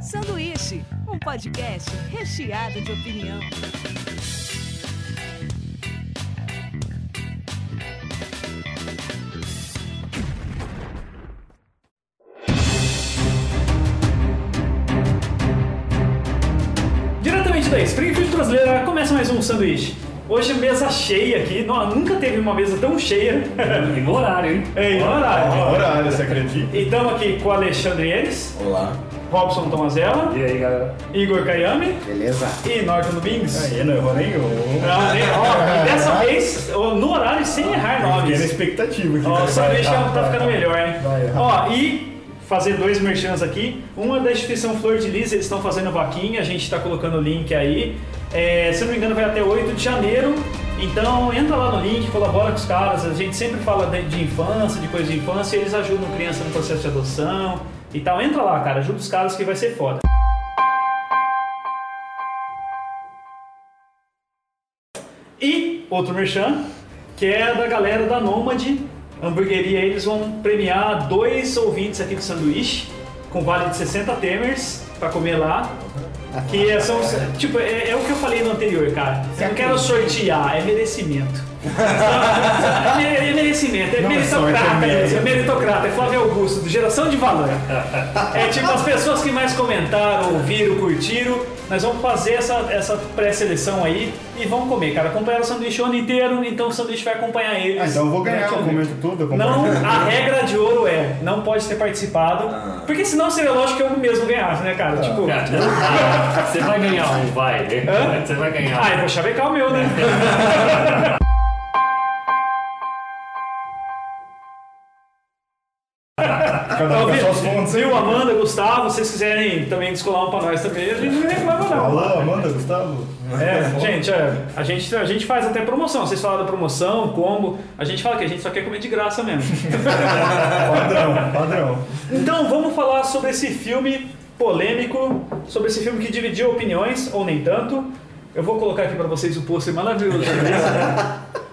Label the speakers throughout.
Speaker 1: Sanduíche, um podcast recheado de opinião.
Speaker 2: Diretamente da Springfield Brasileira, começa mais um sanduíche. Hoje mesa cheia aqui, não, nunca teve uma mesa tão cheia.
Speaker 3: Em horário, hein?
Speaker 2: É, em horário.
Speaker 4: horário, você acredita?
Speaker 2: E estamos aqui com Alexandre Enes,
Speaker 4: Olá.
Speaker 2: Robson Tomazella,
Speaker 3: E aí, galera?
Speaker 2: Igor Kayame
Speaker 4: Beleza?
Speaker 2: e Norton Domingues.
Speaker 4: Aí, não errou nenhum.
Speaker 2: Ah, né? Ó, e dessa vez, ó, no horário, sem errar
Speaker 4: Fiquei na
Speaker 2: nomes.
Speaker 4: expectativa aqui.
Speaker 2: Ah, Ó, o sanduíche
Speaker 4: Vai,
Speaker 2: tá ficando melhor, hein?
Speaker 4: Vai, vai.
Speaker 2: Ó, e fazer dois merchans aqui. Uma da instituição Flor de Lis, eles estão fazendo vaquinha, a gente está colocando o link aí. É, se eu não me engano, vai até 8 de janeiro. Então entra lá no link, colabora com os caras. A gente sempre fala de, de infância, de coisa de infância, e eles ajudam criança no processo de adoção e tal. Entra lá, cara, ajuda os caras que vai ser foda. E outro merchan, que é da galera da Nômade Hamburgueria. Eles vão premiar dois ouvintes aqui do sanduíche, com vale de 60 temers pra comer lá. Que é- são, tipo, é, é o que eu falei no anterior, cara. Eu não quero sortear, é merecimento. É mere- é merecimento, é
Speaker 4: Não é
Speaker 2: meritocrata
Speaker 4: sorte, é
Speaker 2: isso, é
Speaker 4: mérito.
Speaker 2: meritocrata, é Flávio Augusto, do Geração de Valor. É tipo as pessoas que mais comentaram, ouviram, curtiram. Nós vamos fazer essa, essa pré-seleção aí e vamos comer, cara. Acompanharam o sanduíche o ano inteiro, então o sanduíche vai acompanhar eles.
Speaker 4: Ah, então eu vou ganhar, eu
Speaker 2: durante o ano.
Speaker 4: comento tudo. Eu
Speaker 2: Não,
Speaker 4: comento tudo.
Speaker 2: a regra de ouro é, não pode ter participado, porque senão seria lógico que eu mesmo ganhasse, né,
Speaker 4: Ah.
Speaker 2: cara? Tipo,
Speaker 3: Cara, não dá. Você vai ganhar um, vai.
Speaker 2: Hã?
Speaker 3: Você vai ganhar. um.
Speaker 2: ah, eu vou chavecar o meu, né?
Speaker 4: É. Cada um com as suas fontes.
Speaker 2: Então, Viu, Amanda, Gustavo, se vocês quiserem também descolar um pra nós também, a gente não reclama não.
Speaker 4: Alô, Amanda, Gustavo?
Speaker 2: É, gente, é, a gente, a gente faz até promoção. Vocês falaram da promoção, combo. A gente fala que a gente só quer comer de graça mesmo.
Speaker 4: Padrão, padrão.
Speaker 2: Então vamos falar sobre esse filme polêmico, sobre esse filme que dividiu opiniões, ou nem tanto. Eu vou colocar aqui pra vocês o pôster maravilhoso.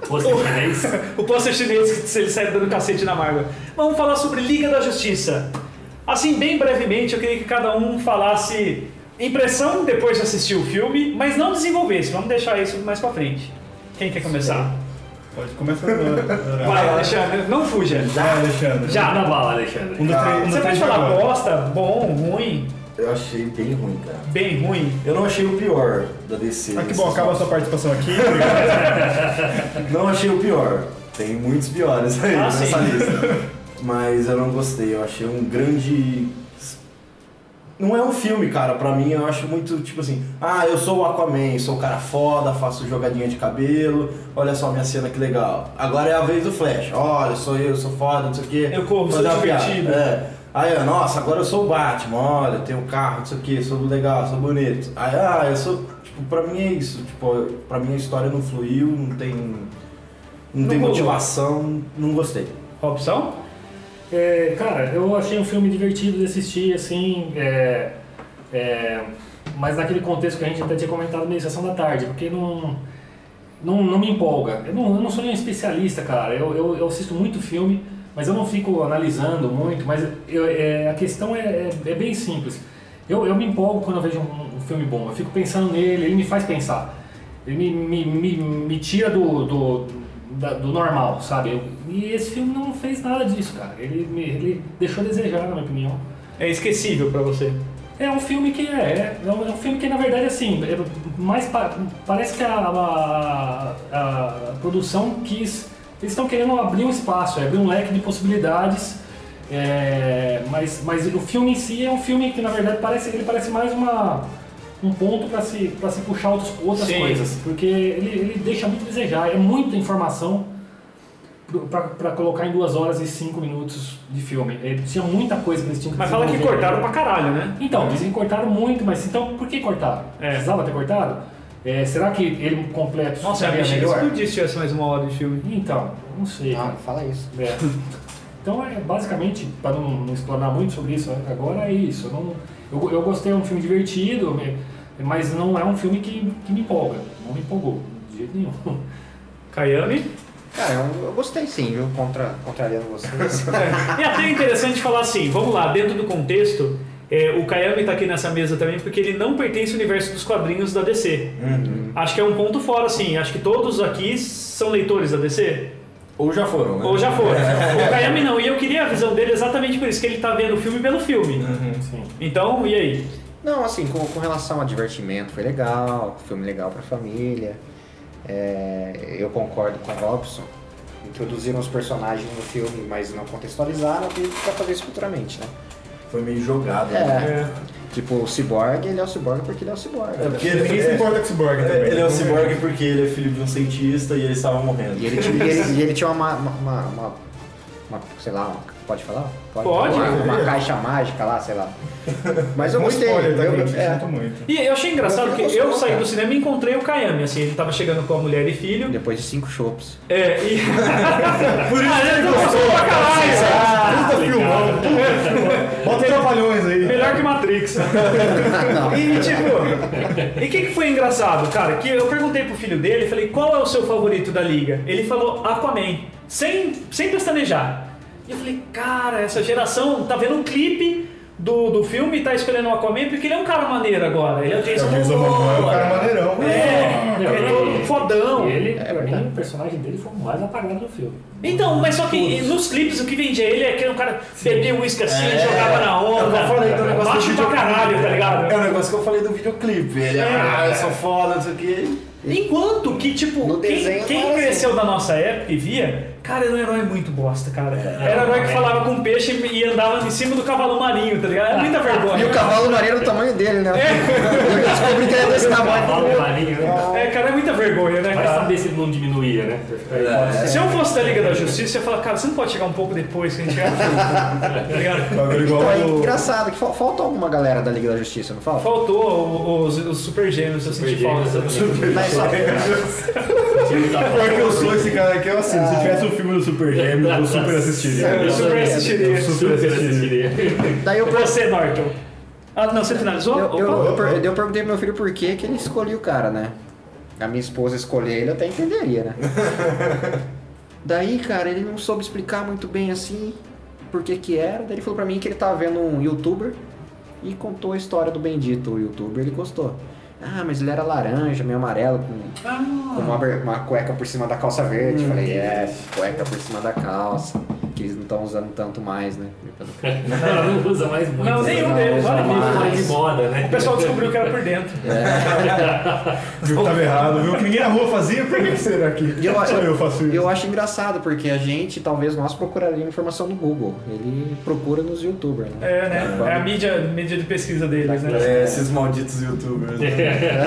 Speaker 3: Você fez?
Speaker 2: o pôster chinês que se ele sai dando cacete na Marvel. Vamos falar sobre Liga da Justiça. Assim, bem brevemente, eu queria que cada um falasse impressão depois de assistir o filme, mas não desenvolvesse. Vamos deixar isso mais pra frente. Quem quer começar?
Speaker 4: Pode começar agora.
Speaker 2: Vai, Alexandre, não fuja.
Speaker 4: Vai, Alexandre.
Speaker 2: Já.
Speaker 3: Manda bala, Alexandre.
Speaker 4: Um dos três. um dos
Speaker 2: Você pode
Speaker 4: três
Speaker 2: falar
Speaker 4: agora.
Speaker 2: bosta, bom, ruim,
Speaker 5: Eu achei bem ruim, cara.
Speaker 2: bem ruim?
Speaker 5: Eu não achei o pior da DC.
Speaker 4: Ah, que
Speaker 5: desses
Speaker 4: bom, acaba a
Speaker 5: novos.
Speaker 4: sua participação aqui. tá Obrigado.
Speaker 5: Não achei o pior. Tem muitos piores aí
Speaker 2: Ah,
Speaker 5: nessa
Speaker 2: sim.
Speaker 5: lista. Mas eu não gostei. Eu achei um grande. Não é um filme, cara. Pra mim, eu acho muito tipo assim. Ah, eu sou o Aquaman, sou o cara foda, faço jogadinha de cabelo. Olha só minha cena que legal. Agora é a vez do Flash. Olha, sou eu, sou foda, não sei o quê.
Speaker 2: Eu corro,
Speaker 5: Fazer
Speaker 2: sou
Speaker 5: uma piada.
Speaker 2: divertido.
Speaker 5: É. Aí, eu, nossa, agora eu sou o Batman, olha, eu tenho um carro, não sei o que, sou legal, sou bonito. Aí, ah, eu sou. Tipo, pra mim é isso. Tipo, pra mim a história não fluiu, não tem. Não,
Speaker 2: Não
Speaker 5: tem
Speaker 2: rolou.
Speaker 5: motivação, não gostei.
Speaker 2: Robson?
Speaker 3: É, cara, eu achei um filme divertido de assistir, assim, é, é, mas naquele contexto que a gente até tinha comentado meio sessão da tarde, porque não, não, não me empolga. Eu não, eu não sou nenhum especialista, cara, eu, eu, eu assisto muito filme, mas eu não fico analisando muito, mas eu- é, a questão é, é, é bem simples. Eu, eu me empolgo quando eu vejo um, um filme bom, eu fico pensando nele, ele me faz pensar. Ele me, me, me, me tira do, do, da- do normal, sabe? Eu- e esse filme não fez nada disso, cara. Ele, me, ele deixou a desejar, na minha opinião.
Speaker 2: É esquecível pra você.
Speaker 3: É um filme que é, é, um, é um filme que na verdade assim, é mais pa- parece que a, a- a produção quis, eles estão querendo abrir um espaço, é, abrir um leque de possibilidades, é, mas, mas o filme em si é um filme que na verdade parece, ele parece mais uma um ponto para se para se puxar outros, outras
Speaker 2: Sim.
Speaker 3: coisas, porque ele, ele deixa muito a desejar, é muita informação para colocar em duas horas e cinco minutos de filme. É, tinha muita coisa que eles tinham que
Speaker 2: Mas fala que
Speaker 3: desenvolver.
Speaker 2: cortaram pra caralho, né?
Speaker 3: Então, dizem que cortaram muito, mas então por que cortaram?
Speaker 2: É.
Speaker 3: Precisava ter cortado? É, será que ele completo
Speaker 2: Nossa, é eu
Speaker 3: seria
Speaker 2: achei que
Speaker 3: melhor?
Speaker 2: explodir se tivesse mais uma hora de filme.
Speaker 3: Então, não sei.
Speaker 2: Ah.
Speaker 3: cara.
Speaker 6: fala isso.
Speaker 3: É. Então, é, basicamente, para não, não explanar muito sobre isso agora, é isso. Eu, não- eu- eu gostei, é um filme divertido, me- mas não é um filme que, que me empolga. Não me empolgou, de jeito nenhum.
Speaker 2: Hum. Kayami?
Speaker 6: Cara, eu, eu gostei sim, viu? Contra, contrariando vocês.
Speaker 2: E até é interessante falar assim, vamos lá, dentro do contexto, É, o Kayami tá aqui nessa mesa também porque ele não pertence ao universo dos quadrinhos da DC. Acho que é um ponto fora, assim. Acho que todos aqui são leitores da DC.
Speaker 5: Ou já foram, né?
Speaker 2: Ou já foram. o Kayami não. E eu queria a visão dele exatamente por isso, que ele tá vendo o filme pelo filme.
Speaker 3: Sim.
Speaker 2: Então, e aí?
Speaker 6: Não, assim, com, com relação a divertimento, foi legal, filme legal pra família. É, eu concordo com a Robson. Introduziram os personagens no filme, mas não contextualizaram e pra fazer isso futuramente, né?
Speaker 5: Foi meio jogado. né?
Speaker 6: É. Tipo, o Cyborg, ele é o Cyborg porque ele é o Cyborg.
Speaker 5: É porque ele,
Speaker 4: Ninguém se importa com o Cyborg também. Então,
Speaker 5: ele é o
Speaker 4: Não
Speaker 5: cyborg porque ele é filho de um cientista e ele estava morrendo.
Speaker 6: E ele, tinha- e ele- e ele tinha uma, uma, uma- uma- uma- Sei lá, uma- pode falar?
Speaker 2: Pode.
Speaker 6: Uma, uma caixa mágica lá, sei lá. Mas eu
Speaker 4: Muito
Speaker 6: gostei.
Speaker 4: spoiler, tá,
Speaker 6: eu-
Speaker 4: gente?
Speaker 6: é.
Speaker 4: Sinto muito.
Speaker 2: E eu achei engraçado que eu
Speaker 6: Gostou,
Speaker 2: saí
Speaker 6: cara.
Speaker 2: do cinema e encontrei o Kayami, assim, ele tava chegando com a mulher e filho.
Speaker 6: Depois de cinco chopps.
Speaker 2: É, e. Por isso ele gostou pra caralho! Ah,
Speaker 4: Puta filmão,
Speaker 2: É.
Speaker 4: Bota os trapalhões aí.
Speaker 2: Melhor que Matrix. né? e tipo, e o que, que foi engraçado, cara? Que eu perguntei pro filho dele, falei, qual é o seu favorito da liga? Ele falou Aquaman, sem, sem pestanejar. E eu falei, cara, essa geração tá vendo um clipe do, do filme e tá escolhendo o Aquaman porque ele é um cara maneiro agora. Ele é o
Speaker 4: É
Speaker 2: Jason
Speaker 4: o Jason
Speaker 2: Momoa.
Speaker 4: Momoa, é um cara maneirão.
Speaker 2: É,
Speaker 3: Não,
Speaker 2: ele é todo fodão. É
Speaker 3: Ele, é pra mim, o personagem dele foi o mais apagado do filme.
Speaker 2: Então, mas só que nos clipes o que vendia ele é que era um cara bebia uísque assim, jogava na onda.
Speaker 5: Eu falei
Speaker 4: então
Speaker 5: do negócio
Speaker 2: Baixo
Speaker 5: do
Speaker 2: pra
Speaker 5: vídeo.
Speaker 2: caralho, tá ligado?
Speaker 5: É o negócio que eu falei do videoclipe. Ele,
Speaker 2: É.
Speaker 5: ah, eu sou foda, não sei o quê.
Speaker 2: Enquanto que, tipo,
Speaker 6: No
Speaker 2: quem,
Speaker 6: desenho assim.
Speaker 2: quem
Speaker 6: não era
Speaker 2: cresceu da nossa época e via, cara, era um herói muito bosta, cara. Era um herói que falava com peixe e andava em cima do cavalo marinho, tá ligado? Era muita vergonha.
Speaker 6: E o cavalo marinho era do tamanho dele, né?
Speaker 2: É.
Speaker 6: Eu descobri que ele era desse tamanho.
Speaker 3: Fala do Marinho, né?
Speaker 2: É, cara, é muita vergonha, né,
Speaker 3: Vai
Speaker 2: cara?
Speaker 3: saber se ele não diminuía, né?
Speaker 2: Se eu fosse da Liga da Justiça, eu ia falar, cara, você não pode chegar um pouco depois que a gente vai. tá ligado?
Speaker 4: Bagulho igual
Speaker 6: Então, é
Speaker 4: o-
Speaker 6: engraçado que fal- falta alguma galera da Liga da Justiça, não falta?
Speaker 2: Faltou o- os, os super gêmeos, eu senti
Speaker 3: Super
Speaker 2: falta.
Speaker 3: gêmeos.
Speaker 6: Mas só-
Speaker 4: Pior que eu sou esse cara aqui, eu assisto. Se tivesse um filme do Super Gêmeos, eu super assistiria.
Speaker 2: Eu super assistiria.
Speaker 4: Eu super assistiria.
Speaker 6: daí eu, per-
Speaker 2: Você, Norton. Ah, não, você finalizou?
Speaker 6: eu, eu,
Speaker 2: Opa.
Speaker 6: eu, per- daí eu perguntei pro meu filho por que, que ele escolheu o cara, né? A minha esposa escolher ele, eu até entenderia, né? Daí, cara, ele não soube explicar muito bem assim por que que era. Daí ele falou pra mim que ele tava vendo um youtuber e contou a história do bendito youtuber, ele gostou. Ah, mas ele era laranja, meio amarelo, com Com uma, ber- uma cueca por cima da calça verde. Falei, é, cueca por cima da calça. Que eles não estão usando tanto mais, né?
Speaker 3: Ela não usa mais muito. né?
Speaker 2: Não, nenhum
Speaker 6: não,
Speaker 2: deles, olha
Speaker 6: jamais.
Speaker 2: mesmo.
Speaker 3: Fora de moda, né?
Speaker 2: O pessoal descobriu que era por dentro.
Speaker 4: Viu que tava errado, viu que ninguém na rua fazia, por que será que
Speaker 6: E eu-
Speaker 4: só eu faço isso?
Speaker 6: Eu acho engraçado, porque a gente, talvez nós procuraríamos informação no Google. Ele procura nos youtubers, né?
Speaker 2: É, né? É a mídia, mídia de pesquisa deles, né?
Speaker 5: É, esses malditos youtubers.
Speaker 4: É.
Speaker 5: né?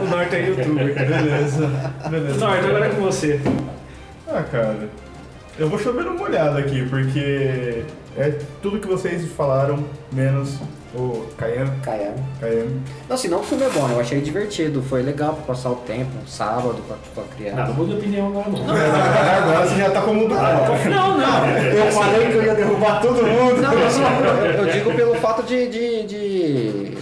Speaker 2: O Norton é youtuber.
Speaker 4: Beleza, beleza.
Speaker 2: Norton, agora é com você.
Speaker 4: Ah, cara, eu vou chover uma olhada aqui, porque é tudo que vocês falaram, menos o Cayenne.
Speaker 6: Caiano.
Speaker 4: Cayenne.
Speaker 6: É. Não, assim, não que o filme é bom, eu achei divertido. Foi legal pra passar o tempo, um sábado com a, com a
Speaker 3: Não, não
Speaker 6: criança.
Speaker 3: muda de opinião agora, não.
Speaker 4: Agora você já tá incomodado.
Speaker 2: Não, não.
Speaker 4: é.
Speaker 5: Eu falei que eu ia derrubar todo mundo.
Speaker 6: Não, assim, eu, eu digo pelo fato de. de, de,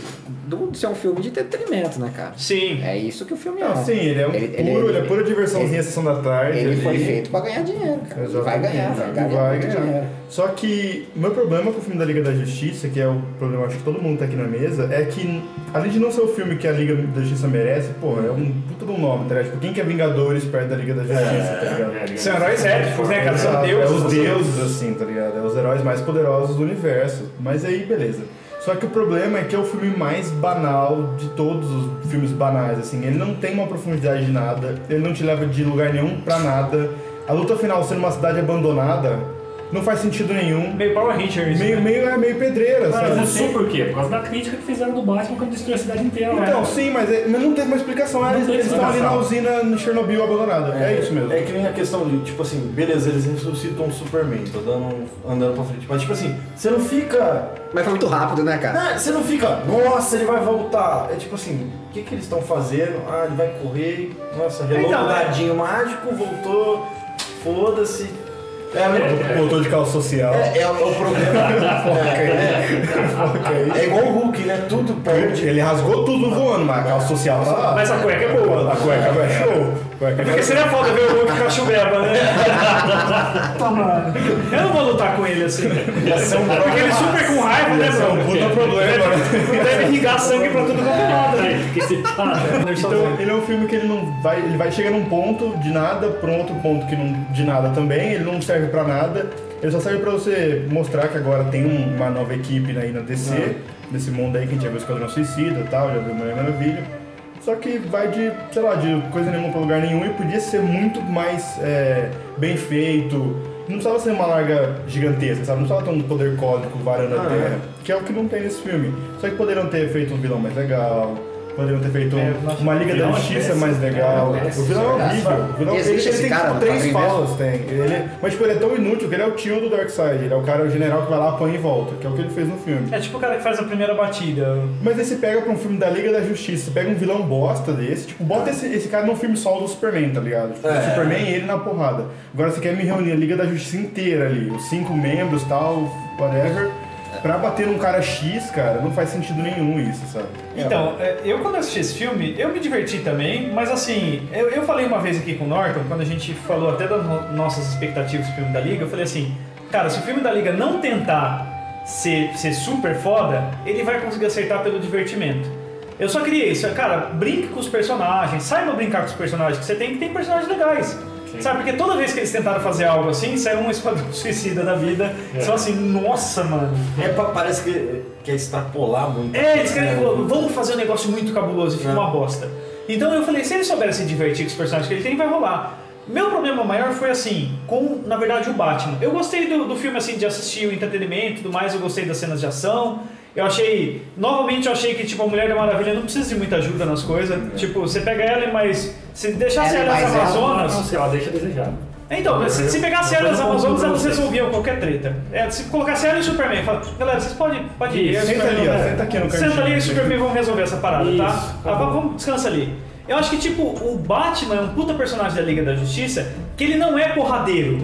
Speaker 6: do- de ser um filme de entretenimento, né, cara?
Speaker 2: Sim.
Speaker 6: É isso que o filme é.
Speaker 4: Não, sim, ele é um
Speaker 6: Ele- ele-
Speaker 4: puro, ele, é
Speaker 6: ele-
Speaker 4: pura diversãozinha sessão da tarde.
Speaker 6: Ele
Speaker 4: ali.
Speaker 6: foi feito pra ganhar dinheiro, cara. Ele Vai
Speaker 4: Exatamente.
Speaker 6: ganhar, vai ganhar.
Speaker 4: Vai
Speaker 6: muito
Speaker 4: ganhar.
Speaker 6: dinheiro.
Speaker 4: Só que o meu problema com o filme da Liga da Justiça, que é o problema acho que todo mundo tá aqui na mesa, é que além de não ser o filme que a Liga da Justiça merece, pô, é um puta de um nome, tá ligado? Tipo, quem que é Vingadores perto da Liga da Justiça, tá ligado?
Speaker 3: É,
Speaker 2: São heróis épicos, né, cara? São
Speaker 4: Exato,
Speaker 2: deuses.
Speaker 4: É os deuses, assim, tá ligado? É os heróis mais poderosos do universo. Mas aí, beleza. Só que o problema é que é o filme mais banal de todos os filmes banais, assim. Ele não tem uma profundidade de nada, ele não te leva de lugar nenhum pra nada. A luta final sendo uma cidade abandonada não faz sentido nenhum.
Speaker 2: Meio Power Rangers.
Speaker 4: Meio, meio, é meio pedreira,
Speaker 3: Cara,
Speaker 4: sabe?
Speaker 3: não sei por quê. Por causa da crítica que fizeram do Batman quando destruiu a cidade inteira.
Speaker 4: Então,
Speaker 3: né?
Speaker 4: sim, mas, é- mas não teve uma explicação. Eles,
Speaker 3: tem
Speaker 4: eles estão ali na
Speaker 3: explicação.
Speaker 4: usina no Chernobyl abandonada. É, isso mesmo.
Speaker 5: É que nem a questão de, tipo assim, beleza, eles ressuscitam o Superman, tô dando, andando pra frente. Mas, tipo assim, você não fica.
Speaker 6: Mas foi muito rápido, né, cara?
Speaker 5: Ah, você não fica, nossa, ele vai voltar. É tipo assim, o que, que eles estão fazendo? Ah, ele vai correr. Nossa, relou um
Speaker 2: Então,
Speaker 5: o
Speaker 2: é.
Speaker 5: dadinho mágico, voltou. Foda-se. É,
Speaker 4: O Motor de calça social.
Speaker 5: é, é o problema. É,
Speaker 4: Foca aí.
Speaker 5: é, é igual o Hulk, né? Tudo perde.
Speaker 4: Ele rasgou tudo voando, mas a calça social tá lá.
Speaker 2: Mas a cueca é boa.
Speaker 4: A cueca agora é show. A cueca
Speaker 2: Porque
Speaker 4: agora-
Speaker 2: seria foda ver o Hulk com a chubeba, né? Tomara. Eu não vou lutar com ele assim. Porque ele é super com raiva, né,
Speaker 4: É
Speaker 2: bro?
Speaker 4: um puta problema. né?
Speaker 2: Ele deve irrigar sangue pra tudo quanto é lado. né?
Speaker 3: Ai, Tá que tá, excitado.
Speaker 4: Então, ele é um filme que ele não vai. Ele vai chegar num ponto de nada, pra um outro ponto que não, de nada também, ele não serve pra nada. Ele só serve pra você mostrar que agora tem um- uma nova equipe aí na DC, nesse mundo aí que a gente já viu o Esquadrão Suicida e tal, já viu Mulher Maravilha. Só que vai de, sei lá, de coisa nenhuma pra lugar nenhum e podia ser muito mais é, bem feito. Não precisava ser uma larga gigantesca, sabe? Não precisava ter um poder cósmico varando a
Speaker 5: Ah,
Speaker 4: Terra, que é o que não tem nesse filme. Só que poderiam ter feito um vilão mais legal, poderiam ter feito um,
Speaker 2: É, nossa,
Speaker 4: uma Liga da
Speaker 2: vilão é
Speaker 4: Justiça
Speaker 2: péssimo.
Speaker 4: mais legal.
Speaker 6: É,
Speaker 4: o vilão é
Speaker 6: péssimo.
Speaker 4: horrível. O vilão, ele,
Speaker 6: Existe
Speaker 4: ele
Speaker 6: esse
Speaker 4: tem
Speaker 6: cara
Speaker 4: tipo,
Speaker 6: no
Speaker 4: três
Speaker 6: quadrinho mesmo?
Speaker 4: falas, tem. Ele, mas tipo, ele é tão inútil que ele é o tio do Darkseid. Ele é o cara, o general que vai lá, apanha e volta, que é o que ele fez no filme.
Speaker 2: É tipo o cara que faz a primeira batida.
Speaker 4: Mas aí você pega pra um filme da Liga da Justiça, você pega um vilão bosta desse, tipo, bota esse, esse cara num filme solo do Superman, tá ligado? Tipo,
Speaker 5: É.
Speaker 4: o Superman e ele na porrada. Agora você quer me reunir a Liga da Justiça inteira ali, os cinco membros, tal, whatever, pra bater num cara X, cara, não faz sentido nenhum isso, sabe?
Speaker 2: Então, é, eu quando assisti esse filme, eu me diverti também, mas assim, eu, eu falei uma vez aqui com o Norton, quando a gente falou até das no- nossas expectativas pro filme da Liga, eu falei assim, cara, se o filme da Liga não tentar ser, ser super foda, ele vai conseguir acertar pelo divertimento. Eu só queria isso, cara, brinque com os personagens, saiba brincar com os personagens que você tem, que tem personagens legais. Sabe, porque toda vez que eles tentaram fazer algo assim, saiu um esquadrão suicida da vida. Só assim, nossa, mano.
Speaker 5: É, pa- parece que quer extrapolar muito.
Speaker 2: É, eles querem, vamos fazer um negócio muito cabuloso e fica
Speaker 5: É.
Speaker 2: uma bosta. Então eu falei, se ele souber se divertir com os personagens que ele tem, vai rolar. Meu problema maior foi assim, com, na verdade, o Batman. Eu gostei do, do filme, assim, de assistir o entretenimento e tudo mais, eu gostei das cenas de ação. Eu achei, novamente, eu achei que, tipo, a Mulher da Maravilha não precisa de muita ajuda nas coisas. Tipo, você pega ela, mas se deixasse
Speaker 6: Ela é
Speaker 2: ela nas
Speaker 6: mais ela,
Speaker 2: Amazonas...
Speaker 3: Não sei, ela deixa a desejar.
Speaker 2: Então, se, se pegasse
Speaker 3: eu
Speaker 2: ela e as
Speaker 3: não
Speaker 2: Amazonas,
Speaker 3: concordo
Speaker 2: elas
Speaker 3: com vocês.
Speaker 2: resolviam qualquer treta. É, se colocasse ela e o Superman, fala, galera, vocês podem pode ir.
Speaker 3: Isso,
Speaker 2: eu
Speaker 4: Senta ali, ó,
Speaker 2: Superman- É,
Speaker 4: senta aqui no cantinho.
Speaker 2: Senta ali e o Superman vão resolver essa parada,
Speaker 3: Isso,
Speaker 2: tá? Ah,
Speaker 3: acabou.
Speaker 2: vamos, descansa ali. Eu acho que, tipo, o Batman é um puta personagem da Liga da Justiça que ele não é porradeiro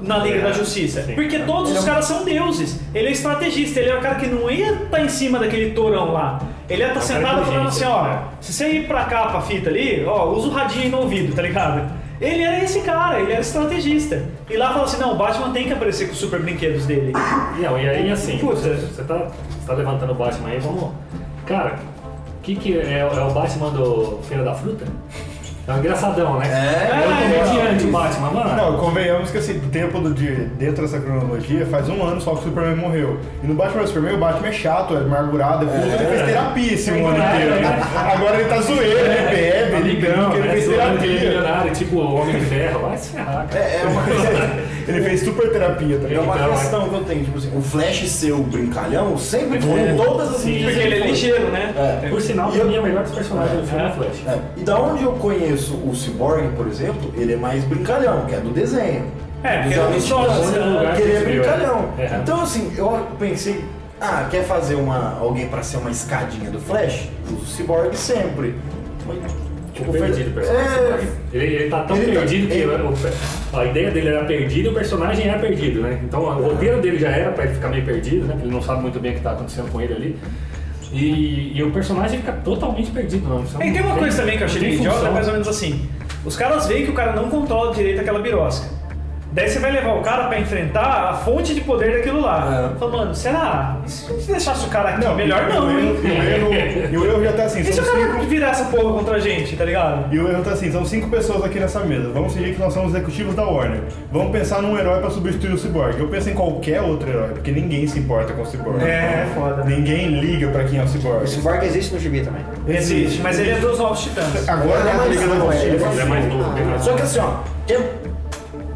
Speaker 2: na Liga
Speaker 3: É,
Speaker 2: da Justiça.
Speaker 3: sim.
Speaker 2: Porque todos
Speaker 3: um-
Speaker 2: os caras são deuses. Ele é estrategista, ele é o cara que não ia estar em cima daquele torão lá. Ele ia estar
Speaker 3: É um cara
Speaker 2: sentado falando assim,
Speaker 3: inteligente,
Speaker 2: ó,
Speaker 3: né?
Speaker 2: se você ir pra cá, pra fita ali, ó, usa o radinho no ouvido, tá ligado? Ele era esse cara, ele era estrategista. E lá fala assim, não, o Batman tem que aparecer com os super brinquedos dele.
Speaker 3: Não, e aí assim,
Speaker 2: Puta.
Speaker 3: você, você tá, você tá levantando o Batman aí, vamos. Cara, o que, que é, é o Batman do Feira da Fruta? É um engraçadão, né?
Speaker 5: É,
Speaker 3: É um comediante o Batman, mano.
Speaker 4: Não, convenhamos que assim, do tempo do dia, dentro dessa cronologia, faz um ano só que o Superman morreu. E no Batman vs Superman, o Batman é chato, é amargurado, é puto, ele fez terapia esse um ano inteiro. né? Agora ele tá zoeiro, ele bebe, ele brinca, ele
Speaker 3: né?
Speaker 4: fez
Speaker 3: Zoando aquele
Speaker 4: terapia.
Speaker 3: milionário, tipo o Homem de Ferro. Vai se ferrar, cara.
Speaker 5: é, é uma,
Speaker 4: Ele fez super terapia tá
Speaker 5: é
Speaker 4: também.
Speaker 5: uma
Speaker 3: Então,
Speaker 5: questão que eu tenho. Tipo assim, o Flash ser o brincalhão sempre foi em todas as
Speaker 3: Sim.
Speaker 5: mídias.
Speaker 2: Porque ele é
Speaker 5: foi.
Speaker 2: ligeiro, né?
Speaker 5: É.
Speaker 3: Por sinal,
Speaker 5: E eu-
Speaker 3: pra mim, é o melhor dos personagens do filme é o Flash.
Speaker 5: É. E da onde eu conheço o Cyborg, por exemplo, ele é mais brincalhão, que é do desenho.
Speaker 2: É,
Speaker 5: Dos
Speaker 2: porque é
Speaker 5: anos
Speaker 2: dos jogos,
Speaker 5: 90,
Speaker 3: né?
Speaker 5: que ele é brincalhão.
Speaker 3: É.
Speaker 5: Então assim, eu pensei, ah, quer fazer uma alguém pra ser uma escadinha do Flash? Usa o Cyborg sempre. Mas,
Speaker 3: Tipo, perdido o personagem.
Speaker 5: É,
Speaker 3: Ele, ele tá tão
Speaker 5: Ele tá-
Speaker 3: perdido que
Speaker 5: ele-
Speaker 3: o- a ideia dele era perdida e o personagem era perdido, né? Então o roteiro dele já era pra ele ficar meio perdido, né? Porque Ele não sabe muito bem o que tá acontecendo com ele ali. E, e o personagem fica totalmente perdido, não.
Speaker 5: Tá
Speaker 3: Isso
Speaker 2: É, e tem uma
Speaker 3: não
Speaker 2: coisa também que eu achei
Speaker 3: não
Speaker 2: meio
Speaker 3: tem
Speaker 2: idiota,
Speaker 3: função.
Speaker 2: mais ou menos assim. Os caras veem que o cara não controla direito aquela birosca. Daí você vai levar o cara pra enfrentar a fonte de poder daquilo lá.
Speaker 5: É.
Speaker 2: Fala, mano, será? E se a gente deixasse o cara aqui?
Speaker 4: Não,
Speaker 2: melhor não,
Speaker 4: e o erro-
Speaker 2: hein?
Speaker 4: E o erro já tá assim,
Speaker 2: E se
Speaker 4: são
Speaker 2: o cara
Speaker 4: cinco.
Speaker 2: virar essa porra contra a gente, tá ligado?
Speaker 4: E o erro tá assim, são cinco pessoas aqui nessa mesa. Vamos fingir que nós somos executivos da Warner. Vamos pensar num herói pra substituir o Cyborg. Eu penso em qualquer outro herói, porque ninguém se importa com o Cyborg.
Speaker 2: É, foda.
Speaker 4: Ninguém liga pra quem é o Cyborg.
Speaker 6: O Cyborg existe no gibi também.
Speaker 2: Existe, mas ele é dos novos titãs.
Speaker 4: Agora
Speaker 5: Ele é
Speaker 4: na
Speaker 5: mais
Speaker 4: Liga da
Speaker 5: novo, é, ele é
Speaker 4: Justiça.
Speaker 3: Ele é mais novo, bem mais
Speaker 5: Só que assim, ó, ele,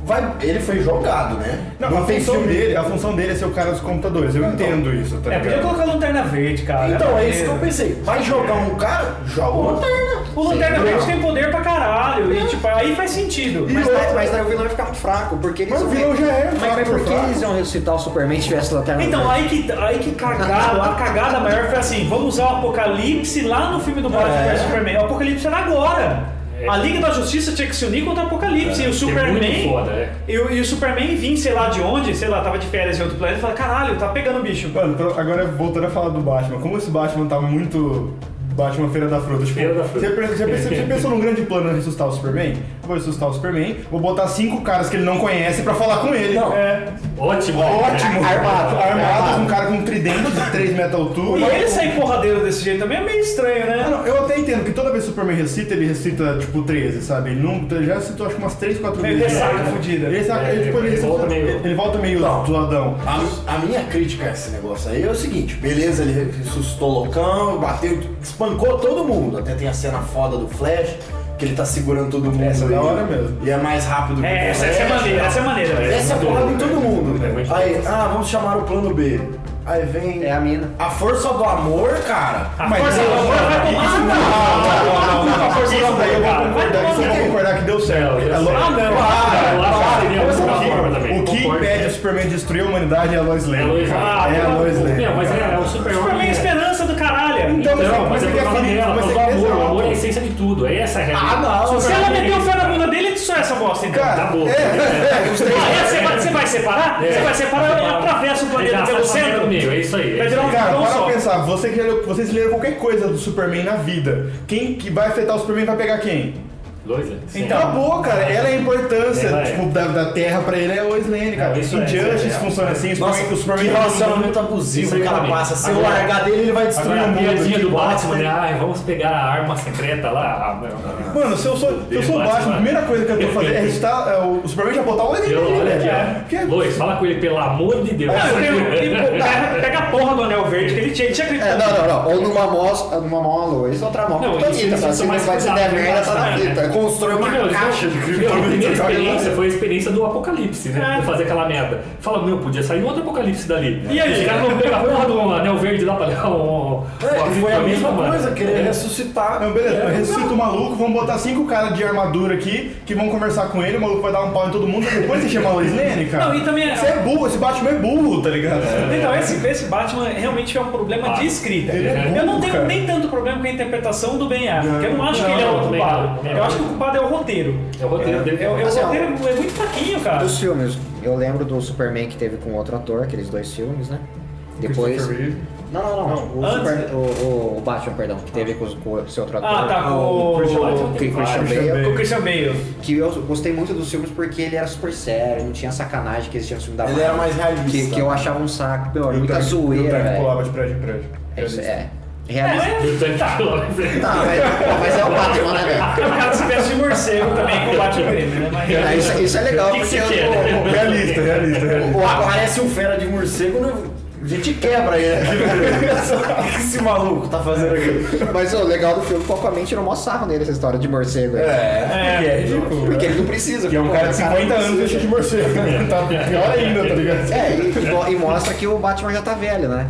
Speaker 5: vai, ele foi jogado, né?
Speaker 4: Não, a
Speaker 5: tem
Speaker 4: função,
Speaker 5: filme-
Speaker 4: dele, a função dele é ser o cara dos computadores. Eu entendo isso, tá
Speaker 2: É, podia
Speaker 4: ligado?
Speaker 2: colocar a lanterna verde, cara.
Speaker 5: Então, é isso que eu pensei. Vai jogar um cara? Joga o Lanterna.
Speaker 2: O Lanterna
Speaker 5: Sim.
Speaker 2: Verde tem poder pra caralho. E, tipo, aí faz sentido. Mas
Speaker 6: Mas, daí- mas daí o vilão ia ficar muito fraco, porque eles
Speaker 4: Mas o
Speaker 6: iam-
Speaker 4: vilão já é
Speaker 6: Mas
Speaker 4: fraco,
Speaker 6: por que
Speaker 4: fraco.
Speaker 6: eles iam ressuscitar o Superman se tivesse lanterna?
Speaker 2: Então,
Speaker 6: verde?
Speaker 2: aí que, aí que cagaram, a cagada maior foi assim, vamos usar o Apocalipse lá no filme do Batman
Speaker 5: É.
Speaker 2: vs Superman. O Apocalipse era agora.
Speaker 3: É,
Speaker 2: A Liga da Justiça tinha que se unir contra o Apocalipse. e o
Speaker 3: que é muito
Speaker 2: Superman.
Speaker 3: foda, é.
Speaker 2: E o, e o Superman vinha, sei lá de onde, sei lá, tava de férias em outro planeta e falava, caralho, tá pegando o bicho.
Speaker 4: Mano, pro- agora voltando a falar do Batman, como esse Batman tá muito. Batman Feira da Fruta. Tipo,
Speaker 3: Feira da Fruta.
Speaker 4: Você, pensa- você, pensa- você pensou num grande plano de ressuscitar o Superman? Eu Vou ressuscitar o Superman, vou botar cinco caras que ele não conhece pra falar com ele.
Speaker 5: Não.
Speaker 4: É.
Speaker 3: Ótimo. né? É,
Speaker 4: Ótimo.
Speaker 6: Armado.
Speaker 4: Armado,
Speaker 6: Armado.
Speaker 4: um cara com um tridente de 3 metros de
Speaker 2: E
Speaker 4: altura.
Speaker 2: ele sair porradeiro desse jeito também é meio estranho,
Speaker 4: Ah,
Speaker 2: né?
Speaker 4: não, eu até entendo que toda vez que o Superman recita, ele recita tipo 13, sabe? Ele não, ele já citou acho que umas 3, 4
Speaker 2: Meio
Speaker 4: vezes.
Speaker 2: ressaca
Speaker 4: É.
Speaker 2: fudida.
Speaker 4: Ele, saca-
Speaker 3: É,
Speaker 4: ele, tipo, ele,
Speaker 3: ele volta meio-
Speaker 4: ele volta meio
Speaker 5: Não.
Speaker 4: zoadão.
Speaker 5: A, a minha crítica a esse negócio aí é o seguinte, beleza, ele ressuscitou loucão, bateu, espancou todo mundo. Até tem a cena foda do Flash, que ele tá segurando todo mundo.
Speaker 4: Essa é da
Speaker 5: aí,
Speaker 4: hora mesmo.
Speaker 5: E é mais rápido que
Speaker 2: É,
Speaker 5: o
Speaker 2: essa, essa é
Speaker 5: Flash.
Speaker 2: maneira, essa é maneira, velho.
Speaker 5: Essa é porrada em todo mundo.
Speaker 3: É muito
Speaker 5: Aí,
Speaker 3: difícil.
Speaker 5: ah, vamos chamar o plano B. Aí vem.
Speaker 6: É a mina.
Speaker 5: A força do amor, cara.
Speaker 4: Ah,
Speaker 3: Ah,
Speaker 2: A força do amor vai tomar
Speaker 4: Isso-
Speaker 2: no
Speaker 4: não, não, não, não, não.
Speaker 2: Força do
Speaker 4: Isso daí eu vou
Speaker 2: amor, cara. Vai
Speaker 4: concordar, isso
Speaker 2: tomar
Speaker 4: eu vou
Speaker 2: no cu.
Speaker 4: concordar que deu certo.
Speaker 3: Não, deu
Speaker 4: É lógico.
Speaker 3: certo.
Speaker 2: Ah, não.
Speaker 4: Para,
Speaker 3: Eu acho
Speaker 4: para.
Speaker 3: que seria
Speaker 4: Ouça
Speaker 3: outra
Speaker 4: aqui.
Speaker 3: forma também,
Speaker 4: O que
Speaker 3: concordo.
Speaker 4: impede o Superman de destruir a humanidade é a Lois
Speaker 3: É
Speaker 4: Lane.
Speaker 3: a Lois
Speaker 2: Ah,
Speaker 3: Lane.
Speaker 4: É a Lois Lane.
Speaker 3: Não, mas é, é o Superman.
Speaker 2: Superman é a esperança do caralho.
Speaker 4: Então,
Speaker 3: Não, mas
Speaker 4: você
Speaker 3: é por
Speaker 4: quer
Speaker 3: causa
Speaker 4: fazer-
Speaker 3: dela,
Speaker 4: mas
Speaker 3: por
Speaker 4: você
Speaker 3: causa do
Speaker 4: quer-
Speaker 3: amor. O amor é a essência de tudo. É essa a realidade. é
Speaker 5: Ah, não.
Speaker 2: Se ela meteu o fé na bunda dele, só essa bosta, então.
Speaker 4: Cara,
Speaker 3: Tá bom.
Speaker 2: Ah, é? Você vai, você vai separar?
Speaker 3: É.
Speaker 2: Você vai separar, ele atravessa o planeta
Speaker 3: Ele
Speaker 2: pelo
Speaker 3: atravessa
Speaker 2: centro?
Speaker 3: pelo meio, é isso aí.
Speaker 2: Vai
Speaker 3: É
Speaker 2: virar um
Speaker 4: Cara,
Speaker 2: vilão
Speaker 4: para
Speaker 2: só.
Speaker 4: pensar, você que leu- vocês leram qualquer coisa do Superman na vida. Quem que vai afetar o Superman vai pegar quem?
Speaker 3: Lois Lane. é. Sim.
Speaker 2: Então,
Speaker 4: Acabou, cara. Ela é a importância
Speaker 3: Ela é.
Speaker 4: tipo, da, da Terra pra ele é a Lois Lane, cara.
Speaker 3: Não, isso é,
Speaker 4: Injustice
Speaker 3: isso é real.
Speaker 4: funciona assim, o
Speaker 5: Nossa,
Speaker 4: Superman- o Superman
Speaker 5: que né? relacionamento abusivo
Speaker 3: Isso
Speaker 5: que ela
Speaker 3: aí.
Speaker 5: passa. Se eu
Speaker 3: Agora-
Speaker 5: largar dele, ele vai destruir
Speaker 3: Agora é
Speaker 5: o
Speaker 3: a
Speaker 5: mundo.
Speaker 3: piadinha do
Speaker 5: Que bosta,
Speaker 3: Batman, né?
Speaker 5: hein?
Speaker 3: Ai, vamos pegar a arma secreta lá. Ah, não.
Speaker 4: Mano, se eu sou, se eu sou o
Speaker 3: Batman,
Speaker 4: Batman, a primeira coisa que eu tô fazendo é restar é, o Superman já botar o Lois
Speaker 3: Eu-
Speaker 4: Lane,
Speaker 3: olha é.
Speaker 4: né,
Speaker 3: aqui,
Speaker 4: cara? Porque-
Speaker 3: ó. Lois, fala com ele, pelo amor de Deus.
Speaker 2: Não, é. eu
Speaker 3: É.
Speaker 2: tenho- e, pô, pega- Pega a porra do anel verde que ele tinha. Ele tinha
Speaker 6: É,
Speaker 2: acreditado.
Speaker 6: não, não, não. Ou numa mão, numa mão a Lois, outra mão
Speaker 3: Não,
Speaker 6: com a
Speaker 3: isso-
Speaker 6: fita,
Speaker 3: isso
Speaker 6: tá?
Speaker 3: é
Speaker 6: Se
Speaker 3: mais
Speaker 6: vai se der
Speaker 3: cuidado,
Speaker 6: merda, tá na
Speaker 3: né?
Speaker 6: fita.
Speaker 5: Constrói uma
Speaker 3: Meu,
Speaker 5: caixa de
Speaker 3: meu, a minha experiência
Speaker 5: criptomoedas.
Speaker 3: foi a experiência do apocalipse, né?
Speaker 2: É.
Speaker 3: De fazer aquela merda. Fala, meu, podia sair outro apocalipse dali.
Speaker 2: E aí?
Speaker 3: Os caras não pegam a porra do anel verde lá pra dar um.
Speaker 5: É, Foi a mesma coisa, querer
Speaker 3: É.
Speaker 5: ressuscitar.
Speaker 4: Não, beleza, ressuscita o maluco, vamos botar cinco caras de armadura aqui que vão conversar com ele, o maluco vai dar um pau em todo mundo, e depois você chama a Lois Lane, cara.
Speaker 2: Não, e também é-
Speaker 4: Você é burro, esse Batman é burro, tá ligado?
Speaker 3: É.
Speaker 2: Então, esse, esse Batman realmente é um problema de escrita.
Speaker 4: Ele é
Speaker 2: eu não
Speaker 4: burro,
Speaker 2: tenho
Speaker 4: cara.
Speaker 2: nem tanto problema com a interpretação do Ben Affleck. Eu não acho
Speaker 3: Não,
Speaker 2: que ele é o
Speaker 3: não, também não,
Speaker 2: culpado.
Speaker 3: também
Speaker 2: Eu
Speaker 3: não.
Speaker 2: acho que o culpado é o roteiro.
Speaker 3: É o roteiro dele.
Speaker 2: É, o- é o
Speaker 6: Assim, ó,
Speaker 2: roteiro é muito fraquinho, cara.
Speaker 6: Dos filmes, eu lembro do Superman que teve com outro ator, aqueles dois filmes, né? Depois.
Speaker 4: Christopher Reeve.
Speaker 6: Não, não, não. o,
Speaker 2: antes,
Speaker 6: Super-
Speaker 2: né?
Speaker 6: o- o- o Batman, perdão, que teve com, os- com esse outro ator.
Speaker 2: Ah, tá, com o-
Speaker 6: o que- Christian
Speaker 4: Christian
Speaker 6: Bale.
Speaker 2: Com o Christian Bale.
Speaker 6: Que eu gostei muito dos filmes porque ele era super sério, não tinha sacanagem que existia no filme da
Speaker 5: Ele
Speaker 6: Marvel.
Speaker 5: era mais realista.
Speaker 6: Que, que eu achava um saco, meu,
Speaker 4: E
Speaker 6: era
Speaker 4: o
Speaker 6: muita
Speaker 4: Tank- e o
Speaker 6: zoeira,
Speaker 4: Tank
Speaker 6: velho.
Speaker 4: pulava de prédio em prédio.
Speaker 6: É isso, é.
Speaker 2: É,
Speaker 6: Realista.
Speaker 2: mas- tá.
Speaker 6: Tá, mas, mas é o Batman, né,
Speaker 2: O
Speaker 6: velho?
Speaker 2: é um cara se veste de morcego também combate o Grêmio, né? Mas-
Speaker 6: Ah, isso, isso é legal,
Speaker 3: O que que
Speaker 6: porque
Speaker 3: você quer,
Speaker 6: eu
Speaker 3: né?
Speaker 4: Realista, realista, realista.
Speaker 6: o, o,
Speaker 5: Ah,
Speaker 6: o,
Speaker 5: Parece um fera de morcego, né? a gente quebra ele aqui. O que esse maluco tá fazendo aqui?
Speaker 6: Mas o legal do filme, Aquaman tirou mó sarro nele, essa história de morcego aí.
Speaker 5: É,
Speaker 4: Que é ridículo.
Speaker 6: Porque ele não precisa.
Speaker 4: Que é um
Speaker 6: pô,
Speaker 4: cara de 50
Speaker 6: não
Speaker 4: anos
Speaker 6: precisa.
Speaker 4: vestido de morcego. Tá pior ainda, tá ligado?
Speaker 6: É, e, e mo- e mostra que o Batman já tá velho, né?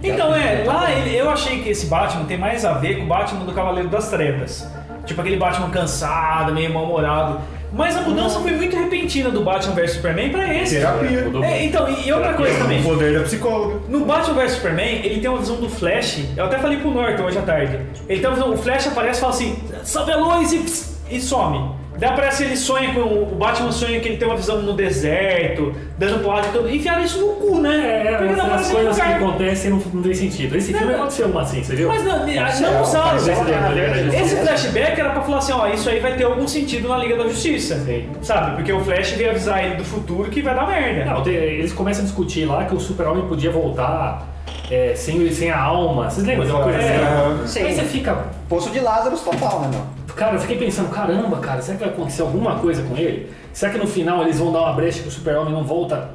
Speaker 2: Então, é, lá ele- eu achei que esse Batman tem mais a ver com o Batman do Cavaleiro das Trevas. Tipo aquele Batman cansado, meio mal-humorado. Mas a mudança foi muito repentina do Batman vs Superman pra esse.
Speaker 4: Terapia.
Speaker 2: É, então, e, e outra coisa também.
Speaker 4: O poder da psicóloga.
Speaker 2: No Batman vs Superman, ele tem uma visão do Flash. Eu até falei pro Norton hoje à tarde. Ele tem uma visão, o Flash aparece e fala assim: salve a luz e, pss, e some. Daí aparece ele sonha com. O Batman sonha que ele tem uma visão no deserto, dando porrada e tudo. Enfiaram isso no cu, né?
Speaker 3: É,
Speaker 2: Porque não aparece
Speaker 3: as
Speaker 2: em
Speaker 3: coisas que
Speaker 2: lugar.
Speaker 3: acontecem não, não tem sentido. Esse
Speaker 2: Não.
Speaker 3: filme aconteceu uma assim, você viu?
Speaker 2: Mas não, não
Speaker 6: Não,
Speaker 2: usaram.
Speaker 6: mas esse
Speaker 3: daí, né?
Speaker 2: Esse flashback era pra falar assim, ó, isso aí vai ter algum sentido na Liga da Justiça.
Speaker 3: Sim.
Speaker 2: Sabe? Porque o Flash veio avisar ele do futuro que vai dar merda.
Speaker 3: Não, tem- eles começam a discutir lá que o super-homem podia voltar é, sem, sem a alma. Vocês lembram de é uma
Speaker 4: É.
Speaker 3: coisa
Speaker 4: Aham.
Speaker 3: assim?
Speaker 6: Sim.
Speaker 3: Aí você fica,
Speaker 6: Poço de Lázaro total, né, meu?
Speaker 3: Cara, eu fiquei pensando, caramba, cara, será que vai acontecer alguma coisa com ele? Será que no final eles vão dar uma brecha que o super-homem não volta?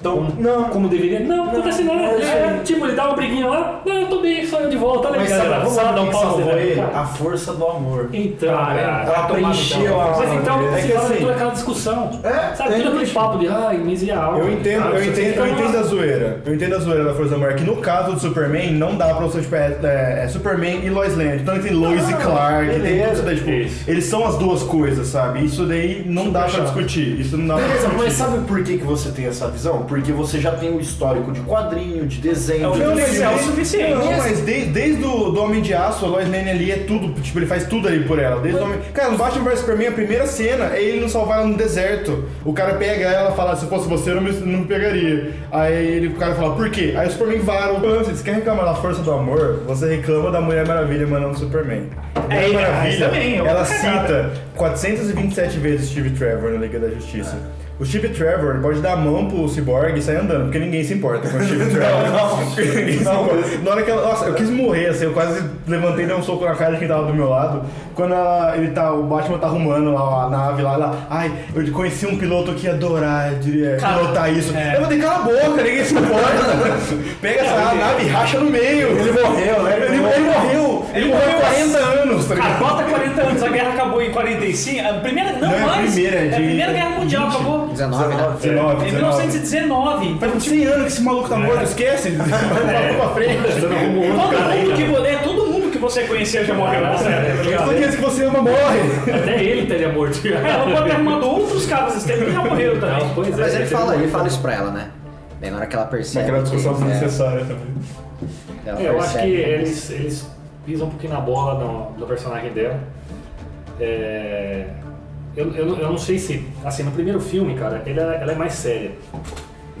Speaker 5: Então,
Speaker 3: como,
Speaker 5: não.
Speaker 3: Como deveria? Não, não acontece nada.
Speaker 5: é isso
Speaker 3: É,
Speaker 5: aí.
Speaker 3: tipo, ele dá uma briguinha lá, não, eu tô bem, só eu de volta, olha aí,
Speaker 5: Mas sabe,
Speaker 3: galera, vamos lá
Speaker 5: sabe
Speaker 3: dar
Speaker 5: o
Speaker 3: um
Speaker 5: que
Speaker 3: pau
Speaker 5: salvou ele?
Speaker 3: nele.
Speaker 5: A força do amor.
Speaker 3: Então,
Speaker 2: Ah,
Speaker 3: cara,
Speaker 5: ela
Speaker 3: tomada,
Speaker 5: preencheu
Speaker 3: então.
Speaker 5: a
Speaker 3: Mas
Speaker 5: alma
Speaker 3: então,
Speaker 5: dele.
Speaker 3: é
Speaker 5: É
Speaker 3: que
Speaker 5: que
Speaker 3: assim,
Speaker 5: assim-
Speaker 3: toda aquela discussão.
Speaker 5: É,
Speaker 3: sabe,
Speaker 5: é
Speaker 3: todo aquele
Speaker 5: isso.
Speaker 3: papo de, ai, mas e a alma?
Speaker 4: Eu entendo,
Speaker 3: Cara,
Speaker 4: eu
Speaker 3: Ah, você
Speaker 4: entendo,
Speaker 3: fica,
Speaker 4: eu entendo
Speaker 3: nossa,
Speaker 4: a zoeira. Eu entendo a zoeira da Força da Mulher, que no caso do Superman, não dá pra você, tipo, é, é- é Superman e Lois Lane. Então tem Lois e Clark, tem
Speaker 5: beleza.
Speaker 4: tudo isso daí, tipo,
Speaker 3: Isso.
Speaker 4: eles são as duas coisas, sabe? Isso daí não dá pra discutir. Isso não dá pra
Speaker 3: Então,
Speaker 5: Beleza,
Speaker 4: discutir.
Speaker 5: mas sabe por que, que você tem essa visão? porque você já tem o histórico de quadrinho, de desenho, de
Speaker 2: Não, mas
Speaker 5: filme.
Speaker 2: é o suficiente.
Speaker 4: Não, mas de- desde o do Homem de Aço, a Lois Lane ali é tudo, tipo, ele faz tudo ali por ela. Desde o Homem... Cara, no Batman vs Superman, a primeira cena é ele não salvar ela no deserto. O cara pega ela e fala, se fosse você, eu não me, não me pegaria. Aí ele, o cara fala, por quê? Aí o Superman vara o
Speaker 2: Uhum.
Speaker 4: "Ah, Você quer reclamar da força do amor? Você reclama da Mulher Maravilha, mas não do Superman.
Speaker 2: É,
Speaker 4: Mulher
Speaker 2: e
Speaker 4: Maravilha,
Speaker 2: ela também, é outra
Speaker 4: ela
Speaker 2: cagada.
Speaker 4: cita 427 vezes Steve Trevor na Liga da Justiça. O Steve Trevor pode dar a mão pro Cyborg e sair andando, porque ninguém se importa com o Steve Trevor. Ninguém se importa. Na hora que ela, nossa, eu quis morrer, assim, eu quase levantei e dei um soco na cara de quem tava do meu lado. Quando ela- ele tá, o Batman tá arrumando lá a nave lá, ela, ai, eu conheci um piloto que ia adorar diria,
Speaker 2: Cara,
Speaker 4: pilotar isso.
Speaker 2: é.
Speaker 4: Eu vou ter cala a boca, ninguém se importa. Pega essa nave e racha no meio. Ele morreu, né? Ele, ele morreu, ele,
Speaker 2: Ele
Speaker 4: morreu
Speaker 2: morreu
Speaker 4: há 40 anos, tá
Speaker 2: Cara,
Speaker 4: ligado?
Speaker 2: bota 40 anos, a guerra acabou em 45. A primeira, não,
Speaker 4: Não, é a
Speaker 2: mais.
Speaker 4: primeira, é
Speaker 2: a
Speaker 4: de-
Speaker 2: primeira guerra mundial acabou
Speaker 6: 19, né?
Speaker 4: 19,
Speaker 2: em
Speaker 4: 19.
Speaker 2: 1919. Então,
Speaker 4: Faz uns 100 anos que esse maluco tá morto, esquece. Vai pra frente.
Speaker 3: Dando rumo outro
Speaker 2: todo
Speaker 3: cara aí,
Speaker 2: mundo
Speaker 3: né?
Speaker 2: que você, todo mundo que você conhecia já morreu nessa época.
Speaker 4: Só aqueles que você ama morre.
Speaker 3: É, Até ele teria morto.
Speaker 2: É, Ela pode ter arrumado outros caras nesse tempo que já morreram também.
Speaker 3: Não, pois é,
Speaker 6: Mas ele
Speaker 5: né?
Speaker 3: teria
Speaker 6: fala, ele
Speaker 3: morrido.
Speaker 6: fala isso pra ela, né? Bem, na hora que ela percebe.
Speaker 4: Aquela discussão
Speaker 6: que, é,
Speaker 4: desnecessária também.
Speaker 6: ela
Speaker 3: É, eu acho que
Speaker 6: percebe
Speaker 3: eles, eles pisam um pouquinho na bola do, do personagem dela. É, eu, eu, não- eu não sei se. Assim, no primeiro filme, cara, ele é- ela é mais séria.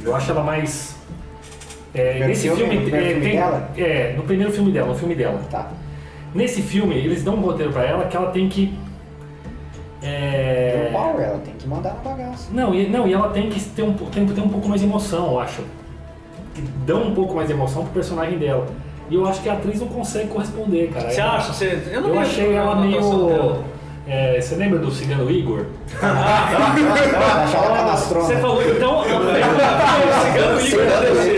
Speaker 3: Eu acho ela mais. é,
Speaker 6: Primeiro
Speaker 3: nesse
Speaker 6: filme?
Speaker 3: filme,
Speaker 6: Primeiro
Speaker 3: é,
Speaker 6: filme
Speaker 3: tem-
Speaker 6: dela?
Speaker 3: é, no primeiro filme dela, no filme dela.
Speaker 6: Tá.
Speaker 3: Nesse filme, eles dão um roteiro pra ela que ela tem que.
Speaker 6: Tem
Speaker 3: É,
Speaker 6: um power, ela tem que mandar na bagaça.
Speaker 3: não, e, não, e ela tem que ter um, po- tem que ter um pouco mais de emoção, eu acho. Que dão um pouco mais de emoção pro personagem dela. E eu acho que a atriz não consegue corresponder, cara.
Speaker 2: Você
Speaker 3: Ela-
Speaker 2: acha? Você, eu não
Speaker 3: Eu
Speaker 2: vi
Speaker 3: achei
Speaker 2: a
Speaker 3: ela
Speaker 2: anotação
Speaker 3: meio.
Speaker 2: dela.
Speaker 3: é, você lembra do cigano Igor? Ah,
Speaker 6: Achava cadastrona.
Speaker 2: Você falou, então.
Speaker 3: né?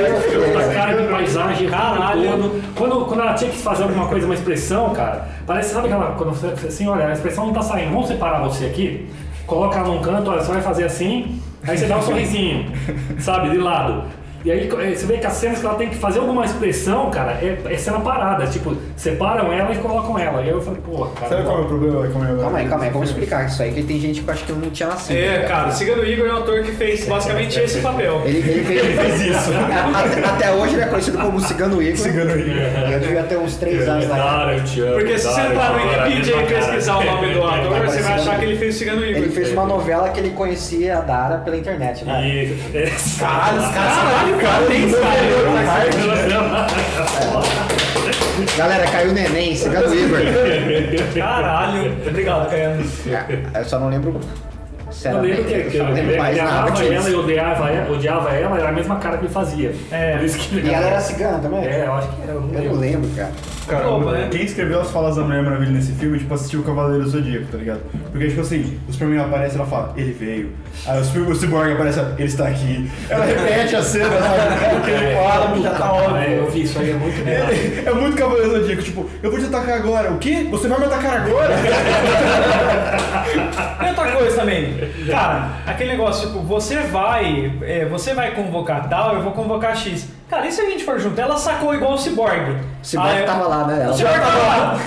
Speaker 2: É.
Speaker 3: Aquela cara de paisagem,
Speaker 2: Caralho.
Speaker 3: todo. Quando, quando ela tinha que fazer alguma coisa, uma expressão, cara, parece, sabe aquela. Quando você assim, olha, a expressão não tá saindo, vamos separar você aqui, coloca ela num canto, olha, você vai fazer assim, aí você dá um sorrisinho, sabe, de lado. E aí eh, você vê que as cenas que ela tem que fazer alguma expressão, cara, é, é cena parada, tipo, separam ela e colocam ela. E aí eu falei, porra, cara.
Speaker 4: Sabe
Speaker 3: não.
Speaker 4: qual é o problema?
Speaker 6: Calma aí, calma aí, vamos explicar isso aí, que tem gente que eu acho que eu não tinha nascido.
Speaker 2: É, cara, Cigano Igor é um ator que fez basicamente esse papel.
Speaker 6: Ele, ele fez,
Speaker 4: isso.
Speaker 6: até, até hoje ele é conhecido como Cigano Igor.
Speaker 4: Cigano aí.
Speaker 6: Eu devia ter uns 3 anos na cara.
Speaker 3: Dara, eu te amo.
Speaker 2: Porque se você tá
Speaker 3: Dara, eu
Speaker 2: entrar
Speaker 3: te
Speaker 2: no Wikipedia e
Speaker 3: amo, era a mesma cara.
Speaker 2: pesquisar
Speaker 3: é
Speaker 2: o nome do ator, você vai achar que ele fez o Cigano
Speaker 6: Ele
Speaker 2: Igor.
Speaker 6: fez uma novela que ele conhecia a Dara pela internet, né?
Speaker 3: Isso. é.
Speaker 5: Caralho, os caras são
Speaker 2: Caralho, cara, tem cara.
Speaker 6: Galera, caiu o neném, Cigano Igor.
Speaker 2: Caralho. Obrigado, Caiano.
Speaker 6: É, Eu só não lembro.
Speaker 3: Eu
Speaker 6: Sinceramente,
Speaker 3: lembro que, que
Speaker 6: eu só não lembro
Speaker 3: eu
Speaker 6: mais nada
Speaker 3: amava
Speaker 6: que
Speaker 3: ela e
Speaker 6: isso.
Speaker 3: odiava ela, odiava ela, era a mesma cara que ele fazia.
Speaker 2: É.
Speaker 3: Por isso que
Speaker 6: E ela era cigana também?
Speaker 3: É, eu acho que era. Eu não
Speaker 6: Eu não
Speaker 3: lembro.
Speaker 6: lembro, cara.
Speaker 4: Cara,
Speaker 2: Opa, né?
Speaker 4: quem escreveu as falas da Mulher Maravilha nesse filme, tipo, assistiu o Cavaleiro do Zodíaco, tá ligado? Porque, tipo assim, o Superman aparece e ela fala, ele veio. Aí o Cyborg- o Cyborg aparece, ele está aqui. Ela repete a cena, sabe? O que ele fala,
Speaker 3: Já tá óbvio. Eu vi isso aí, é muito legal.
Speaker 4: É muito Cavaleiro do Zodíaco, tipo, eu vou te atacar agora. O quê? Você vai me atacar agora?
Speaker 2: E outra coisa também, cara, aquele negócio, tipo, você vai, é, você vai convocar tal, eu vou convocar X. Cara, e se a gente for junto? Ela sacou igual o Cyborg.
Speaker 6: Cyborg
Speaker 4: Ah, é?
Speaker 2: eu-
Speaker 6: tava lá, né?
Speaker 2: O
Speaker 6: Ela-
Speaker 2: Cyborg tava lá.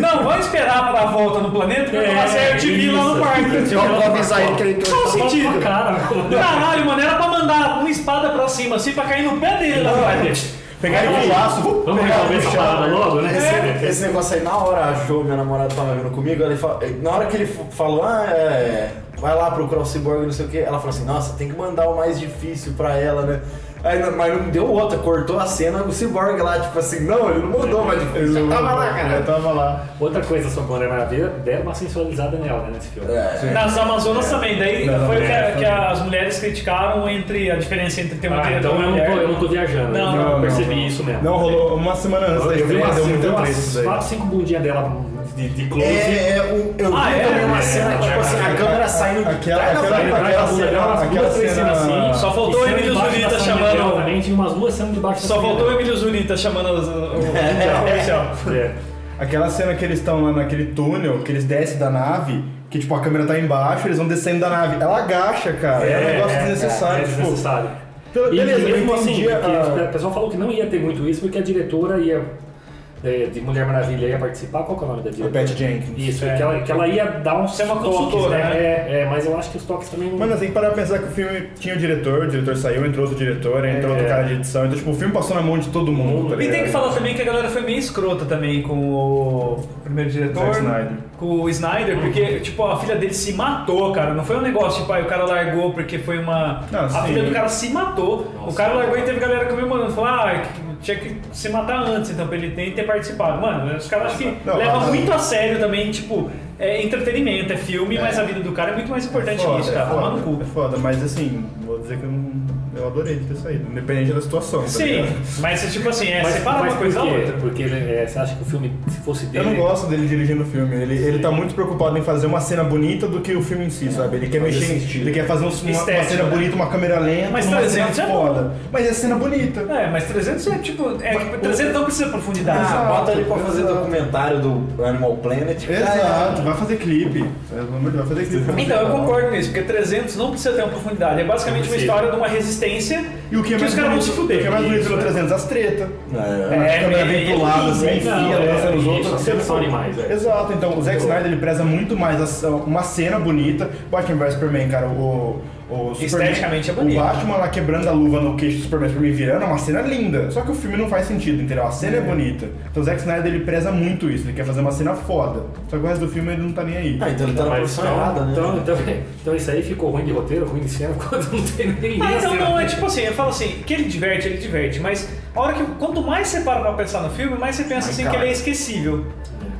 Speaker 2: Não, vamos esperar pra dar a volta no planeta, porque eu passei, eu te vi lá no
Speaker 3: isso.
Speaker 2: parque.
Speaker 6: Eu vou avisar ele que ele
Speaker 2: Qual o sentido?
Speaker 3: Cara,
Speaker 2: Caralho, mano, era pra mandar uma espada pra cima, assim, pra cair no pé dele. Não,
Speaker 4: Pegar ele no laço, vou
Speaker 3: vamos
Speaker 4: pegar
Speaker 3: resolver
Speaker 4: ele no
Speaker 3: essa
Speaker 4: chão.
Speaker 3: parada logo, né?
Speaker 5: Esse, esse negócio aí, na hora, achou, meu namorado tava vindo comigo, ele fa- na hora que ele f- falou, ah, é, vai lá procurar o cyborg, não sei o que, ela falou assim, nossa, tem que mandar o mais difícil pra ela, né? Aí, não- mas não deu outra, cortou a cena, o cyborg lá, tipo assim, não, ele não mandou o mais difícil, eu tava lá, cara.
Speaker 4: Eu tava lá.
Speaker 3: Outra coisa sobre Mulher Maravilha, deram uma sensualizada nela né, nesse filme.
Speaker 5: É.
Speaker 2: Nas Amazonas também, daí
Speaker 4: Não,
Speaker 2: foi o que,
Speaker 4: é,
Speaker 2: que as mulheres criticaram entre a diferença entre ter uma
Speaker 3: Ah,
Speaker 2: mulher
Speaker 3: então eu não, tô, eu não tô viajando.
Speaker 2: Não,
Speaker 3: eu
Speaker 2: não, não,
Speaker 3: percebi isso mesmo.
Speaker 4: Não, rolou uma semana antes da
Speaker 3: Eu vi
Speaker 4: estreia,
Speaker 3: umas
Speaker 4: deu muito
Speaker 3: umas
Speaker 4: treta isso daí.
Speaker 3: quatro, cinco bundinhas dela de, de close.
Speaker 5: É, o- eu
Speaker 2: Ah,
Speaker 5: vi
Speaker 2: é?
Speaker 5: também uma cena,
Speaker 3: É,
Speaker 5: tipo assim, a
Speaker 3: é,
Speaker 5: câmera saindo
Speaker 4: Aquela,
Speaker 5: trás da
Speaker 4: aquela,
Speaker 5: frente.
Speaker 3: Vai, vai,
Speaker 4: aquela
Speaker 3: vai, vai,
Speaker 4: cena,
Speaker 3: vai,
Speaker 4: aquela
Speaker 3: vai, vai,
Speaker 4: cena,
Speaker 3: vai,
Speaker 2: Só faltou
Speaker 3: E
Speaker 2: o Emílio
Speaker 3: embaixo
Speaker 2: Zulita
Speaker 4: tá
Speaker 3: da sangue
Speaker 2: chamando-
Speaker 3: dela Também tinha umas duas cenas tá debaixo da
Speaker 2: Só
Speaker 3: sangue
Speaker 2: faltou o
Speaker 3: dela.
Speaker 2: Emílio Zulita chamando as- o o comercial.
Speaker 3: É.
Speaker 4: aquela cena que eles estão lá naquele túnel, que eles descem da nave, que tipo a câmera tá embaixo, eles vão descendo da nave. Ela agacha, cara. É, um negócio desnecessário,
Speaker 3: É
Speaker 4: tipo.
Speaker 3: desnecessário.
Speaker 4: pelo-
Speaker 3: E
Speaker 4: beleza, eu
Speaker 3: mesmo assim,
Speaker 4: entendi a-
Speaker 3: porque o pessoal falou que não ia ter muito isso porque a diretora ia eh, de Mulher Maravilha ia participar, qual que é o nome da
Speaker 4: A
Speaker 3: diretora?
Speaker 4: Pat Jenkins.
Speaker 3: Isso,
Speaker 2: É.
Speaker 3: que, ela, que ela ia dar uns
Speaker 2: Você é uma
Speaker 3: toques,
Speaker 2: consultora, né?
Speaker 3: É, é, mas eu acho que os toques também não...
Speaker 4: Mano, tem que parar pra pensar que o filme tinha o diretor, o diretor saiu, entrou outro diretor, né, entrou outro
Speaker 3: É.
Speaker 4: cara de edição. Então, tipo, o filme passou na mão de todo mundo, tá
Speaker 2: E tem
Speaker 4: ligado?
Speaker 2: que falar também que a galera foi meio escrota também com o primeiro diretor.
Speaker 4: Zack Snyder.
Speaker 2: Com o Snyder,
Speaker 4: Uhum.
Speaker 2: porque, tipo, a filha dele se matou, cara. Não foi um negócio, tipo, aí o cara largou porque foi uma.
Speaker 4: Não,
Speaker 2: a
Speaker 4: sim.
Speaker 2: filha do cara se matou. O
Speaker 3: Nossa.
Speaker 2: cara largou e teve galera comemorando. Falou, ah, que- tinha que se matar antes, então, pra ele ter, ter participado. Mano, os caras acham que
Speaker 4: Não,
Speaker 2: levam
Speaker 4: a-
Speaker 2: muito a sério também, tipo, é entretenimento, é filme, mas a vida do cara é muito mais importante que isso, cara.
Speaker 4: é
Speaker 2: Toma no cu.
Speaker 4: foda, é foda, mas assim, vou dizer que eu, não, eu adorei de ter saído, independente da situação. tá
Speaker 2: Sim,
Speaker 4: ligado?
Speaker 2: mas tipo assim, é,
Speaker 3: mas,
Speaker 2: separa
Speaker 3: mas
Speaker 2: uma coisa da
Speaker 3: por quê?
Speaker 2: outra.
Speaker 3: Porque ele- é, você acha que o filme, se fosse
Speaker 4: Eu não
Speaker 3: dele...
Speaker 4: gosto dele dirigindo o filme. Ele, ele tá muito preocupado em fazer uma cena bonita do que o filme em si, sabe? Ele quer
Speaker 5: Fazer
Speaker 4: mexer. em-
Speaker 5: sentido.
Speaker 4: Ele quer fazer um- uma, uma
Speaker 2: Estético,
Speaker 4: cena
Speaker 2: né?
Speaker 4: bonita, uma câmera lenta,
Speaker 2: Mas
Speaker 4: uma cena
Speaker 2: 300 é bom.
Speaker 4: foda. Mas é cena bonita.
Speaker 2: É, mas 300 é tipo. É, que 300 não precisa de profundidade.
Speaker 4: Exato.
Speaker 5: Ah, bota ele pra fazer
Speaker 4: Exato.
Speaker 5: documentário do Animal Planet. tá
Speaker 4: Exato, vai fazer clipe. É, Pelo amor de Deus, Vai fazer clipe.
Speaker 2: Então, eu concordo nisso, porque 300 não precisa ter uma profundidade. É basicamente uma história de uma resistência
Speaker 4: E o que é mais
Speaker 2: os caras vão
Speaker 4: bonito-
Speaker 2: se
Speaker 4: O que é
Speaker 2: fuder. né?
Speaker 4: mais bonito no 300? As tretas.
Speaker 5: Cara,
Speaker 4: A câmera vem pro lado, assim,
Speaker 2: é,
Speaker 4: enfia,
Speaker 3: não, é,
Speaker 4: lança nos
Speaker 3: isso,
Speaker 4: outros.
Speaker 3: as cenas são animais, é.
Speaker 4: Exato, então o Zack Snyder ele preza muito mais a- uma cena bonita. Batman vs Superman, cara, o. o Superman-
Speaker 2: Esteticamente é bonito.
Speaker 4: O Batman lá quebrando a luva no queixo do Superman Superman virando é uma cena linda. Só que o filme não faz sentido, entendeu? A cena é, bonita. Então o Zack Snyder ele preza muito isso, ele quer fazer uma cena foda. Só que o resto do filme ele não tá nem aí.
Speaker 5: Ah, então ele tá na
Speaker 3: Mas
Speaker 5: profissão
Speaker 3: então,
Speaker 5: errada, né?
Speaker 3: então, então, então isso aí ficou ruim de roteiro, ruim de cena, quando não tem nem
Speaker 2: Ah, então
Speaker 3: cena.
Speaker 2: não, é tipo assim, eu falo assim, que ele diverte, ele diverte, mas a hora que quanto mais você para pra pensar no filme, mais você pensa
Speaker 5: Ai,
Speaker 2: assim que
Speaker 5: cara.
Speaker 2: ele é esquecível.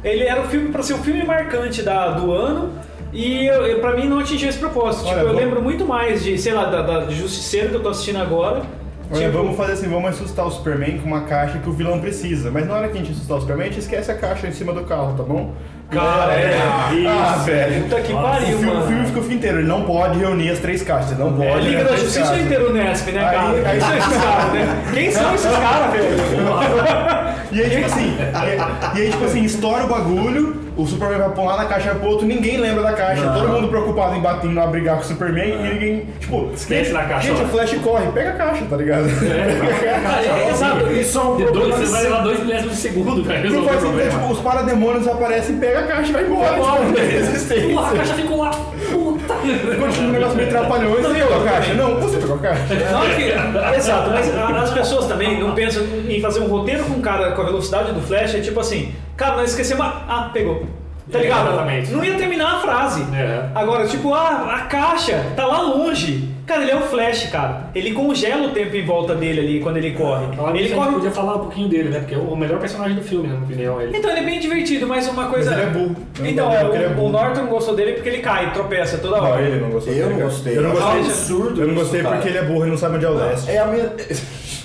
Speaker 2: Ele era o filme pra ser o filme marcante da, do ano. E eu, eu- pra mim não atingiu esse propósito.
Speaker 4: Olha,
Speaker 2: tipo, eu
Speaker 4: vamos-
Speaker 2: lembro muito mais de, sei lá, da, da Justiceiro que eu tô assistindo agora.
Speaker 4: Olha,
Speaker 2: Tipo,
Speaker 4: vamos fazer assim, vamos assustar o Superman com uma caixa que o vilão precisa. Mas na hora que a gente assustar o Superman, a gente esquece a caixa em cima do carro, tá bom?
Speaker 2: Cara, é.
Speaker 4: Ah, velho.
Speaker 2: Puta que
Speaker 4: Nossa,
Speaker 2: pariu,
Speaker 4: o filme,
Speaker 2: mano.
Speaker 4: O filme fica o filme inteiro, ele não pode reunir as três caixas, ele não pode.
Speaker 2: É Liga
Speaker 4: reunir
Speaker 2: da
Speaker 4: as três
Speaker 2: Justiça
Speaker 4: caixas.
Speaker 2: inteira o Nesp, né, cara?
Speaker 4: Aí- aí-
Speaker 2: Quem são esses caras, né? Quem são esses caras, velho?
Speaker 4: E aí, tipo assim, e, e aí, tipo assim, estoura o bagulho, o Superman vai pra um lado, a caixa vai pro outro, ninguém lembra da caixa, todo mundo preocupado em bater, em lá brigar com o Superman e ninguém. Tipo,
Speaker 3: Esquece da caixa,
Speaker 4: Gente,
Speaker 3: ó.
Speaker 4: o Flash corre, pega a caixa, tá ligado?
Speaker 2: É, Exato, isso é um
Speaker 3: De dois,
Speaker 2: problema
Speaker 3: você vai
Speaker 2: sério.
Speaker 3: levar dois milésimos de segundo pra
Speaker 4: Não
Speaker 3: resolver o
Speaker 4: faz sentido, tipo,
Speaker 3: problema.
Speaker 4: os parademônios aparecem, pega a caixa e vai embora. tipo,
Speaker 3: Pô, a caixa ficou lá, puta!
Speaker 4: Continua um negócio meio trapalhões, você pegou a caixa? Não, você pegou a caixa.
Speaker 2: Não, que- Exato, mas a- as pessoas também não pensam em fazer um roteiro com um cara com a velocidade do Flash, é tipo assim, cara, nós esquecemos. a- Ah, pegou. Tá
Speaker 3: É,
Speaker 2: ligado?
Speaker 3: exatamente.
Speaker 2: Não ia terminar a frase.
Speaker 3: É.
Speaker 2: Agora, tipo, ah, a caixa tá lá longe. Cara, ele é o Flash, cara. Ele congela o tempo em volta dele ali quando ele corre.
Speaker 4: É,
Speaker 3: Claro,
Speaker 2: Ele
Speaker 3: ele corre...
Speaker 2: corre.
Speaker 3: podia falar um pouquinho dele, né? Porque é o melhor personagem do filme, na minha opinião. Ele...
Speaker 2: Então ele é bem divertido, mas uma coisa.
Speaker 4: Mas ele é burro. Eu
Speaker 2: Então,
Speaker 4: não
Speaker 2: é,
Speaker 4: gosto dele, ele é
Speaker 2: o,
Speaker 4: burro.
Speaker 2: o Norton gostou dele porque ele cai, tropeça toda
Speaker 4: Não,
Speaker 2: hora.
Speaker 4: ele não gostou.
Speaker 5: Eu não
Speaker 4: cara.
Speaker 5: gostei.
Speaker 4: Eu não gostei.
Speaker 5: É um absurdo
Speaker 4: Eu não
Speaker 5: isso,
Speaker 4: gostei
Speaker 5: cara.
Speaker 4: porque ele é burro e não sabe onde é o leste.
Speaker 5: É a minha.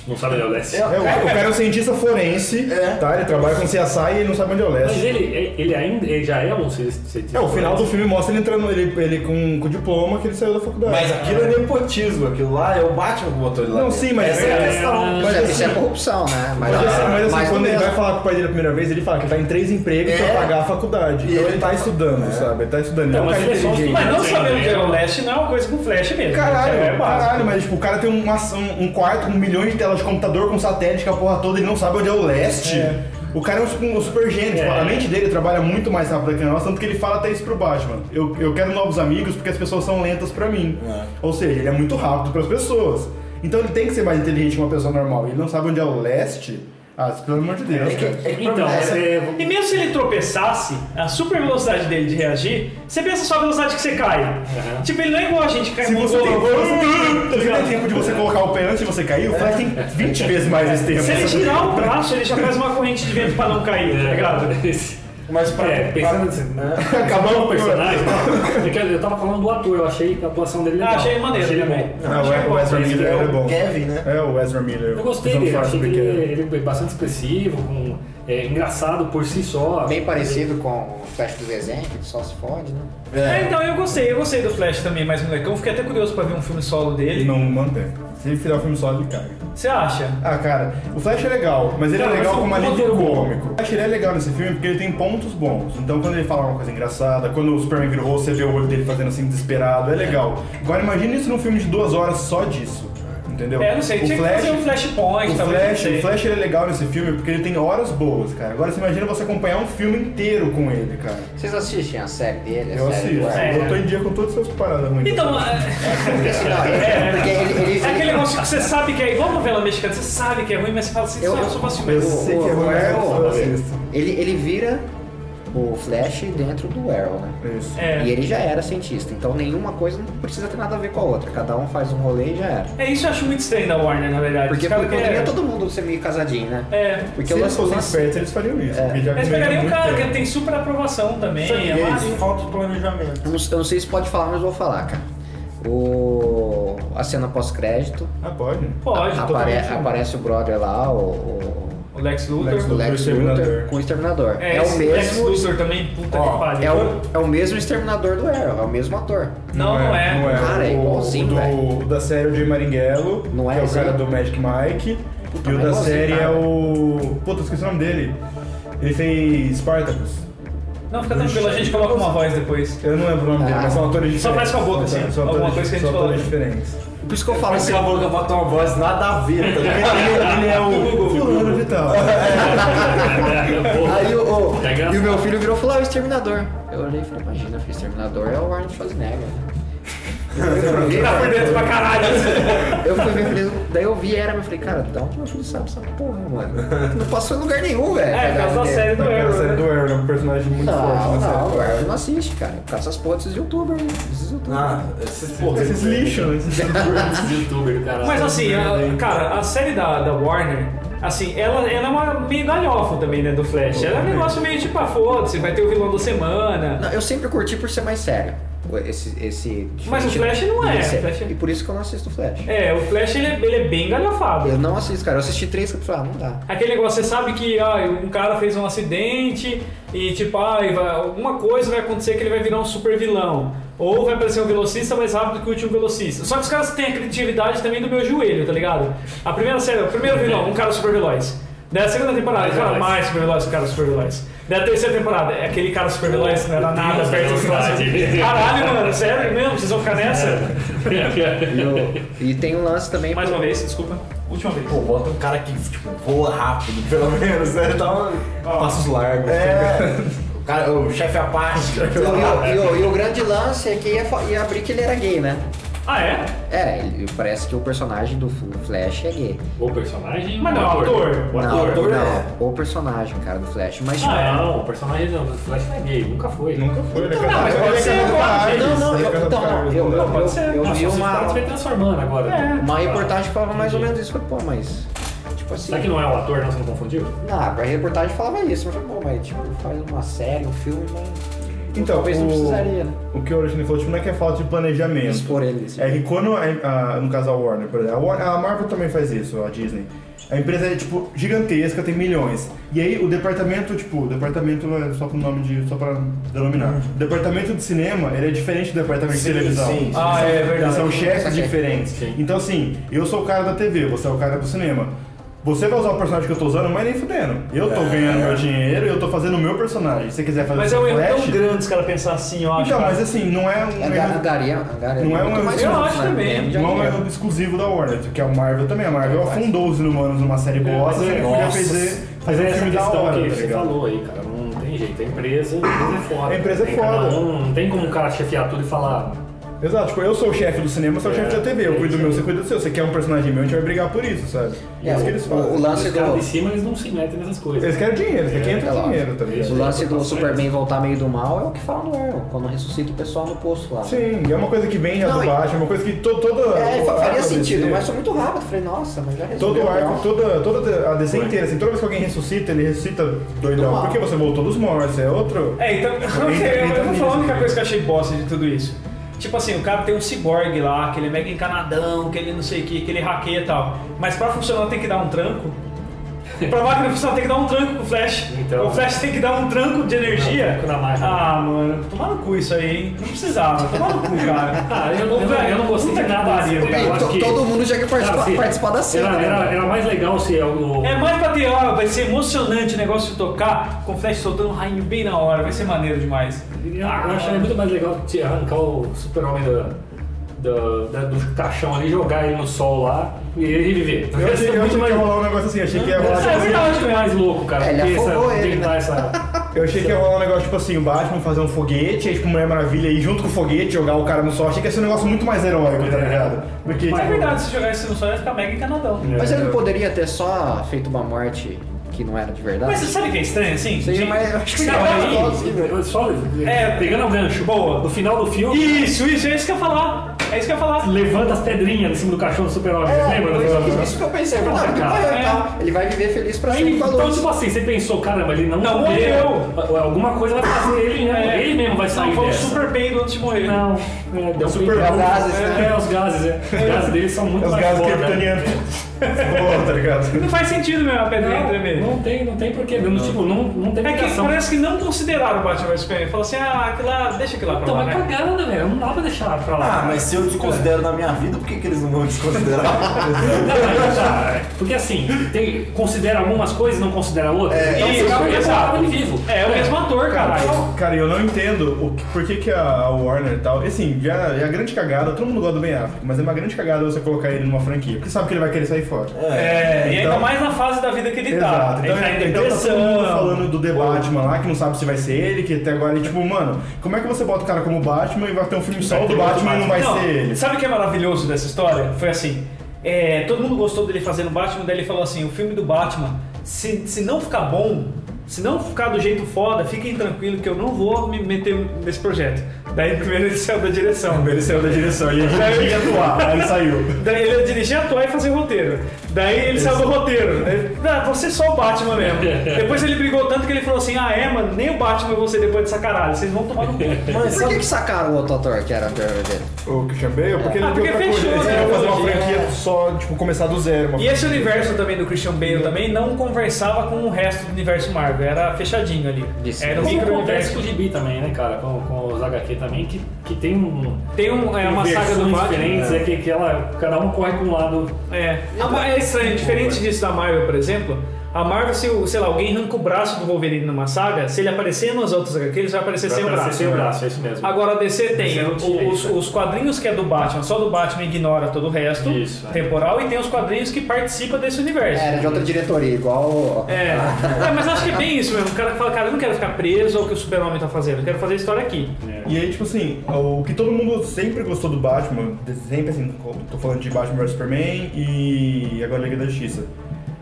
Speaker 3: Não sabe onde é o Leste.
Speaker 5: É,
Speaker 4: É, o, o cara é um cientista forense,
Speaker 5: É.
Speaker 4: tá? Ele trabalha com CSI e ele não sabe onde é o
Speaker 3: Mas
Speaker 4: leste.
Speaker 3: ele, ele ainda ele já é um cientista.
Speaker 4: É, o final do filme mostra ele entrando, ele, ele com, com o diploma que ele saiu da faculdade.
Speaker 5: Mas aquilo é nepotismo, aquilo lá é o Batman que botou ele lá.
Speaker 4: Não,
Speaker 5: dentro.
Speaker 4: sim, mas-
Speaker 5: Essa é a
Speaker 4: é,
Speaker 5: questão.
Speaker 4: mas-
Speaker 6: Mas isso é corrupção, né?
Speaker 4: Mas, assim, mas assim, quando ele vai falar com o pai dele a primeira vez, ele fala que ele tá em três empregos
Speaker 5: É.
Speaker 4: pra pagar a faculdade.
Speaker 5: E
Speaker 4: então
Speaker 5: ele
Speaker 4: ele tá
Speaker 5: tá-
Speaker 4: estudando, sabe? Ele tá estudando. Ele é
Speaker 3: Não,
Speaker 4: um
Speaker 3: mas
Speaker 4: cara
Speaker 3: ele é só
Speaker 4: inteligente.
Speaker 3: estudante.
Speaker 2: Mas não sabendo que era o Leste não é uma coisa com Flash mesmo.
Speaker 4: Caralho,
Speaker 2: é básico.
Speaker 4: caralho, mas tipo, o cara tem uma- um, um quarto com milhões de telas de computador, com satélite, com a porra toda, ele não sabe onde é o leste. O cara é um, su- um super gênio, tipo,
Speaker 3: É.
Speaker 4: a mente dele trabalha muito mais rápido que a nossa, tanto que ele fala até isso pro Batman. Eu, eu quero novos amigos porque as pessoas são lentas pra mim.
Speaker 5: É.
Speaker 4: Ou seja, ele é muito rápido pras pessoas. Então ele tem que ser mais inteligente que uma pessoa normal. Ele não sabe onde é o leste. Ah, pelo amor de Deus, cara.
Speaker 3: Então, é,
Speaker 2: E mesmo se ele tropeçasse, a super velocidade dele de reagir, você pensa só a velocidade que você cai. Tipo, ele não é igual a gente que cai
Speaker 4: Se
Speaker 2: com
Speaker 4: você
Speaker 2: o
Speaker 4: tem,
Speaker 2: gol.
Speaker 4: se você tem tempo de você colocar o pé antes de você cair, o Flash tem 20 vezes mais esse tempo.
Speaker 2: É. Se ele girar o braço, ele já faz uma corrente de vento pra não cair, tá ligado?
Speaker 5: Mas pra.
Speaker 3: É, pensando
Speaker 5: pra-
Speaker 3: assim,
Speaker 5: né?
Speaker 4: Acabou
Speaker 3: o personagem. é que eu tava falando do ator, eu achei a atuação dele é legal.
Speaker 2: Ah, achei maneiro
Speaker 3: Achei ele
Speaker 2: também.
Speaker 3: bom.
Speaker 4: Ah, o Ezra Miller
Speaker 5: É
Speaker 4: é bom.
Speaker 5: o Kevin, né?
Speaker 4: É o Ezra Miller.
Speaker 3: Eu gostei
Speaker 4: Não
Speaker 3: dele,
Speaker 4: faz
Speaker 3: achei que
Speaker 4: sobre
Speaker 3: ele,
Speaker 4: quem é.
Speaker 3: ele é bastante expressivo, com, é, engraçado por si só.
Speaker 6: Bem parecido com o Flash do desenho, que só se fode, né?
Speaker 2: É, então eu gostei, eu gostei do Flash também, mas molecão, fiquei até curioso pra ver um filme solo
Speaker 4: Ele
Speaker 2: dele.
Speaker 4: não mantém. Se ele fizer o filme só, ele caga.
Speaker 2: Você acha?
Speaker 4: Ah, cara, o Flash é legal, mas ele
Speaker 3: Cara,
Speaker 4: é legal
Speaker 3: mas
Speaker 4: como
Speaker 3: o
Speaker 4: alívio
Speaker 3: roteiro-
Speaker 4: cômico. O Flash ele é legal nesse filme porque ele tem pontos bons. Então, quando ele fala uma coisa engraçada, quando o Superman virou, você vê o olho dele fazendo assim, desesperado, é legal. Agora, imagina isso num filme de duas horas só disso. entendeu?
Speaker 2: É, não sei,
Speaker 4: o
Speaker 2: tinha
Speaker 4: Flash,
Speaker 2: que fazer um flashpoint,
Speaker 4: o
Speaker 2: talvez.
Speaker 4: Flash,
Speaker 2: não sei.
Speaker 4: o Flash ele é legal nesse filme porque ele tem horas boas, cara. Agora você imagina você acompanhar um filme inteiro com ele, cara.
Speaker 6: Vocês assistem a série dele? a
Speaker 4: Eu
Speaker 6: série do
Speaker 4: assisto.
Speaker 6: Arrow?
Speaker 2: É.
Speaker 4: Eu tô em dia com todas essas paradas ruins.
Speaker 2: Então, é,
Speaker 6: Porque senão-
Speaker 2: É.
Speaker 6: porque ele- ele
Speaker 2: é
Speaker 6: vem-
Speaker 2: aquele negócio que você sabe que é igual novela mexicana, você sabe que é ruim, mas você fala assim,
Speaker 6: Eu-
Speaker 2: eu, eu sou fácil
Speaker 4: eu
Speaker 2: mesmo.
Speaker 4: sei que é
Speaker 6: o-
Speaker 4: ruim, mas
Speaker 6: o-
Speaker 4: eu assisto.
Speaker 6: Ele, ele vira o Flash dentro do Arrow, né?
Speaker 4: Isso.
Speaker 2: É.
Speaker 6: E ele já era cientista, então nenhuma coisa não precisa ter nada a ver com a outra. Cada um faz um rolê e já era.
Speaker 2: É isso eu acho muito estranho da Warner, na
Speaker 4: É,
Speaker 2: verdade.
Speaker 6: Porque
Speaker 2: Os caras
Speaker 6: poderia
Speaker 2: querem-
Speaker 6: todo mundo ser meio casadinho, né?
Speaker 2: É.
Speaker 6: Porque
Speaker 4: Se
Speaker 6: o
Speaker 4: eles
Speaker 6: lance-
Speaker 4: fossem
Speaker 6: lance- É.
Speaker 4: espertos, eles fariam isso. porque já
Speaker 2: Eles
Speaker 4: comeram
Speaker 2: pegariam um
Speaker 4: muito
Speaker 2: cara que
Speaker 4: tempo.
Speaker 2: tem super aprovação também.
Speaker 5: Sabe,
Speaker 2: é
Speaker 5: é
Speaker 2: mais-
Speaker 5: isso, falta de planejamento.
Speaker 6: Eu não, eu não sei se pode falar, mas vou falar, cara. O, a cena pós-crédito.
Speaker 4: Ah, pode.
Speaker 2: Pode,
Speaker 6: apare-
Speaker 2: totalmente.
Speaker 6: aparece o brother lá, o, o-
Speaker 2: O Lex Luthor.
Speaker 4: Lex
Speaker 6: o
Speaker 4: Luthor.
Speaker 6: Lex
Speaker 4: Exterminador.
Speaker 6: Luthor com o Exterminador. É, o
Speaker 2: esse Lex
Speaker 6: mesmo.
Speaker 2: Luthor né? também, puta
Speaker 5: Ó,
Speaker 2: que pariu.
Speaker 6: É o, é o mesmo Exterminador do Arrow, é o mesmo ator.
Speaker 2: Não, não é.
Speaker 4: Não é.
Speaker 6: Cara, é
Speaker 4: O-
Speaker 6: igualzinho,
Speaker 4: o do-
Speaker 6: velho.
Speaker 4: O da série é o Jay Maringuello,
Speaker 6: Não é
Speaker 4: que é o
Speaker 6: esse
Speaker 4: cara
Speaker 6: aí?
Speaker 4: do Magic Mike.
Speaker 6: Puta,
Speaker 4: e o
Speaker 6: mas
Speaker 4: da
Speaker 6: igualzinho,
Speaker 4: série é
Speaker 6: cara.
Speaker 4: o... Puta, esqueci o nome dele. Ele fez Spartacus.
Speaker 2: Não, fica tranquilo, a gente coloca uma voz depois.
Speaker 4: Eu não lembro o nome dele,
Speaker 6: Ah.
Speaker 4: mas são atores diferentes.
Speaker 2: Só faz com a boca,
Speaker 4: São-
Speaker 2: assim,
Speaker 4: São
Speaker 2: alguma coisa
Speaker 4: atores,
Speaker 2: que a
Speaker 4: são
Speaker 2: gente
Speaker 4: atores
Speaker 2: coloca.
Speaker 4: diferentes.
Speaker 6: Por isso que eu falo assim.
Speaker 5: a boca bota uma voz nada a ver, tá ligado? Ele é o.
Speaker 4: Fulano Vital.
Speaker 6: Aí o, o-
Speaker 2: Tá
Speaker 3: É engraçado.
Speaker 6: e o meu filho virou e falou, ah, o Exterminador. Eu olhei e falei, imagina, o Exterminador é o Arnold Schwarzenegger.
Speaker 2: Tá por dentro pra caralho.
Speaker 6: Eu fui ver, falei, daí eu vi era, mas eu falei, cara, um da onde meu filho sabe essa porra, mano? Não passou em lugar nenhum, velho. um
Speaker 2: É, por causa da série do
Speaker 4: Aquela série do
Speaker 2: Arrow. né?
Speaker 4: Arrow, é um personagem muito forte
Speaker 6: Não,
Speaker 4: na
Speaker 6: não,
Speaker 4: série.
Speaker 6: o Arnold não assiste, cara. Por causa dessas porra desses youtubers, né? Esses youtubers.
Speaker 5: Ah, esses porra.
Speaker 4: Esses lixos, né? Esses
Speaker 3: youtuber do caralho.
Speaker 2: Mas assim, a- cara, a série da, da Warner, assim, ela, ela é uma meio galhofa também, né, do Flash. Ela é um negócio meio tipo, ah, foda-se, vai ter o vilão da semana.
Speaker 6: Não, eu sempre curti por ser mais sério. Esse, esse
Speaker 2: Mas o Flash não é,
Speaker 6: Esse-
Speaker 2: o Flash é-
Speaker 6: E por isso que eu não assisto Flash.
Speaker 2: É, o Flash, ele é, ele é bem galhofado.
Speaker 6: Eu não assisto, cara. Eu assisti três capítulos, ah, não dá.
Speaker 2: Aquele negócio, você sabe que ah, um cara fez um acidente e tipo, ah, e vai- alguma coisa vai acontecer que ele vai virar um super vilão. Ou vai aparecer um velocista mais rápido que o último velocista. Só que os caras têm a criatividade também do meu joelho, tá ligado? A primeira série, o primeiro vilão, um cara super veloz. Da segunda temporada, cara,
Speaker 3: veloz.
Speaker 2: mais super veloz que o cara super veloz. Da terceira temporada, é aquele cara super veloz, não era nada perto do
Speaker 3: velocidade.
Speaker 2: Caralho, mano, sério mesmo? Vocês vão ficar nessa?
Speaker 6: E, eu- e tem um lance também.
Speaker 2: Mais uma vez, desculpa. Última vez.
Speaker 5: Pô, bota um cara que tipo, voa rápido, pelo menos, né? Dá um... Passos largos. É. O, cara, o chefe tá Apache.
Speaker 6: E, o-
Speaker 2: é.
Speaker 6: e o- e o grande lance é que ia, fa- ia abrir que ele era gay, né?
Speaker 2: Ah, é?
Speaker 6: É, ele- parece que o personagem do F- Flash é gay.
Speaker 3: O personagem.
Speaker 2: Mas não,
Speaker 3: o
Speaker 2: ator.
Speaker 3: O
Speaker 6: não,
Speaker 3: ator.
Speaker 6: não, o personagem, cara, do Flash. Mas tipo,
Speaker 2: Ah, é?
Speaker 3: Não, o personagem não. O Flash não é gay, nunca foi.
Speaker 4: Nunca foi, né?
Speaker 2: Então, não, mas
Speaker 4: Ele
Speaker 2: pode
Speaker 4: é
Speaker 2: ser
Speaker 4: casado com a
Speaker 2: agora,
Speaker 4: Iris,
Speaker 6: não, não,
Speaker 4: ele é
Speaker 6: eu-
Speaker 4: casado
Speaker 6: então,
Speaker 4: com a Iris,
Speaker 6: eu-
Speaker 4: né?
Speaker 2: Não, pode ser.
Speaker 6: eu
Speaker 3: Nossa,
Speaker 6: vi
Speaker 3: a
Speaker 6: uma-
Speaker 3: sociedade vem transformando agora. né?
Speaker 6: uma
Speaker 3: Ah,
Speaker 6: reportagem falava mais ou
Speaker 3: entendi.
Speaker 6: menos isso. Eu Falei, pô, mas. Tipo assim.
Speaker 3: Será que não é um ator, não? Você não confundiu?
Speaker 6: Não, a reportagem falava isso. Mas eu falei, pô, mas tipo, faz uma série, um filme, mas.
Speaker 4: Então,
Speaker 6: talvez não
Speaker 4: o-
Speaker 6: precisaria, né?
Speaker 4: O que o Alexandre falou, tipo, não é que é falta de planejamento.
Speaker 6: Expor ele. assim.
Speaker 4: É que quando, a, a- no caso a Warner, por exemplo, a, Warner- a Marvel também faz isso, a Disney. A empresa é, tipo, gigantesca, tem milhões. E aí o departamento, tipo, o departamento é só com o nome de. só pra denominar. O departamento de cinema, ele é diferente do departamento
Speaker 5: Sim,
Speaker 4: de televisão.
Speaker 5: sim, sim.
Speaker 2: Ah, é verdade.
Speaker 4: Eles são chefes
Speaker 6: Saquei.
Speaker 4: diferentes.
Speaker 3: Sim.
Speaker 4: Então, assim, eu sou o cara da TV, você é o cara do cinema. Você vai usar o personagem que eu tô usando, mas nem fudendo. Eu tô
Speaker 5: É.
Speaker 4: ganhando meu dinheiro, eu tô fazendo o meu personagem. Se você quiser fazer
Speaker 2: Mas
Speaker 4: o
Speaker 2: é
Speaker 4: seu
Speaker 2: um erro
Speaker 4: Flash-
Speaker 2: tão grande os caras pensar assim, eu acho.
Speaker 4: Então,
Speaker 2: cara.
Speaker 4: mas assim, não é um
Speaker 6: É
Speaker 4: erro-
Speaker 6: ga- angaria, angaria.
Speaker 4: Não é
Speaker 6: muito
Speaker 4: um-
Speaker 6: mais
Speaker 4: eu
Speaker 6: ou menos,
Speaker 2: acho
Speaker 6: né?
Speaker 2: também.
Speaker 6: Ganhando
Speaker 4: Não é
Speaker 6: dinheiro.
Speaker 4: um exclusivo da Warner, que a Marvel também. A
Speaker 6: É,
Speaker 4: Marvel afundou os inumanos numa série bosta
Speaker 3: mas
Speaker 4: e
Speaker 3: é-
Speaker 4: podia
Speaker 5: nossa.
Speaker 4: fazer,
Speaker 3: Mas
Speaker 4: fazer
Speaker 3: é
Speaker 4: um
Speaker 3: essa
Speaker 4: filme da
Speaker 3: questão
Speaker 4: hora,
Speaker 3: que
Speaker 4: tá
Speaker 3: você
Speaker 4: ligado?
Speaker 3: falou aí, cara. Não tem jeito. A empresa, a empresa é foda.
Speaker 4: A empresa é
Speaker 3: Tem cada
Speaker 4: foda.
Speaker 3: um- não tem como um cara chefiar tudo e falar.
Speaker 4: Exato, tipo, eu sou o chefe do cinema, você é o
Speaker 3: É,
Speaker 4: chefe da TV. Eu
Speaker 3: é
Speaker 4: cuido do
Speaker 3: isso
Speaker 4: meu,
Speaker 3: aí.
Speaker 4: você cuida do seu. Você quer um personagem meu, a gente vai brigar por isso, sabe?
Speaker 6: É,
Speaker 4: É isso
Speaker 6: o-
Speaker 4: que eles
Speaker 6: o
Speaker 4: fazem.
Speaker 6: lance
Speaker 3: Os caras
Speaker 6: do.
Speaker 3: de cima eles não se metem nessas coisas.
Speaker 4: Eles querem dinheiro, você quer
Speaker 6: É
Speaker 4: entra
Speaker 6: lógico.
Speaker 4: dinheiro, tá ligado?
Speaker 6: O lance do Superman voltar meio do mal é o que fala no Arrow, quando ressuscita o pessoal no poço lá.
Speaker 4: Sim, e é uma coisa que vem já
Speaker 6: Não,
Speaker 4: do
Speaker 6: e-
Speaker 4: baixo, é uma coisa que to, toda.
Speaker 6: É, fa- faria
Speaker 4: a
Speaker 6: sentido,
Speaker 4: DC,
Speaker 6: mas foi muito rápido. Falei, nossa, mas já resolveu. né?"
Speaker 4: Todo o
Speaker 6: não.
Speaker 4: arco, toda, toda a DC inteira, assim, toda vez que alguém ressuscita, ele ressuscita
Speaker 6: Do
Speaker 4: doidão.
Speaker 6: mal.
Speaker 4: Porque você voltou dos mortos, é outro.
Speaker 2: É, então.
Speaker 4: Entra-
Speaker 2: eu
Speaker 4: entra
Speaker 2: vou falar a
Speaker 4: nisso,
Speaker 3: então,
Speaker 2: única
Speaker 4: né?
Speaker 2: coisa que eu achei bosta de tudo isso. Tipo assim, o cara tem um ciborgue lá, que ele é mega encanadão, que ele não sei o que, que ele hackeia e tal. Mas pra funcionar tem que dar um tranco. Pra máquina funcionar tem que dar um tranco pro Flash.
Speaker 3: Então.
Speaker 2: o Flash tem que dar um tranco de
Speaker 3: Não,
Speaker 2: energia.
Speaker 3: tranco na máquina.
Speaker 2: ah, mano, tomar no cu isso aí, hein? Não precisava, tomar no cu, cara.
Speaker 3: Ah, eu, não- eu, não- eu não gostei de
Speaker 2: Puta que
Speaker 3: nada
Speaker 2: pariu,
Speaker 3: disso.
Speaker 2: cara.
Speaker 3: Eu
Speaker 6: Bem,
Speaker 3: acho
Speaker 6: to-
Speaker 3: que-
Speaker 6: Todo mundo já quer
Speaker 3: Cara,
Speaker 6: participar,
Speaker 3: se-
Speaker 6: participar da cena.
Speaker 3: Era,
Speaker 6: né?
Speaker 3: era, era mais legal se o.
Speaker 2: É mais pra ter, ó, vai ser emocionante o negócio de tocar, com o Flash soltando um rainho bem na hora, vai ser maneiro demais.
Speaker 3: Eu acharia muito mais legal te arrancar o super-homem da- da- da- do caixão ali, jogar ele no sol lá e ele reviver.
Speaker 4: Eu
Speaker 2: é
Speaker 4: achei, eu achei que ia rolar um negócio assim, achei que ia rolar.
Speaker 3: É
Speaker 4: tipo assim,
Speaker 3: verdade que é mais louco, cara.
Speaker 6: É, ele
Speaker 3: porque essa-
Speaker 6: afogou ele,
Speaker 3: tentar
Speaker 6: né?
Speaker 3: essa-
Speaker 4: Eu achei que ia rolar um negócio tipo assim, o Batman fazer um foguete, aí tipo Mulher Maravilha e junto com o foguete jogar o cara no sol. Achei que ia ser um negócio muito mais heróico, tá ligado? Porque,
Speaker 2: Mas é
Speaker 4: tipo,
Speaker 2: verdade, se jogar esse no sol ia ficar mega encanadão.
Speaker 6: Mas ele não poderia ter só feito uma morte que não era de verdade?
Speaker 2: Mas você sabe o que é estranho, assim?
Speaker 6: Sim,
Speaker 2: De-
Speaker 6: mas eu acho que
Speaker 2: Fica
Speaker 6: não,
Speaker 2: aí.
Speaker 6: mas nós-
Speaker 3: Eu Só
Speaker 2: É.
Speaker 3: pegando o gancho.
Speaker 2: Boa.
Speaker 3: No final do filme,
Speaker 2: Isso, isso, é isso que eu ia falar. É isso que eu ia falar.
Speaker 3: levanta as pedrinhas em cima do cachorro do super-homem. Vocês
Speaker 6: É,
Speaker 3: lembram?
Speaker 6: foi isso que eu pensei. Eu falei,
Speaker 3: Porra,
Speaker 6: "Ah, que
Speaker 3: cara,
Speaker 6: maior,
Speaker 2: é.
Speaker 6: tá? Ele vai viver feliz pra
Speaker 3: Aí,
Speaker 6: sempre com a
Speaker 3: então,
Speaker 6: luz.
Speaker 3: tipo assim, você pensou, caramba, ele não,
Speaker 2: Não morreu.
Speaker 3: Alguma coisa vai fazer ele, né?
Speaker 2: É.
Speaker 3: Ele mesmo vai sair
Speaker 2: Não, foi um
Speaker 3: dessa.
Speaker 2: super peido antes de morrer.
Speaker 3: Não, é, deu
Speaker 4: super
Speaker 3: peidão.
Speaker 4: bom.
Speaker 6: Gases, né?
Speaker 3: é, é, os gases, é. Os gases dele são muito
Speaker 4: é os
Speaker 3: mais
Speaker 4: gases
Speaker 2: né?
Speaker 3: foda.
Speaker 4: criptonianos. Boa, tá ligado?
Speaker 2: Não faz sentido mesmo a pedrinha tremer.
Speaker 3: Não, não tem, não tem porquê. Não, tipo, não, não tem
Speaker 2: É que
Speaker 3: ligação.
Speaker 2: parece que não consideraram o Batman vs Superman. Falaram assim, ah, aquilo lá, deixa aquilo lá pra
Speaker 3: Então,
Speaker 2: lá,
Speaker 3: mas
Speaker 2: né?
Speaker 3: cagada, velho. Não dá pra deixar pra lá.
Speaker 5: Ah, mas se eu desconsidero na minha vida, por que, que eles não vão desconsiderar?
Speaker 3: Não, mas tá, é. Porque assim, tem, considera algumas coisas e não considera outras.
Speaker 5: É,
Speaker 3: então,
Speaker 2: isso,
Speaker 3: você acaba
Speaker 2: exato.
Speaker 3: ele vivo.
Speaker 2: É, é o mesmo ator, cara.
Speaker 4: Cara, eu não entendo o que- por que, que a, a Warner e tal. Assim, já é a grande cagada, todo mundo gosta do Ben Affleck, mas é uma grande cagada você colocar ele numa franquia, porque sabe que ele vai querer sair fora.
Speaker 2: É, e ainda
Speaker 4: então-
Speaker 2: mais na fase da vida que ele
Speaker 4: Exato.
Speaker 2: tá.
Speaker 4: Então,
Speaker 2: ele tá em
Speaker 4: então tá todo
Speaker 2: depressão.
Speaker 4: mundo falando do The Batman lá, que não sabe se vai ser ele, que até agora ele, tipo, mano, como é que você bota o cara como Batman e vai ter um filme só do Batman e não vai ser ele?
Speaker 2: Sabe o que é maravilhoso dessa história? Foi assim: é, todo mundo gostou dele fazendo Batman, daí ele falou assim: o filme do Batman, se, se não ficar bom, se não ficar do jeito foda, fiquem tranquilos que eu não vou me meter nesse projeto. Daí primeiro ele saiu da direção.
Speaker 4: Ele saiu da direção e ele ia atuar, aí ele saiu.
Speaker 2: Daí ele ia dirigir, atuar e fazer roteiro. Daí ele saiu do roteiro. Ele, ah, você só o Batman mesmo. depois ele brigou tanto que ele falou assim: ah, é, mano, nem o Batman eu vou ser depois dessa caralho, vocês vão tomar no cu.
Speaker 5: Mas
Speaker 6: Por
Speaker 5: sabe
Speaker 6: que, que sacaram o outro ator que era anterior dele?
Speaker 4: O Christian Bale, porque ele
Speaker 2: Ah,
Speaker 4: deu
Speaker 2: porque
Speaker 4: outra coisa.
Speaker 2: fechou,
Speaker 4: Eles
Speaker 2: né,
Speaker 4: queriam fazer uma
Speaker 2: hoje,
Speaker 4: franquia
Speaker 2: é.
Speaker 4: só, tipo, começar do zero. Uma
Speaker 2: E esse universo também do Christian Bale também não conversava com o resto do universo Marvel, era fechadinho ali.
Speaker 6: Isso.
Speaker 2: Era um
Speaker 3: Como
Speaker 2: micro-universo.
Speaker 3: acontece com É o Gibi também, né, cara? Com, com os HQ também, que, que tem um.
Speaker 2: Tem um- é,
Speaker 3: tem
Speaker 2: uma saga do
Speaker 3: versões
Speaker 2: Batman,
Speaker 3: diferentes,
Speaker 2: né?
Speaker 3: é que, que ela, cada um corre com um lado.
Speaker 2: É. A Ma- é estranho, diferente disso da Marvel, por exemplo. A Marvel, se o- sei lá, alguém arranca o braço do Wolverine numa saga, se ele aparecer nos outros HQ, ele vai aparecer sem o
Speaker 3: Pra ser
Speaker 2: braço. né?
Speaker 3: sem o braço, é isso mesmo.
Speaker 2: Agora a DC tem
Speaker 3: Você não tinha
Speaker 2: o- os,
Speaker 3: isso, né?
Speaker 2: os quadrinhos que é do Batman, só do Batman ignora todo o resto
Speaker 3: Isso, é.
Speaker 2: temporal, e tem os quadrinhos que participa desse universo.
Speaker 6: É, Era de outra diretoria, igual. o-
Speaker 2: É. É, mas acho que é bem isso mesmo. O cara que fala, cara, eu não quero ficar preso ao que o super-homem tá fazendo, eu quero fazer a história aqui.
Speaker 4: E aí, tipo assim, o que todo mundo sempre gostou do Batman, sempre assim, tô falando de Batman vs Superman e agora Liga da Justiça.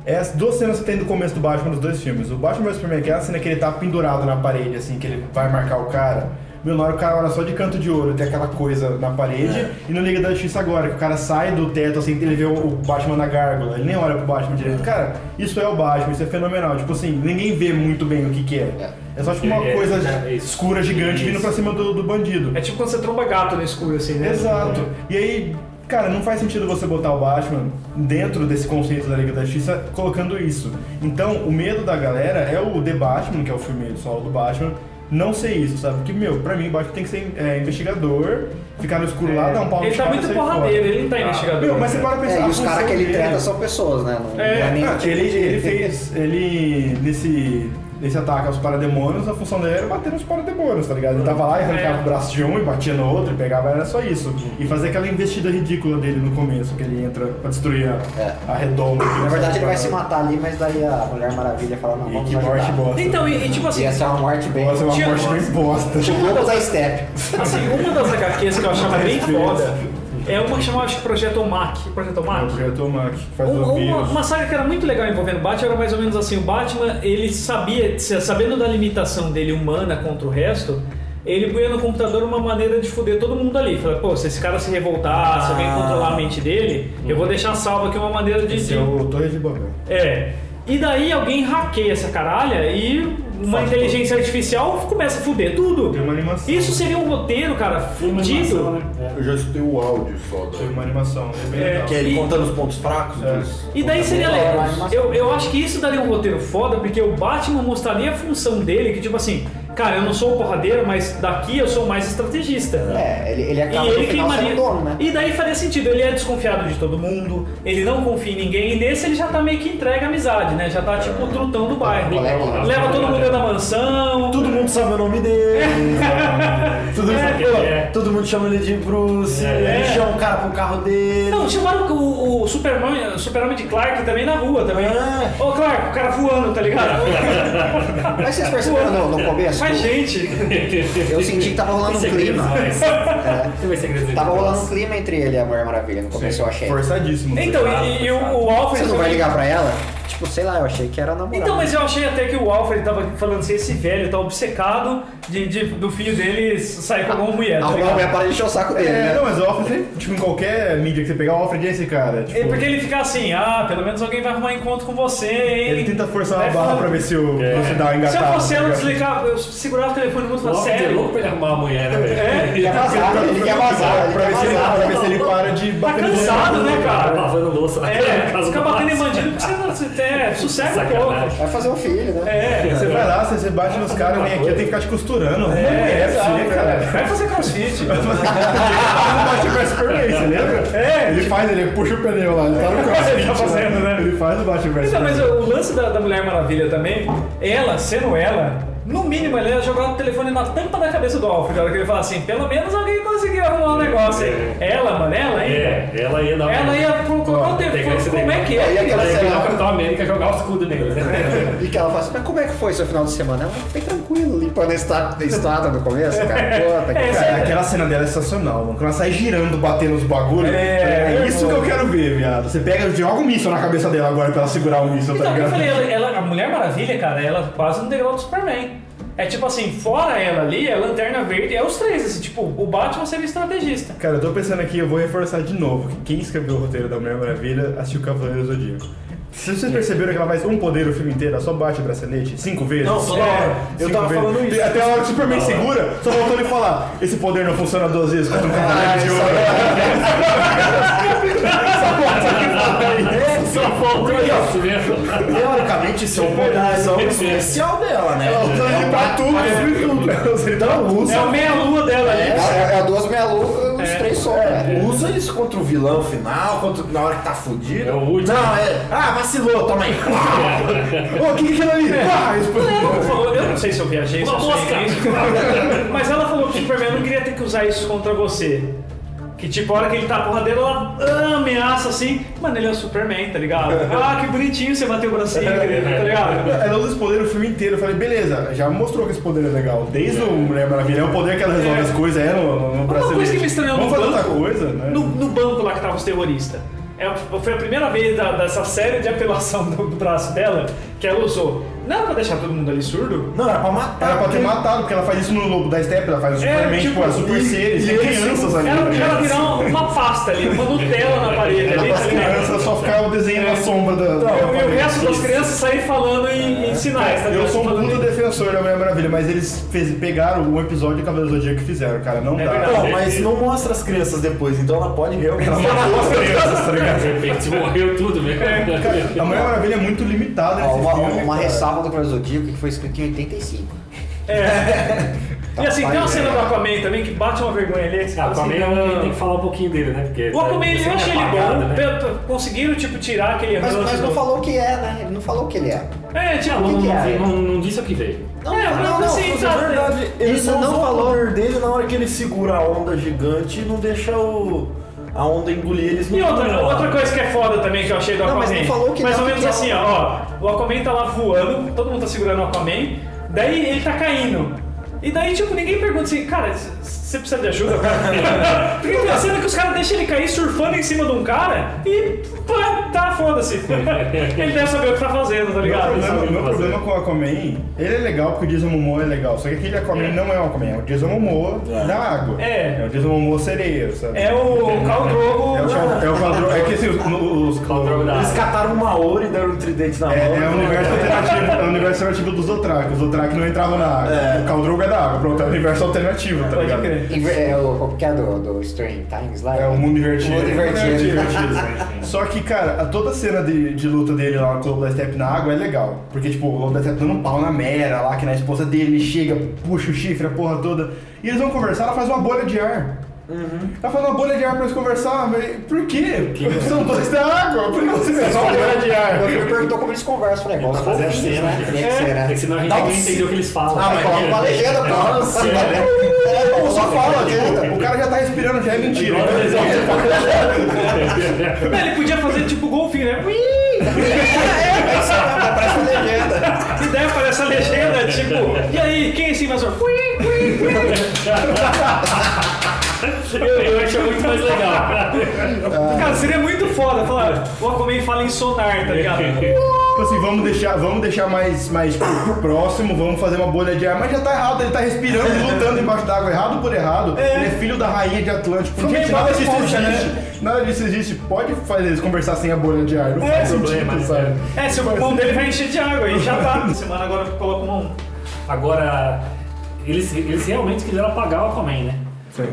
Speaker 4: É as duas cenas que tem do começo do Batman dos dois filmes. O Batman vs Superman, que é a cena que ele tá pendurado na parede, assim, que ele vai marcar o cara. Meu, na hora o cara olha só de canto de olho, tem aquela coisa na parede.
Speaker 3: É.
Speaker 4: E no Liga da Justiça agora, que o cara sai do teto, assim, ele vê o o Batman na gárgula. Ele nem olha pro Batman direito. Cara, isso é o Batman, isso é fenomenal. Tipo assim, ninguém vê muito bem o que que é. É só tipo uma
Speaker 3: É,
Speaker 4: coisa
Speaker 3: é, é isso.
Speaker 4: escura, gigante, vindo
Speaker 3: Isso.
Speaker 4: pra cima do, do bandido.
Speaker 2: É tipo quando você tromba gato no escuro, assim, né?
Speaker 4: Exato. E aí, cara, não faz sentido você botar o Batman dentro desse conceito da Liga da Justiça colocando isso. Então, o medo da galera é o The Batman, que é o filme solo do Batman, não ser isso, sabe? Porque, meu, pra mim, o Batman tem que ser é, investigador, ficar no escuro lá, dar um pau no
Speaker 2: Ele tá muito porradeiro, ele não tá investigador.
Speaker 4: Meu, mas você para pensar.
Speaker 6: É,
Speaker 4: a
Speaker 6: e os caras
Speaker 4: função
Speaker 6: que ele
Speaker 4: dele-
Speaker 6: treta são pessoas, né? Não,
Speaker 2: É,
Speaker 6: não é nem
Speaker 4: Ah,
Speaker 6: o tipo
Speaker 4: ele,
Speaker 6: de-
Speaker 4: ele fez. Ele. Nesse. Nesse ataque aos parademônios, a função dele era bater nos parademônios, tá ligado? Ele tava lá e arrancava
Speaker 2: É.
Speaker 4: o braço de um e batia no outro, e pegava, era só isso. E fazer aquela investida ridícula dele no começo, que ele entra pra destruir a,
Speaker 6: É.
Speaker 4: a redonda. assim,
Speaker 6: Na verdade, ele vai se matar ali, mas daí a Mulher Maravilha fala: não,
Speaker 4: E
Speaker 6: vamos
Speaker 4: que morte
Speaker 6: ajudar.
Speaker 4: bosta. né?
Speaker 2: Então, e, e tipo assim,
Speaker 6: Ia ser uma morte bem.
Speaker 4: Nossa, é uma
Speaker 2: Tinha-
Speaker 4: morte bem bosta.
Speaker 6: O Globo da Step.
Speaker 2: assim, uma das HQs que eu achava bem
Speaker 4: Respeito.
Speaker 2: foda é uma que chamava acho que Projeto Mac. Projeto Mac?
Speaker 4: Eu tô, Mac, faz
Speaker 2: Um-
Speaker 4: um
Speaker 2: Uma,
Speaker 4: vírus.
Speaker 2: uma saga que era muito legal envolvendo o Batman era mais ou menos assim: o Batman, ele sabia, sabendo da limitação dele humana contra o resto, ele punha no computador uma maneira de foder todo mundo ali. Fala, pô, se esse cara se revoltar, se alguém controlar a mente dele, eu vou deixar salvo aqui uma maneira de.
Speaker 4: uhum. Esse
Speaker 2: de-
Speaker 4: é o Torre de Babel.
Speaker 2: É. E daí alguém hackeia essa caralha e uma
Speaker 4: Faz
Speaker 2: inteligência artificial começa a foder tudo.
Speaker 4: Tem uma animação.
Speaker 2: Isso seria um roteiro, cara,
Speaker 3: Animação,
Speaker 2: fudido.
Speaker 3: né?
Speaker 7: Eu já escutei o áudio só né? da.
Speaker 4: Tem uma animação, é bem
Speaker 2: É,
Speaker 4: legal.
Speaker 5: Que ele contando os pontos fracos dos.
Speaker 2: E daí seria
Speaker 6: É,
Speaker 2: legal.
Speaker 6: uma animação.
Speaker 2: Eu, eu acho que isso daria um roteiro foda, porque o Batman mostraria a função dele, que tipo assim, cara, eu não sou o porradeiro, mas daqui eu sou mais estrategista.
Speaker 6: É, ele, ele acaba
Speaker 2: e
Speaker 6: no
Speaker 2: ele
Speaker 6: final
Speaker 2: queimaria.
Speaker 6: sendo dono, né?
Speaker 2: E daí faria sentido, ele é desconfiado de todo mundo, ele não confia em ninguém, e nesse ele já tá meio que entregue à amizade, né? Já tá tipo o trutão do bairro.
Speaker 6: Colega.
Speaker 2: Leva todo mundo da mansão.
Speaker 5: Todo mundo sabe o nome dele. Todo mundo
Speaker 2: É,
Speaker 5: sabe quem ele é.
Speaker 2: É.
Speaker 5: Todo mundo chama ele de Bruce,
Speaker 3: É.
Speaker 5: ele chama o cara pro carro dele.
Speaker 2: Não, chamaram o, o Superman, o Superman de Clark também na rua também.
Speaker 5: É.
Speaker 2: Ô Clark, o cara voando, tá ligado?
Speaker 6: Mas vocês perceberam no, no começo?
Speaker 2: Mas gente,
Speaker 6: Eu senti que tava rolando um clima.
Speaker 3: Você vai ser grande.
Speaker 6: Tava rolando um clima entre ele e a Mulher Maravilha no começo, eu achei.
Speaker 4: Forçadíssimo.
Speaker 2: então, e, e o, o Alfred
Speaker 6: Você não vai
Speaker 2: também-
Speaker 6: ligar pra ela? Tipo, sei lá, eu achei que era a namorada.
Speaker 2: Então, mas eu achei até que o Alfred tava falando assim, esse velho tá obcecado de, de- do filho dele sair com alguma mulher, tá
Speaker 6: Arrumar um uma
Speaker 2: ligado?
Speaker 6: mulher para encher o saco dele,
Speaker 4: É,
Speaker 6: né?
Speaker 4: não, mas o Alfred, tipo, em qualquer mídia que você pegar, o Alfred é esse cara. Tipo,
Speaker 2: É porque ele fica assim, ah, pelo menos alguém vai arrumar encontro com você, hein?
Speaker 4: ele tenta forçar
Speaker 2: Vai
Speaker 4: a barra
Speaker 2: falando,
Speaker 4: pra ver se o
Speaker 3: É.
Speaker 4: se dá uma
Speaker 2: Se eu
Speaker 4: engatada.
Speaker 6: né?
Speaker 2: fosse ela, eu
Speaker 4: tá ligado?
Speaker 2: desligava, eu segurava o telefone muito e falava,
Speaker 3: Nossa, é louco
Speaker 2: sério.
Speaker 3: pra ele arrumar uma mulher,
Speaker 2: É,
Speaker 3: né,
Speaker 6: Ele quer
Speaker 3: velho?
Speaker 6: vazar, ele quer vazar, ele
Speaker 4: Pra
Speaker 6: quer
Speaker 4: ver se ele-
Speaker 6: vazar.
Speaker 4: pra ver se ele para de
Speaker 2: Tá
Speaker 4: bater no
Speaker 2: cansado, né, cara?
Speaker 3: Lavando louça na
Speaker 2: É,
Speaker 3: casa
Speaker 2: fica
Speaker 3: do
Speaker 2: batendo em
Speaker 3: Márcio.
Speaker 2: bandido porque você não. Você, é, sossega um pouco.
Speaker 3: Sacanagem.
Speaker 6: Vai fazer um filho, né?
Speaker 2: É,
Speaker 4: Você vai lá, você, você bate nos caras, vem aqui, tem que ficar te costurando. É, é, pra você, cara.
Speaker 2: vai fazer crossfit.
Speaker 4: Ele bate com a Superman, você lembra?
Speaker 2: É,
Speaker 4: Ele faz, ele puxa o pneu lá, ele tá no crossfit.
Speaker 2: Ele tá fazendo, né?
Speaker 4: Ele faz o bate com a
Speaker 2: Então, mas
Speaker 4: Superman.
Speaker 2: o lance da, da Mulher Maravilha também, ela, sendo ela, no mínimo ela ia jogar o telefone na tampa da cabeça do Alfred, na hora que ele fala assim, pelo menos alguém conseguiu arrumar um negócio. aí. Ela, mano, ela ainda.
Speaker 3: É, ela ia dar uma-
Speaker 2: Ela ia pro- colocar o
Speaker 3: tem que ver
Speaker 2: telefone,
Speaker 3: se
Speaker 2: como
Speaker 3: tem-
Speaker 2: é que
Speaker 6: Aí
Speaker 2: é?
Speaker 6: aquela
Speaker 3: Ela ia pegar o
Speaker 6: cena-
Speaker 3: Capitão América e jogar o escudo nele. né?
Speaker 6: E que ela fala assim, mas como é que foi seu final de semana? Ela foi tranquilo, limpando a estátua, a estátua no começo, cara. Puta que
Speaker 2: É,
Speaker 6: pariu.
Speaker 4: Cara, aquela cena dela é sensacional, mano. Quando ela sai girando, batendo os bagulhos.
Speaker 2: É,
Speaker 4: É, isso que eu quero ver, viado. Você pega, joga um míssil na cabeça dela agora pra ela segurar o míssil, tá
Speaker 2: Então, eu
Speaker 4: ligado?
Speaker 2: falei, ela, ela- a Mulher Maravilha, cara, ela quase não degrau do Superman. É tipo assim, fora ela ali, a Lanterna Verde, é os três, assim, tipo, o Batman seria estrategista.
Speaker 4: Cara, eu tô pensando aqui, eu vou reforçar de novo que quem escreveu o roteiro da Mulher Maravilha assistiu Cavaleiro do Zodíaco. Se vocês perceberam que ela faz um poder o filme inteiro, ela só bate o bracelete cinco vezes. É,
Speaker 5: Não, toda hora. Eu
Speaker 4: cinco
Speaker 5: tava
Speaker 4: vezes.
Speaker 5: falando isso.
Speaker 4: Até a hora que o Superman segura, só faltou ele falar: esse poder não funciona duas vezes contra um cavaleiro de ouro.
Speaker 3: Só faltou isso mesmo.
Speaker 5: Teoricamente, isso é um poder, isso é um especial dela, né?
Speaker 4: Ela usa ele pra tudo, pra
Speaker 5: tá
Speaker 4: tudo. Ela usa ele
Speaker 5: Então,
Speaker 4: pra usa.
Speaker 2: É o meia-lua dela ali.
Speaker 6: É, é, é duas meia lua, uns
Speaker 2: É.
Speaker 6: três só, cara.
Speaker 5: é, Usa isso contra o vilão final, contra, na hora que tá fudido.
Speaker 3: É o último.
Speaker 5: Não, é. Ah, vacilou, toma aí.
Speaker 4: Ô, o que que é aquilo ali? Pá, isso-
Speaker 2: Ela falou, eu não sei se eu viajei, se eu
Speaker 3: Uma
Speaker 2: sonhei
Speaker 3: mosca.
Speaker 2: isso. Mas ela falou que o Superman não queria ter que usar isso contra você. Que tipo, a hora que ele tá a porra dele, ela ah, ameaça assim. Mano, ele é o Superman, tá ligado? Ah, que bonitinho você bateu o bracinho,
Speaker 4: É.
Speaker 2: querido, tá ligado?
Speaker 4: Ela usa esse É, poder o filme inteiro. Eu falei, beleza, já mostrou que esse poder é legal. Desde o Mulher Maravilha, é o poder que ela resolve
Speaker 2: É.
Speaker 4: as coisas, é no, no, no bracelete.
Speaker 2: coisa que me estranhou
Speaker 4: Vamos
Speaker 2: no
Speaker 4: fazer
Speaker 2: banco-
Speaker 4: outra coisa, né?
Speaker 2: No, no banco lá que tava os terroristas. É, foi a primeira vez da- dessa série de apelação do, do braço dela que ela usou. Não era pra deixar todo mundo ali surdo?
Speaker 5: Não, era pra matar. né?
Speaker 4: Era pra ter matado, porque ela faz isso no Lobo da Steppe, ela faz no
Speaker 2: É,
Speaker 4: Superman,
Speaker 2: tipo,
Speaker 4: tipo, as super
Speaker 2: e-
Speaker 4: seres, tem crianças ali.
Speaker 2: Era pra ela
Speaker 4: né?
Speaker 2: virar uma, uma pasta ali, uma Nutella na parede ali,
Speaker 4: As
Speaker 2: tá ligado?
Speaker 4: crianças só ficar o desenho na sombra da. da
Speaker 2: E o
Speaker 4: parede.
Speaker 2: É. resto das crianças sair falando em, em sinais, tá
Speaker 4: Eu
Speaker 2: ligado?
Speaker 4: sou um
Speaker 2: Falando
Speaker 4: puta
Speaker 2: em-
Speaker 4: defensor da Mulher Maravilha, mas eles fez- pegaram um episódio de Cavaleiro do Zodíaco que fizeram, cara. Não
Speaker 2: É
Speaker 4: dá.
Speaker 2: verdade.
Speaker 5: Não, mas não mostra as crianças depois, então ela pode realmente.
Speaker 3: É, De repente morreu tudo, velho.
Speaker 4: A Mulher Maravilha é muito limitada
Speaker 6: Ó,
Speaker 4: nesse
Speaker 6: uma,
Speaker 4: filme.
Speaker 6: uma
Speaker 4: cara.
Speaker 6: ressalva do Cavaleiro do Zodíaco que foi escrito em 85.
Speaker 2: E assim, tem uma
Speaker 6: Rapaz,
Speaker 2: cena
Speaker 6: é.
Speaker 2: do Aquaman também que bate uma vergonha ali. que você
Speaker 3: Ah,
Speaker 2: fala
Speaker 3: o Aquaman
Speaker 2: assim,
Speaker 3: é um que
Speaker 2: "Ah".
Speaker 3: tem que falar um pouquinho dele, né? Porque
Speaker 2: O Aquaman, eu achei ele
Speaker 3: apagado,
Speaker 2: bom.
Speaker 3: né?
Speaker 2: pelo- Conseguiram, tipo, tirar aquele
Speaker 6: Mas,
Speaker 2: ranço
Speaker 6: mas não
Speaker 2: do-
Speaker 6: falou o que é, né? Ele não falou o que ele é.
Speaker 2: É, tipo,
Speaker 3: Não,
Speaker 6: O
Speaker 3: não,
Speaker 6: que que é?
Speaker 3: não- não disse o que veio.
Speaker 6: Não,
Speaker 2: É,
Speaker 6: cara,
Speaker 2: mas
Speaker 6: não,
Speaker 2: assim,
Speaker 5: Mas
Speaker 6: não.
Speaker 5: é verdade, ele
Speaker 6: Isso
Speaker 5: não
Speaker 6: não
Speaker 5: usou
Speaker 6: falou.
Speaker 5: o poder dele na hora que ele segura a onda gigante e não deixa o, a onda engolir eles.
Speaker 2: E outra, outra coisa que é foda também que eu achei do
Speaker 6: Não,
Speaker 2: Aquaman.
Speaker 6: mas não falou que
Speaker 2: Mais
Speaker 6: não,
Speaker 2: ou menos
Speaker 6: que é
Speaker 2: assim,
Speaker 6: o-
Speaker 2: ó, ó. O Aquaman tá lá voando, todo mundo tá segurando o Aquaman, daí ele tá caindo. E daí, tipo, ninguém pergunta assim, cara, c- você precisa de ajuda, cara? Porque tem uma cena que os caras deixam ele cair surfando em cima de um cara e pá, tá, foda-se. ele deve saber o que tá fazendo, tá
Speaker 4: Meu
Speaker 2: ligado?
Speaker 4: problema,
Speaker 3: sabe
Speaker 4: meu
Speaker 3: fazer.
Speaker 4: problema com o Aquaman, ele é legal porque o Jason Momoa é legal, só que aquele Aquaman não é o Aquaman, é o Jason Momoa da água.
Speaker 2: É.
Speaker 4: É o Jason Momoa sereia, sabe?
Speaker 2: É o Khal
Speaker 4: É o,
Speaker 2: Drogo.
Speaker 6: tá
Speaker 4: Khal- é o Khal Drogo- é que assim, os... os, os
Speaker 3: Drogo da-
Speaker 5: Eles cataram uma ouro e deram um tridente na
Speaker 4: é,
Speaker 5: mão.
Speaker 4: é o universo alternativo, é o universo alternativo dos Dothraki, os Dothraki não entravam na água, o Caldrogo é da água, pronto, é o universo alternativo, tá
Speaker 2: Pode
Speaker 4: ligado?
Speaker 2: crer.
Speaker 6: Inver- É o o que é do, do Strange Times lá?
Speaker 4: É o mundo invertido.
Speaker 6: O mundo invertido.
Speaker 4: Só que, cara, a toda cena de, de luta dele lá com o Lobo da Step na água é legal. Porque, tipo, o Lobo da Step dando um pau na Mera lá, que na esposa dele chega, puxa o chifre, a porra toda. E eles vão conversar, ela faz uma bolha de ar. Ela faz uma bolha de ar pra eles conversar, mas por quê? Porque são dois da água, por que você fez uma bolha de ar?
Speaker 6: Meu filho perguntou como eles conversam né? o negócio.
Speaker 3: Fazer é a
Speaker 6: Fofinhos,
Speaker 3: cena.
Speaker 6: né? Tem que ser,
Speaker 3: É
Speaker 6: né?
Speaker 3: que senão a gente
Speaker 6: Dá um
Speaker 3: não entendeu o que eles falam. É,
Speaker 6: Ah, mas coloca uma legenda, pô.
Speaker 3: Nossa,
Speaker 6: É, pô, só fala,
Speaker 4: Tipo,
Speaker 6: legenda.
Speaker 4: o
Speaker 7: mentira.
Speaker 3: Agora eles vão-
Speaker 2: Ele podia fazer tipo golfinho, né? Ui!
Speaker 6: é, Parece uma legenda.
Speaker 2: E daí aparece a legenda, tipo, e aí, quem é esse invasor? Ui!
Speaker 3: eu, eu acho muito mais legal.
Speaker 2: Cara, seria muito foda falar, o Aquaman fala em sonar, tá ligado?
Speaker 4: Tipo assim, vamos deixar, vamos deixar mais, mais tipo, próximo, vamos fazer uma bolha de ar. Mas já tá errado, ele tá respirando e lutando embaixo d'água, errado por errado. Ele é filho da rainha de Atlântico.
Speaker 2: Foi
Speaker 4: Gente,
Speaker 2: meio
Speaker 4: nada
Speaker 2: Bob
Speaker 4: disso
Speaker 2: Esponja,
Speaker 4: existe.
Speaker 2: né?
Speaker 4: Nada disso existe. Pode fazer eles conversar sem a bolha de ar. Não faz
Speaker 3: problema,
Speaker 4: sentido,
Speaker 3: né?
Speaker 4: sabe?
Speaker 2: É, seu pulmão dele vai encher de água e já tá. Semana agora coloca uma um.
Speaker 3: Agora, eles, eles realmente quiseram apagar o Aquaman, né?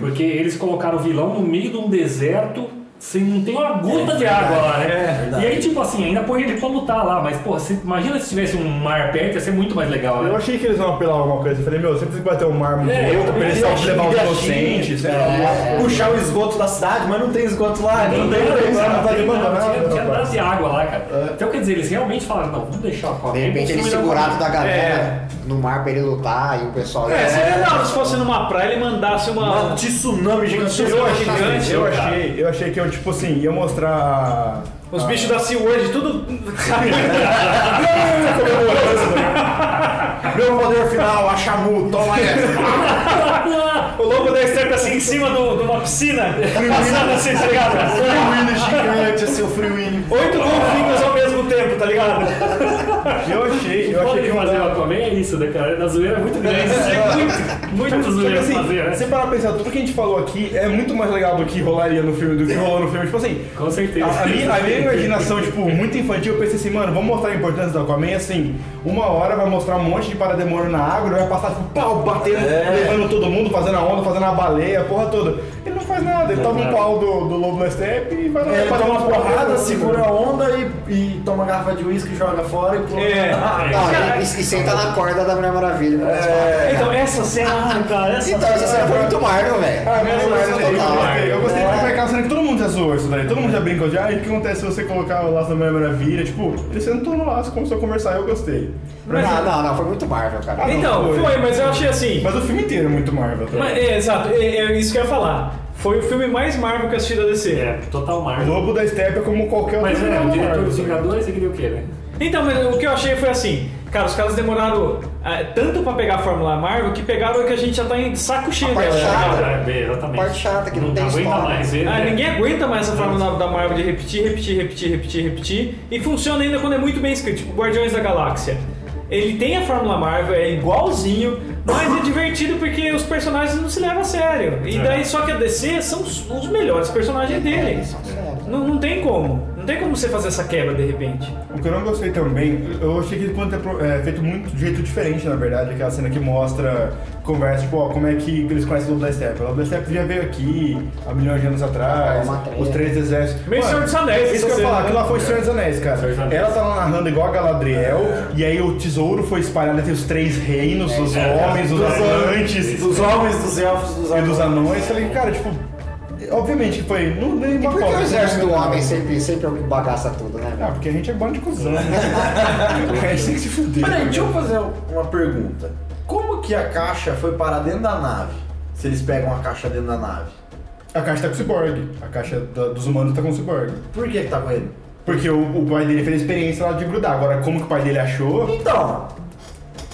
Speaker 3: Porque eles colocaram o vilão no meio de um deserto, sem não tem uma gota de água lá,
Speaker 4: É
Speaker 3: né?
Speaker 5: verdade.
Speaker 3: e aí, tipo assim, ainda põe ele pra lutar lá, mas, pô, se- imagina se tivesse um mar perto, ia ser muito mais legal,
Speaker 4: Eu
Speaker 3: né?
Speaker 4: achei que eles iam apelar alguma coisa. Eu falei, meu, sempre tem que bater um marmo
Speaker 3: É, eu
Speaker 4: de louco pra eles
Speaker 3: também
Speaker 4: só levar os é. inocentes, sei lá.
Speaker 5: né? Puxar o esgoto da cidade, mas não tem esgoto lá. Não tem,
Speaker 3: Não,
Speaker 5: não
Speaker 4: não
Speaker 5: tá
Speaker 4: tem,
Speaker 5: limpando
Speaker 4: não.
Speaker 5: nada.
Speaker 3: Tinha- Tinha
Speaker 4: rapaz. É.
Speaker 3: nada de água lá, cara. Então, quer dizer, eles realmente falaram, não, vamos deixar o Aquaman.
Speaker 6: De repente ele
Speaker 3: porque senão-
Speaker 6: segurado da galera no mar pra ele lutar e o pessoal.
Speaker 2: É, seria da hora se fosse numa praia ele mandasse uma.
Speaker 5: Um tsunami gigantesco.
Speaker 2: Eu gigante,
Speaker 4: Eu
Speaker 2: cara.
Speaker 4: achei, eu achei que eu, tipo assim, ia mostrar. a-
Speaker 2: Os
Speaker 4: a-
Speaker 2: bichos da SeaWorld, tudo. sabe?
Speaker 5: Meu poder final, a Shamu, toma essa.
Speaker 2: o lobo da Step assim em cima do- de uma piscina, passando assim, tá ligado?
Speaker 4: Free gigante, seu Free
Speaker 2: Oito golfinhos ao mesmo tempo, tá ligado?
Speaker 4: Eu achei, eu achei
Speaker 3: Pode
Speaker 4: que um
Speaker 3: fazer o
Speaker 4: uma...
Speaker 3: Aquaman é isso, né, cara? Da zoeira é muito grande. É muito, muito
Speaker 4: Só que
Speaker 3: zoeira
Speaker 4: assim,
Speaker 3: fazer, né?
Speaker 4: você parar pra pensar, tudo que a gente falou aqui é muito mais legal do que rolaria no filme, do que rolou no filme. Tipo assim,
Speaker 3: Com certeza.
Speaker 4: a, a minha, a minha imaginação, tipo, muito infantil, eu pensei assim, mano, vamos mostrar a importância do Aquaman, assim, uma hora vai mostrar um monte de parademônio na água, vai passar, tipo, pau, batendo,
Speaker 5: É.
Speaker 4: levando todo mundo, fazendo a onda, fazendo a baleia, a porra toda. Ele não faz nada, ele toma um pau do, do lobo na step e vai lá,
Speaker 5: É. Ele
Speaker 4: vai
Speaker 5: toma
Speaker 4: bater
Speaker 5: uma
Speaker 4: nos
Speaker 5: porrada,
Speaker 4: parademônios.
Speaker 5: segura a onda e, e toma uma garrafa de uísque, joga fora e pula.
Speaker 2: É.
Speaker 6: Não, ele- e, e senta na corda da Mulher Maravilha. É...
Speaker 2: Então, essa cena, ah, cara, essa
Speaker 6: Então, essa cena foi muito Marvel, velho.
Speaker 4: Ah, mas eu
Speaker 6: Marvel
Speaker 4: gostei, eu
Speaker 6: total.
Speaker 4: gostei. Eu gostei porque foi aquela cena né, que todo mundo já zoou isso daí. Todo mundo já brincou de, ah, e o que acontece se você colocar o laço da Mulher Maravilha? Tipo, ele sentou no laço, começou a conversar, eu gostei.
Speaker 6: Não, não, não, foi muito Marvel,
Speaker 4: Ah,
Speaker 6: cara.
Speaker 2: Então, foi, mas eu achei assim.
Speaker 4: Mas o filme inteiro é muito Marvel. Tá?
Speaker 2: Mas, é, exato, é, é isso que eu ia falar. Foi o filme mais Marvel que eu assisti da DC.
Speaker 3: É, total
Speaker 4: O
Speaker 3: Marvel.
Speaker 4: Lobo da Steppe é como qualquer outro
Speaker 3: Mas é, o
Speaker 4: filme
Speaker 3: diretor
Speaker 4: Marvel. tá
Speaker 3: dos Vingadores, você queria o quê, né?
Speaker 2: Então, mas o que eu achei foi assim, cara, os caras demoraram ah, tanto pra pegar a Fórmula Marvel que pegaram o que a gente já tá em saco cheio
Speaker 6: parte
Speaker 2: dela. tá
Speaker 6: chata.
Speaker 2: ligado?
Speaker 3: É, exatamente.
Speaker 6: Ah, Parte chata, que não tem
Speaker 3: aguenta
Speaker 6: história.
Speaker 3: mais. ele-
Speaker 2: Ah,
Speaker 3: é.
Speaker 2: ninguém aguenta mais essa fórmula da Marvel de repetir, repetir, repetir, repetir, repetir. E funciona ainda quando é muito bem escrito, tipo Guardiões da Galáxia. Ele tem a Fórmula Marvel, é igualzinho, mas é divertido porque os personagens não se levam a sério. E daí, só que a DC são os os melhores personagens deles. Não, não tem como. Não tem como você fazer essa quebra de repente.
Speaker 4: O que eu não gostei também, eu achei que ele podia ter pro- é, feito muito de jeito diferente, na verdade, aquela cena que mostra, conversa, tipo, ó, como é que eles conhecem o Lobo da Steppe. O Lobo da Steppe já veio aqui há milhões de anos atrás,
Speaker 6: É uma treta.
Speaker 4: os três exércitos.
Speaker 2: Meio
Speaker 4: Mano,
Speaker 2: Senhor dos Anéis,
Speaker 4: Isso que eu
Speaker 2: essa
Speaker 4: ia
Speaker 2: cena,
Speaker 4: falar,
Speaker 2: né?
Speaker 4: aquilo lá foi Senhor dos Anéis, cara.
Speaker 3: Senhor dos Anéis.
Speaker 4: Ela tava narrando igual a Galadriel, e aí o tesouro foi espalhado entre os três reinos, dos
Speaker 3: é.
Speaker 4: homens, dos
Speaker 5: Dos
Speaker 4: andantes,
Speaker 5: Dos homens, dos elfos, dos
Speaker 4: e
Speaker 5: anões.
Speaker 4: dos anões. Eu falei, cara, tipo, obviamente que foi. Não dei uma né?
Speaker 6: E
Speaker 4: é
Speaker 6: por que
Speaker 4: cobra,
Speaker 6: o exército do
Speaker 4: não.
Speaker 6: homem sempre, sempre bagaça tudo, né?
Speaker 4: Ah,
Speaker 6: velho?
Speaker 4: porque a gente é bando de cuzão, né? a gente tem que se fuder.
Speaker 5: Peraí,
Speaker 4: né?
Speaker 5: deixa eu fazer um, uma pergunta. Como que a caixa foi parar dentro da nave? Se eles pegam a caixa dentro da nave.
Speaker 4: A caixa tá com o ciborgue. A caixa da- dos humanos tá com o ciborgue.
Speaker 5: Por que que tá com ele?
Speaker 4: Porque o, o pai dele fez a experiência lá de grudar. Agora, como que o pai dele achou?
Speaker 5: Então,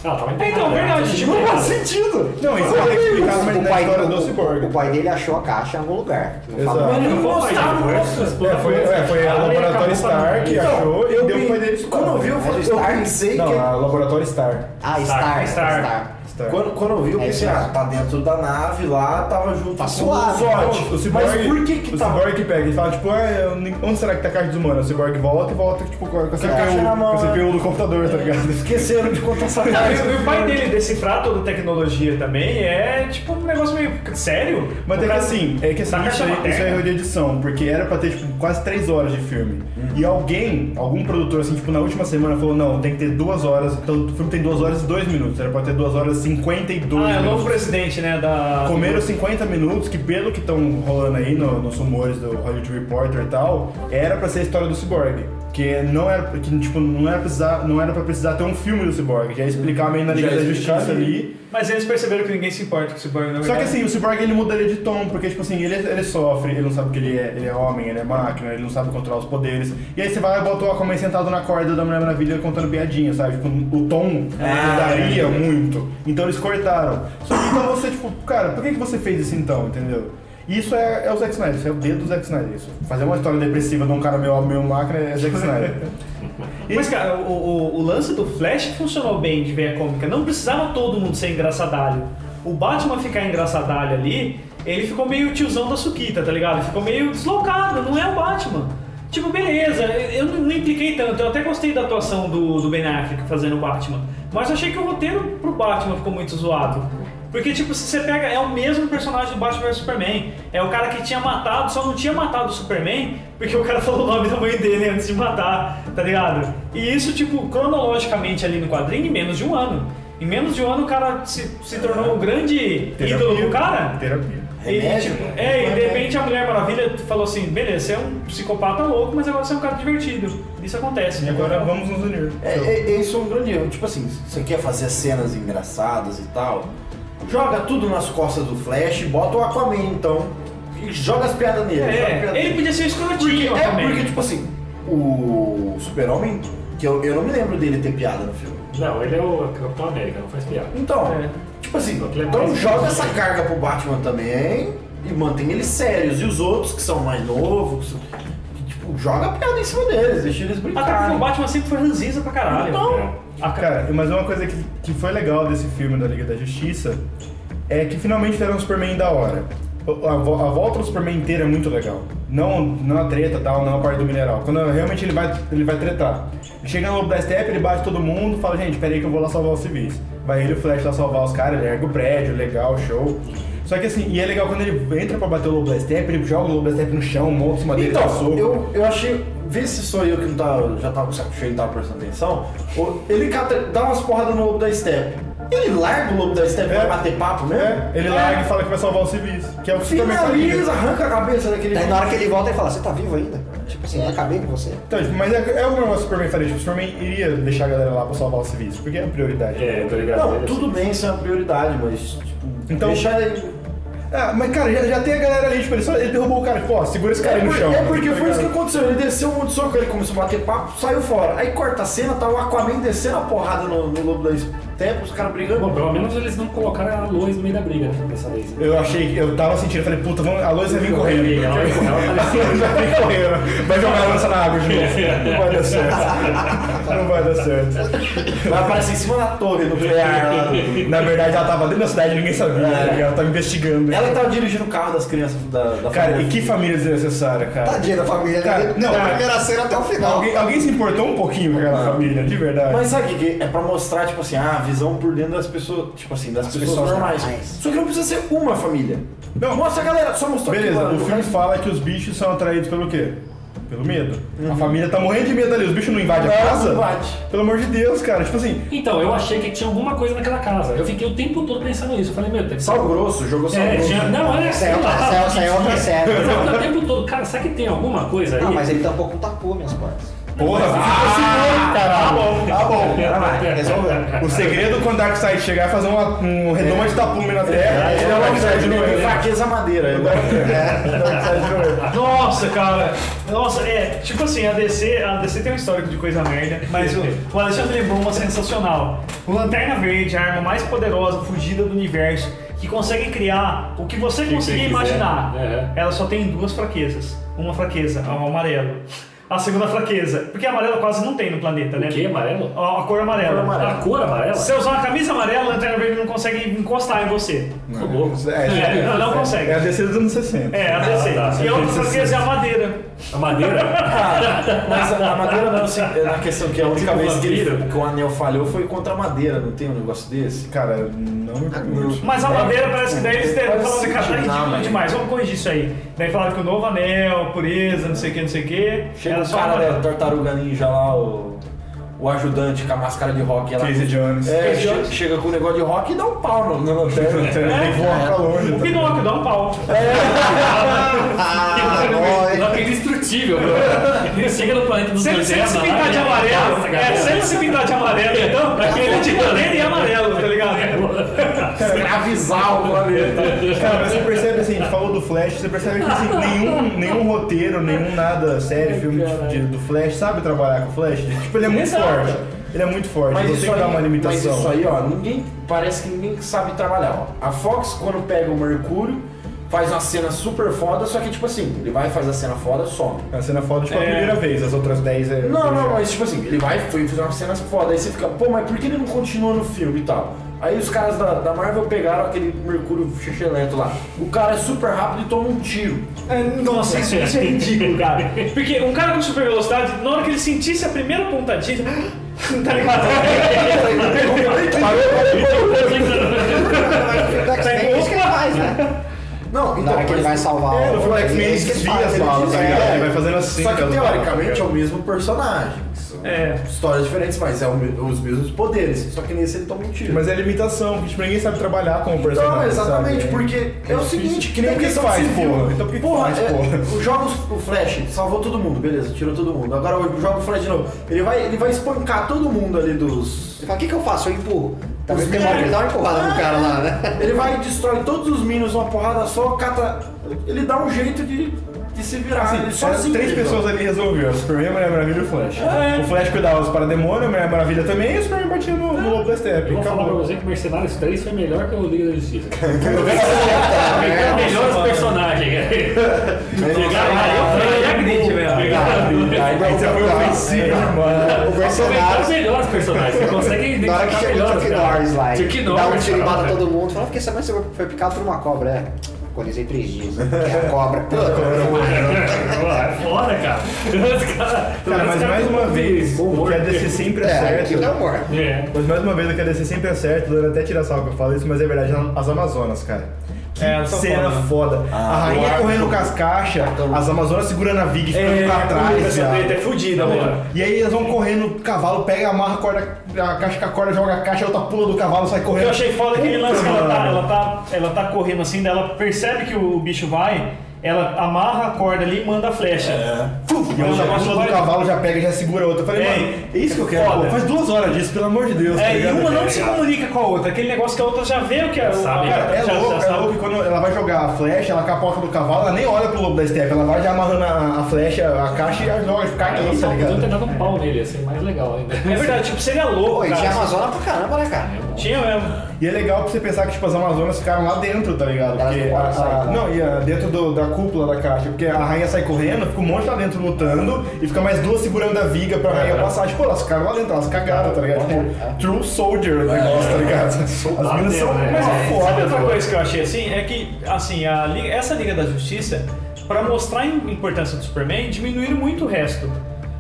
Speaker 3: Ah, tava enterrado,
Speaker 2: Então,
Speaker 3: né?
Speaker 2: verdade, tipo,
Speaker 5: não faz sentido.
Speaker 4: É. Não, isso é explicado mas
Speaker 6: O
Speaker 4: na
Speaker 6: pai,
Speaker 4: história
Speaker 6: o-
Speaker 4: do ciborgue.
Speaker 6: o pai dele achou a caixa em algum lugar. Não
Speaker 4: Exato.
Speaker 6: fala-
Speaker 5: Mas não mostrava o rosto.
Speaker 4: É, foi, é, foi a Laboratório Star que
Speaker 5: assim. Então,
Speaker 4: achou e
Speaker 5: eu
Speaker 4: deu
Speaker 5: vi-
Speaker 4: o pai dele
Speaker 5: Quando eu vi, eu, falei, né? "Tá, eu
Speaker 6: Star?
Speaker 5: pensei que... é-"
Speaker 4: Não, a Laboratório Star.
Speaker 6: Ah,
Speaker 3: Star,
Speaker 6: Star,
Speaker 3: Star.
Speaker 6: Star.
Speaker 4: Star.
Speaker 5: Quando, quando eu vi, eu
Speaker 6: É
Speaker 5: pensei,
Speaker 6: isso
Speaker 5: ah,
Speaker 6: mesmo.
Speaker 5: tá dentro da nave lá, tava junto
Speaker 6: Tá
Speaker 5: com
Speaker 6: suave.
Speaker 5: o Zod.
Speaker 4: O ciborgue,
Speaker 5: Ah, Mas por que que
Speaker 4: o
Speaker 5: tá?
Speaker 4: ciborgue pega, ele fala, tipo, ah, eu nem- onde será que tá a caixa dos humanos? O ciborgue volta e volta, tipo, com a com a CPU,
Speaker 5: na
Speaker 4: com
Speaker 5: mão,
Speaker 4: a
Speaker 5: né?
Speaker 4: CPU do computador, tá ligado?
Speaker 5: Esqueceram de contar essa coisa.
Speaker 2: E o pai dele decifrar toda a tecnologia também é tipo um negócio meio sério.
Speaker 4: Mas é que
Speaker 2: Cara,
Speaker 4: assim, é que assim,
Speaker 2: Saca
Speaker 4: isso,
Speaker 2: essa
Speaker 4: aí,
Speaker 2: matéria?
Speaker 4: isso aí é erro de edição, porque era pra ter tipo, quase três horas de filme.
Speaker 2: Uhum.
Speaker 4: E alguém, algum produtor, assim, tipo, na última semana falou, não, tem que ter duas horas, então o filme tem duas horas e dois minutos, era pra ter duas horas e 52
Speaker 2: Ah, é o novo
Speaker 4: minutos.
Speaker 2: presidente, né? Da.
Speaker 4: Comeram 50 minutos, que pelo que estão rolando aí no- nos rumores do Hollywood Reporter e tal, era pra ser a história do Cyborg. Que não era, que, tipo, não era precisar, não era pra precisar ter um filme do Cyborg, já ia explicar meio na Liga
Speaker 5: Já
Speaker 4: da
Speaker 5: ia explicar
Speaker 4: Justiça
Speaker 5: ali.
Speaker 4: ali.
Speaker 2: Mas eles perceberam que ninguém se importa com o Cyborg, na
Speaker 4: Só que
Speaker 2: verdade.
Speaker 4: assim, o Cyborg ele mudaria de tom, porque tipo assim, ele, ele sofre, ele não sabe que ele é, ele é homem, ele é máquina, ele não sabe controlar os poderes. E aí você vai e bota o Aquaman sentado na corda da Mulher Maravilha contando piadinha, sabe? Tipo, o tom
Speaker 2: Ah, é
Speaker 4: mudaria muito. Então eles cortaram. Só que então você, tipo, cara, por que, que você fez isso então, entendeu? E Isso é, é o Zack Snyder, isso é o dedo do Zack Snyder. Isso. Fazer uma história depressiva de um cara meio homem, meio máquina é Zack Snyder.
Speaker 2: Mas, cara, o, o- o lance do Flash funcionou bem de veia cômica. Não precisava todo mundo ser engraçadalho. O Batman ficar engraçadalho ali, ele ficou meio tiozão da Suquita, tá ligado? Ficou meio deslocado, não é o Batman. Tipo, beleza, eu não não impliquei tanto. Eu até gostei da atuação do, do Ben Affleck fazendo o Batman. Mas eu achei que o roteiro pro Batman ficou muito zoado. Porque, tipo, se você pega, é o mesmo personagem do Batman vs Superman. É o cara que tinha matado, só não tinha matado o Superman, porque o cara falou o nome da mãe dele antes de matar, tá ligado? E isso, tipo, cronologicamente ali no quadrinho, em menos de um ano. Em menos de um ano o cara se, se tornou o grande ídolo do cara.
Speaker 4: Terapia.
Speaker 2: E,
Speaker 5: Remédio,
Speaker 2: tipo,
Speaker 5: né?
Speaker 2: é, e de repente a Mulher Maravilha falou assim: beleza, você é um psicopata louco, mas agora você é um cara divertido. Isso acontece. né?
Speaker 4: E agora vamos nos unir.
Speaker 5: É, é, é, isso é um grande erro. Tipo assim, você quer fazer cenas engraçadas e tal, joga tudo nas costas do Flash, bota o Aquaman então, e joga as piadas nele. joga as piadas
Speaker 2: É, ele
Speaker 5: nele.
Speaker 2: podia ser
Speaker 5: Porque,
Speaker 2: escrotinho
Speaker 5: é
Speaker 2: também.
Speaker 5: porque, tipo assim, o Super-Homem, que eu, eu não me lembro dele ter piada no filme.
Speaker 3: Não, ele é o Capitão América, não faz piada.
Speaker 5: Então,
Speaker 2: É.
Speaker 5: tipo assim,
Speaker 3: Aquele é
Speaker 5: então
Speaker 3: mais-
Speaker 5: joga essa carga pro Batman também e mantém eles sérios. E os outros que são mais novos, que, tipo, joga a piada em cima deles, deixa eles
Speaker 2: Até porque o
Speaker 5: brincarem.
Speaker 2: Batman sempre foi ranzinza pra caralho. É.
Speaker 5: Então,
Speaker 2: a
Speaker 4: Cara, mas uma coisa que, que foi legal desse filme da Liga da Justiça é que finalmente deram um Superman da hora. O- A, vo- a volta do Superman inteira é muito legal. Não, não a treta e tal, não a parte do mineral. Quando realmente ele vai, ele vai tretar. Ele chega no lobo da estepe, ele bate todo mundo, fala, gente, peraí que eu vou lá salvar os civis. Vai ele e o Flash lá salvar os caras, ele ergue o prédio, legal, show. Só que assim, e é legal quando ele entra pra bater o lobo da estepe, ele joga o lobo da estepe no chão, monta em cima dele, dá
Speaker 5: Então,
Speaker 4: soco.
Speaker 5: eu, eu achei. Vê se sou eu que não tava, já tá, tava com o saco cheio e não tava prestando atenção. O- Ele cata- dá umas porradas no lobo da Step. Ele larga o lobo da Step
Speaker 4: É.
Speaker 5: pra bater papo mesmo?
Speaker 4: É, ele larga e fala que vai salvar os civis. Que é o que o Superman faz.
Speaker 5: Finaliza, arranca a cabeça daquele.
Speaker 6: Daí na hora que ele volta, ele fala, você tá vivo ainda? Tipo assim, eu acabei com você.
Speaker 4: Então, tipo, mas é, é o negócio que o Superman faria. Tipo, o Superman iria deixar a galera lá pra salvar os civis, porque é a prioridade.
Speaker 3: É, tô ligado.
Speaker 5: Não,
Speaker 3: Ele-
Speaker 5: tudo bem, isso é uma prioridade, mas, tipo,
Speaker 4: Então-
Speaker 5: deixa ele.
Speaker 4: Ah, mas cara, já, já tem a galera ali, tipo, ele, só, ele derrubou o cara, tipo, ó, segura esse cara
Speaker 5: É,
Speaker 4: aí no
Speaker 5: por-
Speaker 4: chão.
Speaker 5: é porque
Speaker 4: Tá
Speaker 5: foi isso que
Speaker 4: ligado?
Speaker 5: aconteceu. Ele desceu um monte de soco, ele começou a bater papo, saiu fora. Aí corta a cena, tá o Aquaman descendo a porrada no, no lobo da Step, os caras brigando.
Speaker 3: Bom, pelo menos eles não colocaram a Lois no meio da briga, né? Dessa vez.
Speaker 4: Eu achei, eu tava sentindo, eu falei, puta, vamos, a Lois vai vir
Speaker 6: é
Speaker 4: correndo.
Speaker 3: Ela- ela- ela-
Speaker 4: A Lois vai vir correndo. Vai jogar a lança na água de novo. Não vai dar certo. Não vai dar certo.
Speaker 5: Vai aparecer em cima da torre nuclear. lá do-
Speaker 4: Na verdade, ela tava dentro da cidade e ninguém sabia, tá ligado? Ela tava investigando.
Speaker 5: Ela que tava dirigindo o carro das crianças da, da
Speaker 4: Cara,
Speaker 5: família.
Speaker 4: e que família desnecessária, cara.
Speaker 6: Tadinha da família,
Speaker 4: Cara,
Speaker 6: né?
Speaker 4: não,
Speaker 6: da
Speaker 4: cara.
Speaker 6: primeira cena até o final.
Speaker 4: Alguém, alguém se importou um pouquinho com aquela família, de verdade.
Speaker 5: Mas sabe o que que é? É pra mostrar, tipo assim, a visão por dentro das pessoas, tipo assim, das pessoas,
Speaker 6: pessoas
Speaker 5: normais.
Speaker 6: normais.
Speaker 5: Só que não precisa ser uma família.
Speaker 4: Não.
Speaker 5: Mostra a galera, só mostrou
Speaker 4: Beleza,
Speaker 5: aquilo,
Speaker 4: o filme
Speaker 5: mas-
Speaker 4: fala que os bichos são atraídos pelo quê? Pelo medo. A família tá morrendo de medo ali, os bichos não invadem a
Speaker 5: Não,
Speaker 4: é casa?
Speaker 5: não invade.
Speaker 4: Pelo amor de Deus, cara. Tipo assim,
Speaker 3: Então, eu achei que tinha alguma coisa naquela casa. Eu fiquei o tempo todo pensando nisso. Eu falei, meu, deve ser.
Speaker 5: Sal grosso, jogou sal
Speaker 3: É,
Speaker 5: grosso.
Speaker 3: tinha... Não, olha
Speaker 6: Saiu
Speaker 3: sei lá.
Speaker 6: saiu- saiu outra série.
Speaker 3: Mas eu
Speaker 4: tá
Speaker 3: fiquei o tempo todo, cara, será que tem alguma coisa aí?
Speaker 6: Não, mas é- ele tá um tampouco tapou minhas portas.
Speaker 4: porra, ah, caralho. Tá bom, tá bom. O segredo quando Darkseid chegar é fazer uma, um redoma de tapume na terra e
Speaker 5: É,
Speaker 4: tirar o
Speaker 5: não,
Speaker 4: Darkseid no
Speaker 5: é,
Speaker 4: erro.
Speaker 5: fraqueza madeira. é.
Speaker 2: Nossa, cara. Nossa, é, tipo assim, a DC, a DC tem um histórico de coisa merda, mas o, o Alexandre lembrou uma sensacional. O Lanterna Verde, a arma mais poderosa, fugida do universo, que consegue criar o que você
Speaker 3: que
Speaker 2: conseguir
Speaker 3: você quiser.
Speaker 2: imaginar.
Speaker 3: É.
Speaker 2: Ela só tem duas fraquezas. Uma fraqueza, a amarelo. A segunda fraqueza, porque amarelo quase não tem no planeta, né?
Speaker 3: O quê? Amarelo?
Speaker 2: A, a cor amarela.
Speaker 3: A cor amarela?
Speaker 2: Se você usar uma camisa amarela, a Lanterna Verde não consegue encostar em você.
Speaker 3: Tô louco.
Speaker 2: É, não, não
Speaker 4: É
Speaker 2: consegue.
Speaker 4: a descida dos anos 60.
Speaker 2: É, a DC.
Speaker 3: Ah, tá.
Speaker 2: e a outra fraqueza é a madeira.
Speaker 3: A madeira?
Speaker 5: Mas a a madeira não, assim, é na questão que a única
Speaker 3: Tipo
Speaker 5: vez que, ele,
Speaker 3: vampiro.
Speaker 5: que o anel falhou foi contra a madeira, não tem um negócio desse?
Speaker 4: Cara, não me pergunte.
Speaker 2: Mas a
Speaker 3: É.
Speaker 2: madeira parece que daí eles deram falando que tá
Speaker 5: Não,
Speaker 2: ridículo
Speaker 5: mas-
Speaker 2: demais, vamos corrigir isso aí. Daí falaram que o novo anel, pureza, não sei o que, não sei o que.
Speaker 5: Chega o cara da tartaruga ninja lá, o, o ajudante com a máscara de rock. Ela,
Speaker 4: Casey Jones.
Speaker 5: É,
Speaker 2: Casey
Speaker 5: che-
Speaker 2: Jones.
Speaker 5: chega com o negócio de rock e dá um pau no, né? no lanterna.
Speaker 4: Tem que voar pra
Speaker 2: O
Speaker 4: longe. tá?
Speaker 2: Pinóquio dá um pau.
Speaker 6: Ah,
Speaker 2: Não
Speaker 6: olha.
Speaker 3: é indestrutível. mano. Ele chega no planeta dos
Speaker 2: Sempre, sempre
Speaker 3: Lanternas
Speaker 2: se
Speaker 3: lá,
Speaker 2: pintar
Speaker 3: ele
Speaker 2: de amarelo.
Speaker 3: arrasa,
Speaker 2: É,
Speaker 3: cara.
Speaker 2: sempre se pintar de amarelo, então. Aquele é de dele e amarelo, tá
Speaker 3: É,
Speaker 2: ligado?
Speaker 5: Escravizar o planeta.
Speaker 4: Cara, mas você percebe assim, a gente falou do Flash, você percebe que assim, nenhum, nenhum roteiro, nenhum nada sério, filme de- de- do Flash sabe trabalhar com o Flash? Tipo, ele é muito
Speaker 5: Exato.
Speaker 4: forte. Ele é muito forte,
Speaker 5: Mas
Speaker 4: você
Speaker 5: isso,
Speaker 4: tem que
Speaker 5: aí,
Speaker 4: dar uma limitação.
Speaker 5: mas isso aí, ó, ninguém. Parece que ninguém sabe trabalhar. Ó. A Fox, quando pega o Mercúrio, faz uma cena super foda, só que tipo assim, ele vai, faz a cena foda, some.
Speaker 4: A cena foda, tipo,
Speaker 2: É.
Speaker 4: a primeira vez, as outras 10 é.
Speaker 5: Não, não, mas tipo assim, ele vai foi fazer uma cena foda, aí você fica, pô, mas por que ele não continua no filme e tal? Aí os caras da, da Marvel pegaram aquele Mercúrio xixelento lá. O cara é super rápido e toma um tiro.
Speaker 2: É, Nossa, isso, isso é ridículo, cara. Porque um cara com super velocidade, na hora que ele sentisse a primeira pontadinha, tá ligado?
Speaker 6: Tá em isso que ele faz, né?
Speaker 5: Não,
Speaker 6: Na hora que ele vai salvar
Speaker 5: É,
Speaker 6: o-
Speaker 5: no
Speaker 4: O
Speaker 5: filme
Speaker 4: Black Man
Speaker 6: É isso que ele
Speaker 4: desvia
Speaker 6: faz,
Speaker 4: as
Speaker 6: ele
Speaker 4: balas,
Speaker 5: né?
Speaker 4: tá
Speaker 6: desvia.
Speaker 4: ligado? Ele vai fazendo assim.
Speaker 5: é, Só que
Speaker 6: né?
Speaker 4: aquelas balas, tá ligado?
Speaker 5: teoricamente é o mesmo personagem. São
Speaker 2: É.
Speaker 5: Histórias diferentes, mas é o me- os mesmos poderes. Só que nesse ele toma um tiro.
Speaker 4: Mas é limitação, porque tipo, ninguém sabe trabalhar com o personagem.
Speaker 5: Então, exatamente,
Speaker 4: sabe?
Speaker 5: porque é,
Speaker 4: É
Speaker 5: o
Speaker 4: difícil.
Speaker 5: seguinte, que
Speaker 4: Então por
Speaker 5: nem
Speaker 4: que
Speaker 5: questão
Speaker 4: faz,
Speaker 5: civil.
Speaker 4: porra? Então por que faz,
Speaker 5: é,
Speaker 4: porra?
Speaker 5: o jogos, o Flash salvou todo mundo, beleza, tirou todo mundo. Agora eu jogo o Flash de novo. Ele vai, ele vai espancar todo mundo ali dos.
Speaker 6: Você fala, o que, que eu faço? Eu empurro. Talvez
Speaker 5: Os
Speaker 6: tem uma hora que ele dá uma empurrada no cara lá, né?
Speaker 5: Ele vai e destrói todos os minions numa porrada só, cata. Ele dá um jeito de, de se virar.
Speaker 4: Assim,
Speaker 5: ele
Speaker 4: só
Speaker 5: sozinho.
Speaker 4: três
Speaker 5: ele
Speaker 4: pessoas ali resolveu. O Superman, é a Mulher Maravilha e o Flash.
Speaker 5: É.
Speaker 4: O Flash cuidava dos parademônios, a Mulher Maravilha também, e o Superman batia no,
Speaker 5: É.
Speaker 4: no Lobo da Steppe.
Speaker 3: Eu vou falar pra
Speaker 4: Acabou.
Speaker 3: você que Mercenários 3 foi melhor que o Liga da Justiça.
Speaker 6: É,
Speaker 3: Pegaram melhores
Speaker 4: mano.
Speaker 3: personagens. Pegaram
Speaker 2: Ele é grande, velho.
Speaker 4: Aí você foi ofensivo,
Speaker 5: É.
Speaker 4: mano.
Speaker 6: O
Speaker 3: Aproveitar os
Speaker 6: mercenário,
Speaker 3: melhores personagens. Você consegue
Speaker 6: na hora que
Speaker 3: identificar
Speaker 6: chega
Speaker 3: melhores.
Speaker 6: o Chuck Norris lá, e
Speaker 3: Chuck
Speaker 6: dá um
Speaker 3: Norris,
Speaker 6: tiro e mata
Speaker 3: cara.
Speaker 6: todo mundo, fala, porque essa mãe você foi picado por uma cobra, é. Agonizei três dias. Que é a cobra.
Speaker 3: É foda, cara. Os cara-
Speaker 4: Cara,
Speaker 3: os
Speaker 4: mas
Speaker 3: cara
Speaker 4: mais
Speaker 3: com
Speaker 4: uma
Speaker 3: bom
Speaker 4: vez, o
Speaker 3: humor.
Speaker 4: que a DC sempre
Speaker 6: É, aquilo é
Speaker 4: acerta.
Speaker 6: humor.
Speaker 3: É.
Speaker 4: Mas mais uma vez, o que a DC sempre acerta, o Dano até tira sal que eu falo isso, mas é verdade, as Amazonas, cara. Que
Speaker 2: É, elas são
Speaker 4: cena foda. a
Speaker 5: o
Speaker 4: rainha
Speaker 5: arco.
Speaker 4: correndo com as caixas, as Amazonas segurando a Vig e ficando
Speaker 2: É,
Speaker 4: pra trás.
Speaker 2: essa
Speaker 4: viado.
Speaker 2: treta é fodida, mano.
Speaker 4: E aí eles vão correndo, o cavalo pega, amarra a corda, a caixa com a corda, joga a caixa, a outra pula do cavalo, sai
Speaker 2: O
Speaker 4: correndo.
Speaker 2: que eu achei foda é aquele
Speaker 4: Puta,
Speaker 2: lance que ela tá,
Speaker 4: mano.
Speaker 2: ela, tá, ela tá correndo assim, daí ela percebe que o bicho vai, ela amarra a corda ali e manda a flecha. Fuf,
Speaker 4: E ela
Speaker 2: manda
Speaker 4: já
Speaker 2: a
Speaker 4: pula
Speaker 2: corda.
Speaker 4: do cavalo, já pega, já segura a outra. Eu falei,
Speaker 2: É,
Speaker 4: mano, é isso que eu quero.
Speaker 2: foda.
Speaker 4: pô. Faz duas horas disso, pelo amor de Deus. tá
Speaker 2: É, e
Speaker 4: ligado?
Speaker 2: uma não se comunica com a outra, aquele negócio que a outra já vê o que a
Speaker 3: sabe,
Speaker 2: a-
Speaker 4: Cara, é
Speaker 2: já- já
Speaker 4: louco, é
Speaker 2: sabe.
Speaker 4: louco que quando ela vai jogar a flecha, ela capota do cavalo, ela nem olha pro lobo da estepe, ela vai já amarrando a, a flecha, a caixa e já joga, cai
Speaker 3: Aí
Speaker 4: aqui, tá
Speaker 3: não, podiam ter
Speaker 4: ligado?
Speaker 3: dado um pau nele, assim, mais legal ainda.
Speaker 2: É verdade, tipo, seria louco,
Speaker 6: Pô, e
Speaker 2: cara.
Speaker 6: tinha Amazona pra caramba, né, cara?
Speaker 2: Tinha mesmo.
Speaker 4: E é legal pra você pensar que tipo, as Amazonas ficaram lá dentro, tá ligado?
Speaker 6: Elas
Speaker 4: Porque
Speaker 6: não podem
Speaker 4: a-
Speaker 6: sair,
Speaker 4: a-
Speaker 6: tá?
Speaker 4: não, e a- dentro do- da cúpula da caixa, porque a rainha sai correndo, fica um monte lá dentro lutando, e fica mais duas segurando a viga pra rainha passar. Tipo, elas ficaram lá dentro, elas cagaram, tá ligado? Tipo, true soldier o negócio, tá ligado? As meninas são
Speaker 3: né?
Speaker 4: mais
Speaker 3: Mas
Speaker 2: Sabe é outra
Speaker 4: É, foda.
Speaker 2: coisa que eu achei assim? É que, assim, a Liga- essa Liga da Justiça, pra mostrar a importância do Superman, diminuíram muito o resto.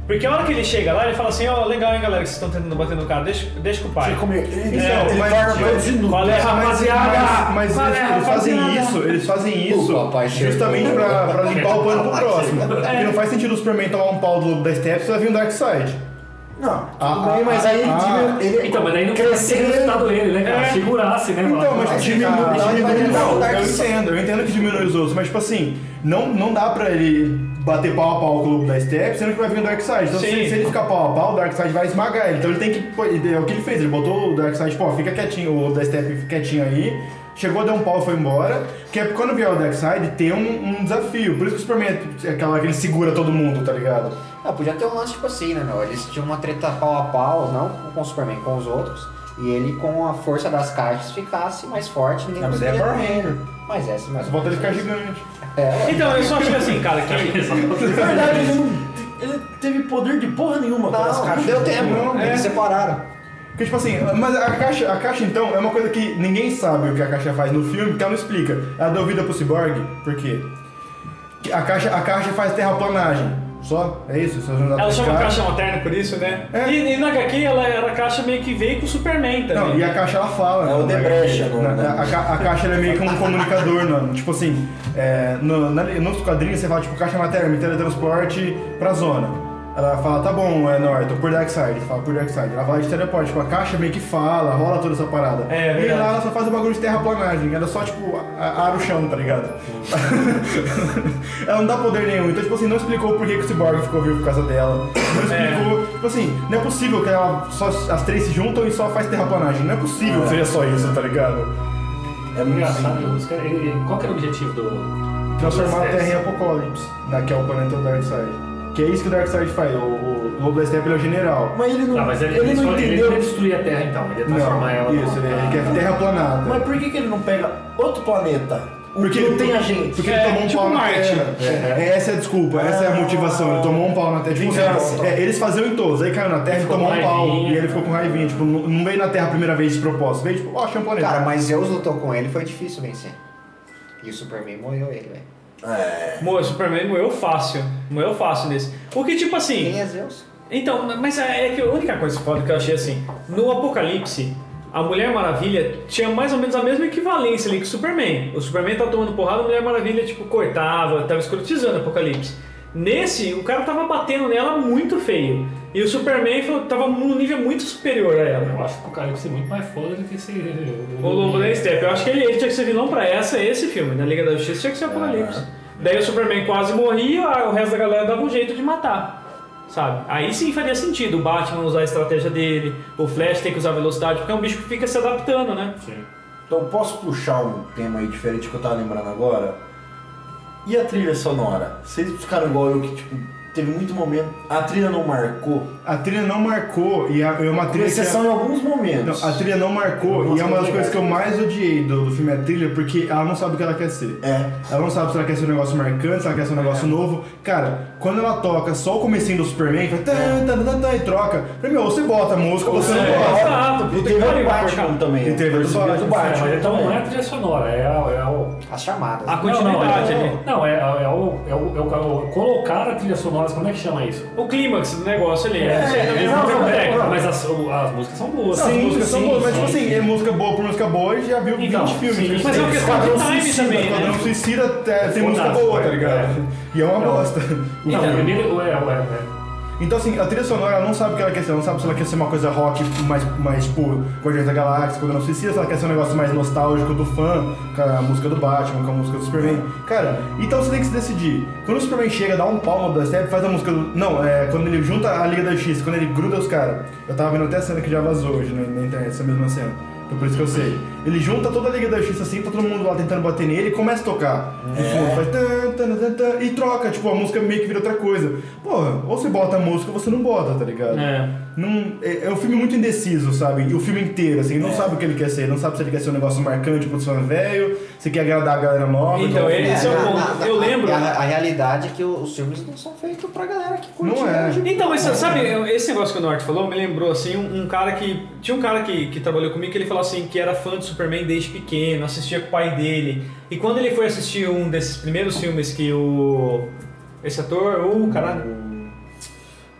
Speaker 2: Porque a hora que ele chega lá, ele fala assim, ó, legal, hein, galera, que vocês estão tentando bater no cara, deixa, deixa com o pai.
Speaker 5: Fica meio- Ele,
Speaker 4: Então,
Speaker 5: ele
Speaker 4: mas-
Speaker 5: torna mais de
Speaker 2: Qual é,
Speaker 4: Mas,
Speaker 2: rapaziada?
Speaker 4: mas,
Speaker 2: Qual
Speaker 4: mas
Speaker 2: é,
Speaker 4: eles, eles fazem
Speaker 2: rapaziada?
Speaker 4: isso, eles fazem isso
Speaker 6: papai chegou.
Speaker 4: justamente pra, pra limpar o pano pro próximo. Porque não faz sentido o Superman tomar um pau do lobo da Step, você vai vir um Darkseid.
Speaker 5: Não, tudo
Speaker 4: Ah,
Speaker 5: bem, mas
Speaker 4: ah,
Speaker 5: aí ele
Speaker 4: ah.
Speaker 5: diminui- ele
Speaker 3: Então, mas daí não cresceu
Speaker 5: Crescendo.
Speaker 3: o resultado dele, né, cara?
Speaker 2: É.
Speaker 3: Segurasse, né?
Speaker 4: Então,
Speaker 3: mano?
Speaker 4: mas
Speaker 3: Ah,
Speaker 4: diminui,
Speaker 6: cara,
Speaker 4: diminui-
Speaker 6: ele vai tentar
Speaker 4: não,
Speaker 6: mudar
Speaker 4: eu
Speaker 6: isso.
Speaker 4: entendo, tá eu entendo que diminui os outros, mas tipo assim, não, não dá pra ele bater pau a pau com o Lobo da Step, sendo que vai vir o Darkseid. Então se,
Speaker 2: Sim.
Speaker 4: se ele ficar pau a pau, o Darkseid vai esmagar ele. Então ele tem que. pô, É o que ele fez, ele botou o Darkseid, pô, fica quietinho, o Lobo da Step fica quietinho aí. Chegou, deu um pau e foi embora. Porque é quando vier o Darkseid, tem um, um desafio. Por isso que o Superman é aquela que ele segura todo mundo, tá ligado?
Speaker 6: Ah, podia ter um lance tipo assim, né, meu? Eles tinham uma treta pau a pau, não com o Superman, com os outros. E ele, com a força das caixas, ficasse mais forte. Ninguém
Speaker 4: Ah, mas é
Speaker 6: conseguia-
Speaker 4: Power Ranger.
Speaker 6: Mas é, sim, mas...
Speaker 4: Volta ele ficar gigante.
Speaker 2: Então, eu só achei assim, cara, que
Speaker 5: Na verdade, ele não, ele teve poder de porra nenhuma
Speaker 6: Não,
Speaker 5: pelas
Speaker 6: não
Speaker 5: caixas.
Speaker 6: deu tempo.
Speaker 4: Não, é.
Speaker 6: Eles separaram.
Speaker 4: Porque, tipo assim, mas a caixa, a caixa então é uma coisa que ninguém sabe o que a caixa faz no filme, porque ela não explica. Ela deu vida pro Cyborg, por quê? Que A caixa, a caixa faz terraplanagem. Só? É isso? Só
Speaker 2: Ela chama caixa materna por isso, né?
Speaker 4: É.
Speaker 2: E, e na HQ ela era a caixa meio que veio com o Superman também.
Speaker 4: Não, e a caixa ela fala.
Speaker 5: É o
Speaker 4: né?
Speaker 5: Debreche agora,
Speaker 4: Na-
Speaker 5: né?
Speaker 4: a, ca- a caixa ela é meio que um comunicador, mano. Tipo assim, é, no, na, nos quadrinhos você fala, tipo, caixa materna, me teletransporte pra zona. Ela fala, tá bom, é Norton, por Darkseid. Fala por Darkseid. Ela fala de teleporte, tipo, a caixa meio que fala, rola toda essa parada.
Speaker 2: É, é
Speaker 4: e
Speaker 2: verdade.
Speaker 4: lá ela só faz o bagulho de terraplanagem. Ela só, tipo, a- ara o chão, tá ligado?
Speaker 3: Uhum.
Speaker 4: ela não dá poder nenhum. Então, tipo assim, não explicou por que, que o Cyborg ficou vivo por causa dela. Não
Speaker 3: É.
Speaker 4: explicou. Tipo assim, não é possível que ela só, as três se juntam e só faz terraplanagem. Não é possível que seja só isso, tá ligado?
Speaker 5: É muito
Speaker 3: Engraçado,
Speaker 5: simples.
Speaker 3: os caras- ele- é- qual que era o objetivo do.
Speaker 4: Transformar a
Speaker 3: do
Speaker 4: Terra em
Speaker 3: Steph?
Speaker 4: Apocalipse, na que é o planeta do Darkseid. Que é isso que o Darkseid faz. O, o Lobo da Steppe ele é o general.
Speaker 5: Mas ele não,
Speaker 3: Ah, mas ele,
Speaker 5: ele não
Speaker 3: só- ele
Speaker 5: entendeu.
Speaker 3: queria destruir a Terra então, ele ia transformar ela né?
Speaker 4: Isso, ele, ele quer terra planada.
Speaker 5: Mas por que, que ele não pega outro planeta?
Speaker 4: Porque-
Speaker 5: não tem a gente.
Speaker 4: Porque ele tomou um pau na terra. É, essa é a desculpa, essa é a motivação. Ele tomou um pau na terra. Tipo,
Speaker 5: Vingança.
Speaker 4: é, eles faziam em todos, aí caiu na terra e
Speaker 3: Ficou
Speaker 4: tomou um
Speaker 3: com
Speaker 4: pau.
Speaker 3: raivinha.
Speaker 4: E ele ficou com raivinha. Tipo, não não veio na terra a primeira vez de propósito. Veio tipo, ó, achei um planeta.
Speaker 6: Cara, mas Zeus lutou com ele foi difícil vencer. E o Superman morreu ele, velho.
Speaker 4: é-
Speaker 2: Mo, Superman moeu fácil. Moeu fácil nesse. O que, tipo assim.
Speaker 6: Quem é Zeus?
Speaker 2: Então, mas é que a única coisa foda que eu achei assim, no Apocalipse, a Mulher Maravilha tinha mais ou menos a mesma equivalência ali que o Superman. O Superman tava tomando porrada, a Mulher Maravilha, tipo, cortava, tava escrotizando o Apocalipse. Nesse, o cara tava batendo nela muito feio. E o Superman foi- tava num nível muito superior a ela.
Speaker 3: Eu acho que o Apocalipse é muito mais foda do que esse.
Speaker 2: O Lobo da Steppe, eu acho que ele, ele tinha que ser vilão pra essa esse filme, na Liga da Justiça tinha que ser Apocalipse. Daí o Superman quase morria, a- o resto da galera dava um jeito de matar. Sabe? Aí sim faria sentido o Batman usar a estratégia dele, o Flash tem que usar velocidade, porque é um bicho que fica se adaptando, né?
Speaker 3: Sim.
Speaker 5: Então posso puxar um tema aí diferente que eu tava lembrando agora? E a trilha sonora? Vocês ficaram igual eu que, tipo, teve muito momento. A trilha não marcou.
Speaker 4: A trilha não marcou e a- é uma
Speaker 5: Com
Speaker 4: trilha. que-
Speaker 5: exceção em alguns
Speaker 4: Não,
Speaker 5: momentos.
Speaker 4: a trilha não marcou
Speaker 5: Nossa,
Speaker 4: e é uma das
Speaker 5: muito
Speaker 4: coisas que eu
Speaker 5: legal.
Speaker 4: mais odiei do, do filme é A Trilha, porque ela não sabe o que ela quer ser.
Speaker 5: É.
Speaker 4: Ela não sabe se ela quer ser um negócio marcante, se ela quer ser um negócio
Speaker 3: É.
Speaker 4: novo. Cara, quando ela toca só o comecinho do Superman, vai tá, tá, tá, tá, e troca. Primeiro, ou você bota a música, ou você não
Speaker 2: É,
Speaker 4: bota.
Speaker 2: exato,
Speaker 5: E
Speaker 2: puta que
Speaker 5: teve o
Speaker 2: pariu,
Speaker 5: Batman
Speaker 2: porca.
Speaker 5: também.
Speaker 4: E teve
Speaker 5: Foi
Speaker 4: do
Speaker 5: subida do
Speaker 4: Batman.
Speaker 3: É, mas
Speaker 5: Batman.
Speaker 3: então não é a trilha sonora, é, a- é o.
Speaker 6: As chamadas.
Speaker 2: A continuidade
Speaker 3: não,
Speaker 2: ali.
Speaker 3: não, é, o- não, é, é, o, é, o, é o- é o- colocar a trilha sonora, como é que chama isso?
Speaker 2: O clímax do negócio ali. né?
Speaker 3: É,
Speaker 2: isso aí também
Speaker 3: não,
Speaker 2: não,
Speaker 3: não,
Speaker 2: técnica.
Speaker 3: não, mas as, o- as músicas são boas.
Speaker 4: Não, as
Speaker 3: Sim,
Speaker 4: músicas são
Speaker 3: sim,
Speaker 4: boas, mas tipo
Speaker 3: sim,
Speaker 4: assim,
Speaker 3: sim.
Speaker 4: é música boa por música boa e já viu 20
Speaker 3: Então,
Speaker 4: filmes.
Speaker 3: sim,
Speaker 2: mas
Speaker 4: que
Speaker 2: é uma
Speaker 4: tem.
Speaker 2: questão de time também,
Speaker 4: Esquadrão
Speaker 2: né?
Speaker 4: Suicida é, tem
Speaker 3: É
Speaker 4: música
Speaker 3: fantástico,
Speaker 4: boa, tá
Speaker 3: é,
Speaker 4: ligado? E é uma
Speaker 3: Não.
Speaker 4: bosta.
Speaker 3: Então,
Speaker 2: Então.
Speaker 3: primeiro, é, é, é.
Speaker 4: Então assim, a trilha sonora ela não sabe o que ela quer ser, ela não sabe se ela quer ser uma coisa rock mais, mais tipo Guardiões da Galáxia, Esquadrão Suicida, se ela quer ser um negócio mais nostálgico do fã, com a música do Batman, com a música do Superman. Cara, então você tem que se decidir. Quando o Superman chega, dá um palmo da Step, faz a música do. Não, é quando ele junta a Liga da Justiça, quando ele gruda os caras. Eu tava vendo até a cena que já vazou hoje na, na internet, essa mesma cena. Então por isso que eu sei. Ele junta toda a Liga da Justiça assim, tá todo mundo lá tentando bater nele e começa a tocar.
Speaker 2: É.
Speaker 4: No fundo, faz tan, tan, tan, tan, e troca, tipo, a música meio que vira outra coisa. Porra, ou você bota a música ou você não bota, tá ligado?
Speaker 2: É.
Speaker 4: Não, é, é um filme muito indeciso, sabe? E o filme inteiro, assim, ele
Speaker 2: É.
Speaker 4: não sabe o que ele quer ser, ele não sabe se ele quer ser um negócio marcante pro fã velho, se quer agradar a galera nova.
Speaker 2: Então,
Speaker 4: que-
Speaker 2: ele- esse é o ponto. Eu lembro-
Speaker 6: A, a realidade é que os filmes não são feitos pra galera que curte.
Speaker 4: Não é.
Speaker 6: hoje.
Speaker 2: Então, mas sabe, esse negócio que o Norte falou me lembrou assim, um, um cara que. Tinha um cara que, que trabalhou comigo que ele falou assim que era fã de Superman desde pequeno, assistia com o pai dele. E quando ele foi assistir um desses primeiros filmes que o. Esse ator, o caralho.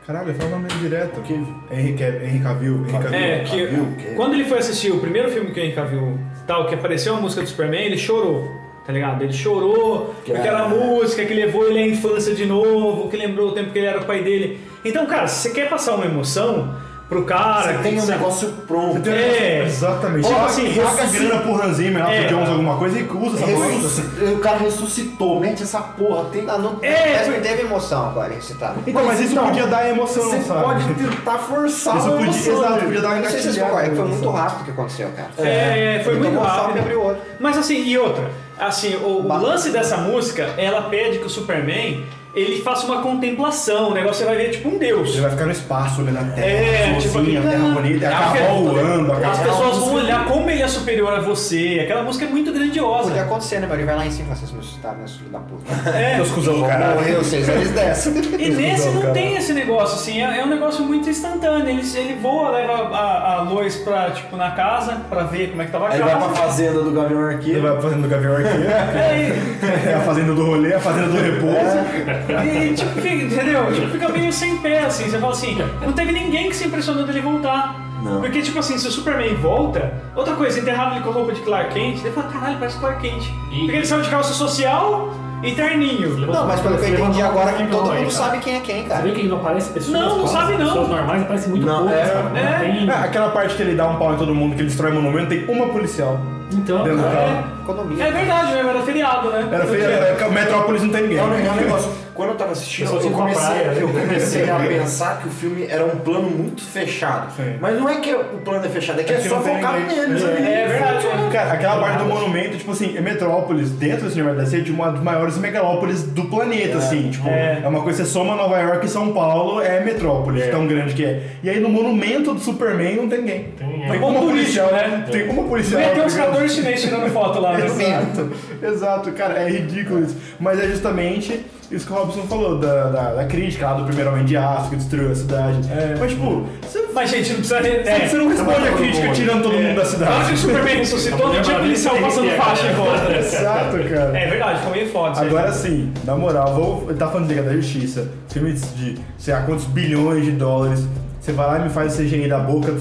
Speaker 4: Caralho, fala o nome dele direto. Que... Henrique, Henrique Cavill, Henrique Cavill.
Speaker 2: É, que.
Speaker 5: Cavill, que-
Speaker 2: Quando ele foi assistir o primeiro filme que o Henry Cavill tal, que apareceu a música do Superman, ele chorou. Tá ligado? Ele chorou
Speaker 5: Que
Speaker 2: porque era a
Speaker 5: é-
Speaker 2: música que levou ele à infância de novo, que lembrou o tempo que ele era o pai dele. Então, cara, se você quer passar uma emoção pro cara.
Speaker 5: Você tem um
Speaker 2: sabe?
Speaker 5: negócio pronto.
Speaker 2: É.
Speaker 4: Exatamente.
Speaker 2: Tipo
Speaker 4: Paga-
Speaker 2: assim,
Speaker 4: paga a
Speaker 5: ressuscita-
Speaker 4: grana pro Hans Zimmer, lá pro
Speaker 2: É.
Speaker 4: Jones, alguma coisa e usa essa bosta.
Speaker 5: Ressusci- O cara ressuscitou, mete essa porra. Tem...
Speaker 6: Não, não,
Speaker 2: É,
Speaker 6: mas
Speaker 2: foi-
Speaker 6: não teve emoção agora em citar.
Speaker 4: Então, mas isso
Speaker 5: Então,
Speaker 4: podia dar emoção,
Speaker 5: Você
Speaker 4: sabe?
Speaker 5: pode tentar forçar
Speaker 4: Isso
Speaker 5: uma
Speaker 4: podia,
Speaker 5: emoção,
Speaker 4: exato,
Speaker 5: né?
Speaker 4: podia dar uma
Speaker 6: Não sei se vocês
Speaker 4: engatilhada,
Speaker 6: concordam, foi muito
Speaker 4: sabe?
Speaker 6: rápido que aconteceu, cara.
Speaker 2: É, foi
Speaker 6: Ele
Speaker 2: muito
Speaker 6: tomou um salto
Speaker 2: rápido.
Speaker 6: e abriu o olho.
Speaker 2: Mas assim, e outra, assim, o, o lance dessa música, ela pede que o Superman ele faça uma contemplação, o negócio você vai ver tipo um deus.
Speaker 4: Ele vai ficar no espaço, olhando a terra,
Speaker 2: É, tipo
Speaker 4: sozinho, a
Speaker 2: aquele-
Speaker 4: terra bonita,
Speaker 5: É
Speaker 4: a
Speaker 2: Porque-
Speaker 4: cavalo voando, a
Speaker 2: As
Speaker 4: cavalo-
Speaker 2: pessoas vão olhar como ele é superior a você. Aquela música é muito
Speaker 6: Podia
Speaker 2: grandiosa.
Speaker 6: acontecer, né, meu? Ele vai lá em cima e fala, vocês me assustaram, meus filhos da puta.
Speaker 2: É.
Speaker 4: Seus cuzão do caralho.
Speaker 6: Morreu, vocês eles descem.
Speaker 2: E nesse
Speaker 4: cuzão,
Speaker 2: não
Speaker 4: cara.
Speaker 2: tem esse negócio, assim, é, é um negócio muito instantâneo. Ele, ele voa, leva a, a Lois pra, tipo, na casa, pra ver como é que tava a
Speaker 5: Aí vai pra
Speaker 2: casa.
Speaker 5: fazenda do Gavião
Speaker 4: Ele
Speaker 5: Arqueiro.
Speaker 4: vai fazendo gavião aqui.
Speaker 2: É,
Speaker 4: É a fazenda do rolê, a fazenda do repouso.
Speaker 2: E, tipo, fica, entendeu? Tipo, fica meio sem pé, assim. Você fala assim, não teve ninguém que se impressionou dele voltar.
Speaker 5: Não.
Speaker 2: Porque, tipo assim, se o Superman volta, outra coisa, enterrava ele com a roupa de Clark Kent, ele fala, caralho, parece Clark Kent.
Speaker 3: E-
Speaker 2: Porque ele saiu de calça social, e terninho.
Speaker 6: Não, mas pelo que eu
Speaker 3: um
Speaker 6: entendi agora,
Speaker 3: que
Speaker 6: todo mundo sabe quem é quem,
Speaker 3: Você vê
Speaker 6: cara.
Speaker 3: que não aparece pessoas
Speaker 2: Não, não
Speaker 3: falsas,
Speaker 2: sabe não.
Speaker 3: Pessoas normais aparecem muito
Speaker 5: Não,
Speaker 3: poucas,
Speaker 5: é,
Speaker 3: cara. Não
Speaker 2: é.
Speaker 3: tem...
Speaker 4: É, aquela parte que ele dá um pau em todo mundo, que ele destrói monumento, tem uma policial
Speaker 3: Então,
Speaker 4: dentro do
Speaker 3: cara,
Speaker 4: carro.
Speaker 6: Economia.
Speaker 2: É verdade, né? Era feriado, né?
Speaker 4: Era feio, era- era- Metrópolis É. não tem ninguém.
Speaker 5: É um, é um negócio. Quando eu tava assistindo,
Speaker 3: Pessoal
Speaker 5: eu
Speaker 3: de uma
Speaker 5: comecei,
Speaker 3: praia, né?
Speaker 5: eu comecei a pensar que o filme era um plano muito fechado.
Speaker 4: É. Sim.
Speaker 5: Mas não é que o plano é fechado, é que é,
Speaker 4: É que
Speaker 5: só
Speaker 4: não tem
Speaker 5: focado
Speaker 4: ninguém.
Speaker 5: neles. né? ali.
Speaker 2: É verdade.
Speaker 4: Cara, aquela parte do monumento, tipo assim, é Metrópolis, dentro do cinema da cidade, uma das maiores megalópolis do planeta, assim. Tipo,
Speaker 2: É.
Speaker 4: é. uma coisa, você soma Nova York e São Paulo, é Metrópolis, tão grande que é. E aí no monumento do Superman não tem ninguém.
Speaker 3: Tem ninguém.
Speaker 4: Tem uma
Speaker 2: Bom
Speaker 4: policial,
Speaker 2: turismo, né?
Speaker 4: né? Tem uma policial.
Speaker 2: Meteu os
Speaker 4: tá ligado?
Speaker 2: 14 chineses tirando foto lá. né?
Speaker 4: Exato, exato, cara, é ridículo isso. Mas é justamente isso que o Robson falou, da, da, da crítica lá do primeiro homem de aço que destruiu a cidade.
Speaker 2: É.
Speaker 4: Mas, tipo, você,
Speaker 2: Mas, gente, não precisa... re- é.
Speaker 4: você- você não responde a crítica tirando todo mundo da
Speaker 2: Claro que o
Speaker 4: cidade.
Speaker 2: Superman ressuscitou, não tinha policial passando faixa em volta.
Speaker 4: Exato, cara.
Speaker 2: É verdade, foi meio foda. isso aí.
Speaker 4: Agora sim, na moral, vou. Tá falando de Liga da Justiça. Filme de sei lá quantos bilhões de dólares. Você vai lá e me faz o CGI da boca do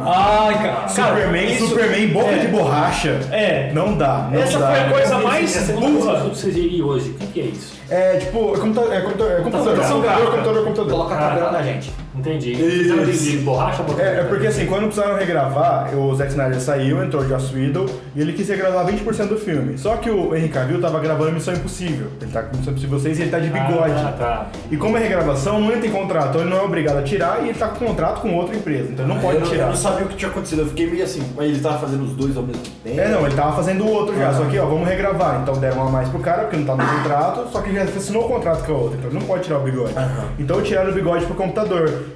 Speaker 2: Ai, Ah, cara.
Speaker 4: Superman,
Speaker 2: cara, isso-
Speaker 4: Superman, boca
Speaker 2: é.
Speaker 4: de borracha.
Speaker 2: É.
Speaker 4: Não dá, não
Speaker 2: Essa
Speaker 4: dá.
Speaker 2: foi a coisa mais
Speaker 3: Essa é a segunda coisa
Speaker 2: burra.
Speaker 3: que eu CGI hoje. O que, que é isso?
Speaker 4: É tipo, é computador,
Speaker 2: Tá
Speaker 4: é computador, é computador,
Speaker 2: Computação
Speaker 4: computador,
Speaker 2: gráfica.
Speaker 4: computador, é computador.
Speaker 6: Coloca a câmera na gente.
Speaker 3: Entendi.
Speaker 4: Isso.
Speaker 3: Sabe De borracha, borracha.
Speaker 4: É, é porque assim, quando precisaram regravar, o Zack Snyder saiu, entrou o Joss Whedon e ele quis regravar 20% do filme. Só que o Henry Cavill tava gravando Missão Impossível. Ele tá com Missão Impossível 6 e ele tá de bigode.
Speaker 3: Ah, tá.
Speaker 4: E como é regravação, não entra em contrato, então ele não é obrigado a tirar e ele tá com contrato com outra empresa, então ele não pode
Speaker 5: Ah, eu, não- eu
Speaker 4: tirar.
Speaker 5: não sabia o que tinha acontecido, eu fiquei meio assim, mas ele tava fazendo os dois ao mesmo tempo.
Speaker 4: É, não, ele tava fazendo o outro
Speaker 5: Ah.
Speaker 4: já, só que ó, vamos regravar. Então deram uma a mais pro cara, porque não tá no contrato, só que ele já assinou o contrato com a outra, então ele não pode tirar o bigode. Então tiraram o bigode pro computador.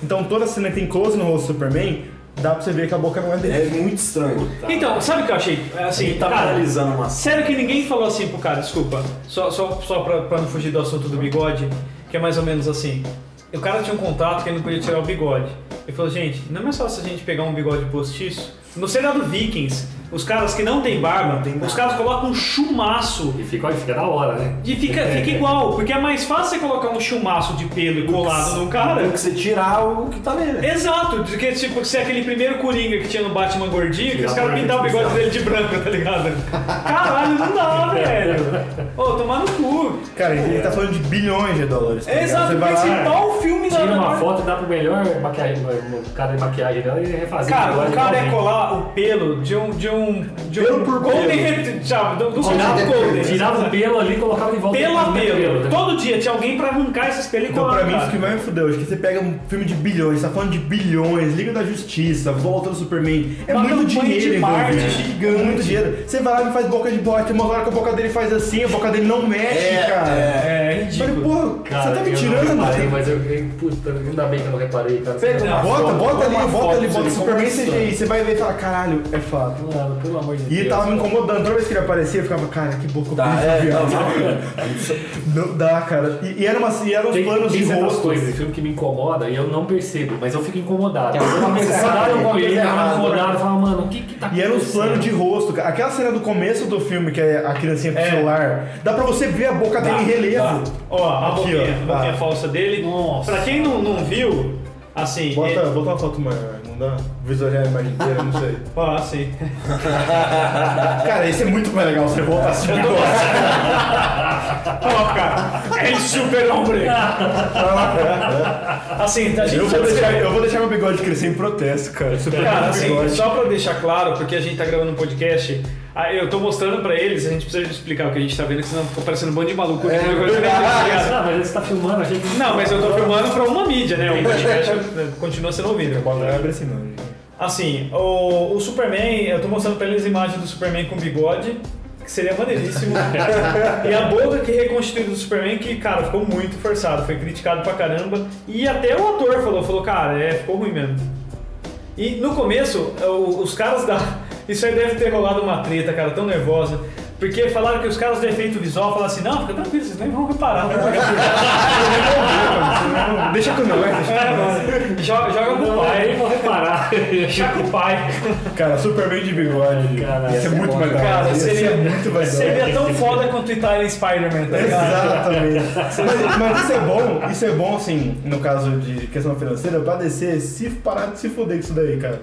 Speaker 4: Então toda cena que tem close no rosto do Superman, dá pra você ver que a boca não é dele.
Speaker 5: É muito estranho.
Speaker 2: Então, sabe o que eu achei? É Assim,
Speaker 5: Ele tava
Speaker 2: cara,
Speaker 5: analisando uma
Speaker 2: Sério que ninguém falou assim pro cara, desculpa. Só, só, só pra, pra não fugir do assunto do bigode, que é mais ou menos assim. O cara tinha um contrato que ele não podia tirar o bigode. Ele falou, gente, não é só se a gente pegar um bigode postiço. No seriado Vikings, os caras que não tem barba, os caras colocam um chumaço
Speaker 3: E fica, olha, fica da hora, né?
Speaker 2: e fica, fica igual, porque é mais fácil você colocar um chumaço de pelo colado no cara.
Speaker 5: Tem que você tirar o que tá nele.
Speaker 2: Exato, do que tipo ser aquele primeiro Coringa que tinha no Batman gordinho, que
Speaker 3: Tirar
Speaker 2: os
Speaker 3: a
Speaker 2: caras
Speaker 3: barba
Speaker 2: pintavam o bigode dele de branco, tá ligado? Caralho, não dá,
Speaker 3: É,
Speaker 2: velho.
Speaker 3: né?
Speaker 2: Ô, tomar no cu.
Speaker 4: Cara, ele tá falando de bilhões de dólares. tá ligado?
Speaker 2: Exato,
Speaker 4: Você
Speaker 2: o
Speaker 4: vai lá,
Speaker 2: principal filme da
Speaker 3: Tira uma
Speaker 2: da-
Speaker 3: foto e dá pro melhor maquiagem, o cara de maquiagem dela e refazer.
Speaker 2: Cara,
Speaker 3: agora
Speaker 2: o cara é
Speaker 3: igualmente.
Speaker 2: colar o pelo de um. de um. de um.
Speaker 5: Pelo por
Speaker 2: Golden
Speaker 5: pelo.
Speaker 2: Retriever. Já, do, do soldado Golden.
Speaker 3: Tirava, tirava o pelo ali e colocava de volta.
Speaker 2: Pelo a pelo.
Speaker 3: né?
Speaker 2: Todo dia tinha alguém pra arrancar esses pelos e
Speaker 4: Então,
Speaker 2: colar.
Speaker 4: pra mim,
Speaker 2: cara.
Speaker 4: isso que mais me fudeu, acho que você pega um filme de bilhões, tá falando de bilhões, Liga da Justiça, Volta do Superman, é
Speaker 2: Uma
Speaker 4: muito
Speaker 2: campanha de
Speaker 4: dinheiro
Speaker 2: marketing
Speaker 4: envolvido. né?
Speaker 2: gigante.
Speaker 4: Muito dinheiro. Você vai lá e me faz boca de bote, tem uma hora que a boca dele faz assim, a boca dele não mexe,
Speaker 5: É,
Speaker 4: cara.
Speaker 2: É, é
Speaker 4: Eu Falei,
Speaker 2: ridículo.
Speaker 4: porra,
Speaker 3: Cara,
Speaker 4: você tá me
Speaker 3: eu
Speaker 4: tirando,
Speaker 3: não reparei,
Speaker 4: mano?
Speaker 3: mas eu, eu, puta, ainda bem que eu não reparei, cara.
Speaker 2: Pega uma
Speaker 4: Bota, bota ali,
Speaker 5: uma
Speaker 4: bota
Speaker 5: foto
Speaker 4: ali, bota
Speaker 5: dele,
Speaker 4: Superman
Speaker 5: como
Speaker 4: CGI, você vai ver e falar, caralho, é fato.
Speaker 3: Mano, pelo amor de
Speaker 4: E
Speaker 3: Deus.
Speaker 4: tava me incomodando, toda vez que ele aparecia, eu ficava, cara, que boca
Speaker 5: Tá,
Speaker 4: horrível,
Speaker 5: é,
Speaker 4: viado.
Speaker 5: não, não.
Speaker 4: Não dá, cara. E, e era uma, e eram uns
Speaker 3: Tem,
Speaker 4: planos
Speaker 3: tem
Speaker 4: de
Speaker 3: certas
Speaker 4: rosto.
Speaker 3: coisas de filme que me incomoda e eu não percebo, mas eu fico incomodado.
Speaker 6: Tem alguma coisa errada,
Speaker 3: Sabe alguma
Speaker 6: tem
Speaker 3: coisa
Speaker 6: coisa
Speaker 3: errada,
Speaker 6: errada.
Speaker 3: incomodado, eu falo, mano, o que que tá
Speaker 4: E era uns planos de
Speaker 3: acontecendo?
Speaker 4: rosto, cara. Aquela cena do começo do filme, que é a criancinha com o celular, dá pra você ver a boca dele em relevo.
Speaker 2: Ó, a
Speaker 4: Aqui,
Speaker 2: boquinha,
Speaker 4: ó.
Speaker 2: a boquinha
Speaker 4: Ah.
Speaker 2: falsa dele.
Speaker 3: Nossa.
Speaker 2: Pra quem não, não viu, assim. ele-
Speaker 4: Bota, bota uma foto maior, não dá? Visualizar a imagem inteira, não sei.
Speaker 2: Ah, sim.
Speaker 4: Cara, isso é muito mais legal se você assim, voltasse de bigode.
Speaker 2: Ó, cara, é super hombre. assim, a gente
Speaker 4: Eu
Speaker 2: já
Speaker 4: vou,
Speaker 2: descreveu-
Speaker 4: deixar, eu vou deixar meu bigode crescer em protesto, cara. Super
Speaker 2: Cara,
Speaker 4: bigode.
Speaker 2: assim, só pra deixar claro, porque a gente tá gravando um podcast, aí eu tô mostrando pra eles, a gente precisa explicar o que a gente tá vendo, que senão ficou parecendo um bando de maluco.
Speaker 4: É,
Speaker 2: que não vai ver.
Speaker 3: Ah, mas você tá filmando, achei que.
Speaker 2: Não, mas eu tô filmando pra uma mídia, né? O podcast né, continua sendo ouvido.
Speaker 4: Bota, abre assim, não.
Speaker 2: Assim, o, o Superman, eu tô mostrando pra eles a imagem do Superman com bigode, que seria maneiríssimo. e a boca que reconstituída do Superman, que, cara, ficou muito forçado, foi criticado pra caramba. E até o ator falou, falou, cara, é, ficou ruim mesmo. E no começo, o- os caras da. Isso aí deve ter rolado uma treta, cara, tão nervosa. Porque falaram que os caras do efeito visual falaram assim, não, fica tranquilo, vocês nem vão reparar. né?" Não vai
Speaker 4: Deixa com nós, deixa é com nós.
Speaker 2: jogar." É, joga, joga pro
Speaker 3: Não, eu nem
Speaker 2: pai,
Speaker 3: vou reparar.
Speaker 2: deixa com o pai.
Speaker 4: Cara, Superman de bigode.
Speaker 3: Cara,
Speaker 4: isso é muito
Speaker 6: bom,
Speaker 4: mais legal.
Speaker 2: Cara,
Speaker 4: Isso é
Speaker 2: seria,
Speaker 4: muito mais legal.
Speaker 2: seria tão foda quanto o Italian Spider-Man, tá ligado?
Speaker 4: Exatamente. mas, mas isso é bom, isso é bom, assim, no caso de questão financeira, pra descer, se parar de se fuder com isso daí, cara.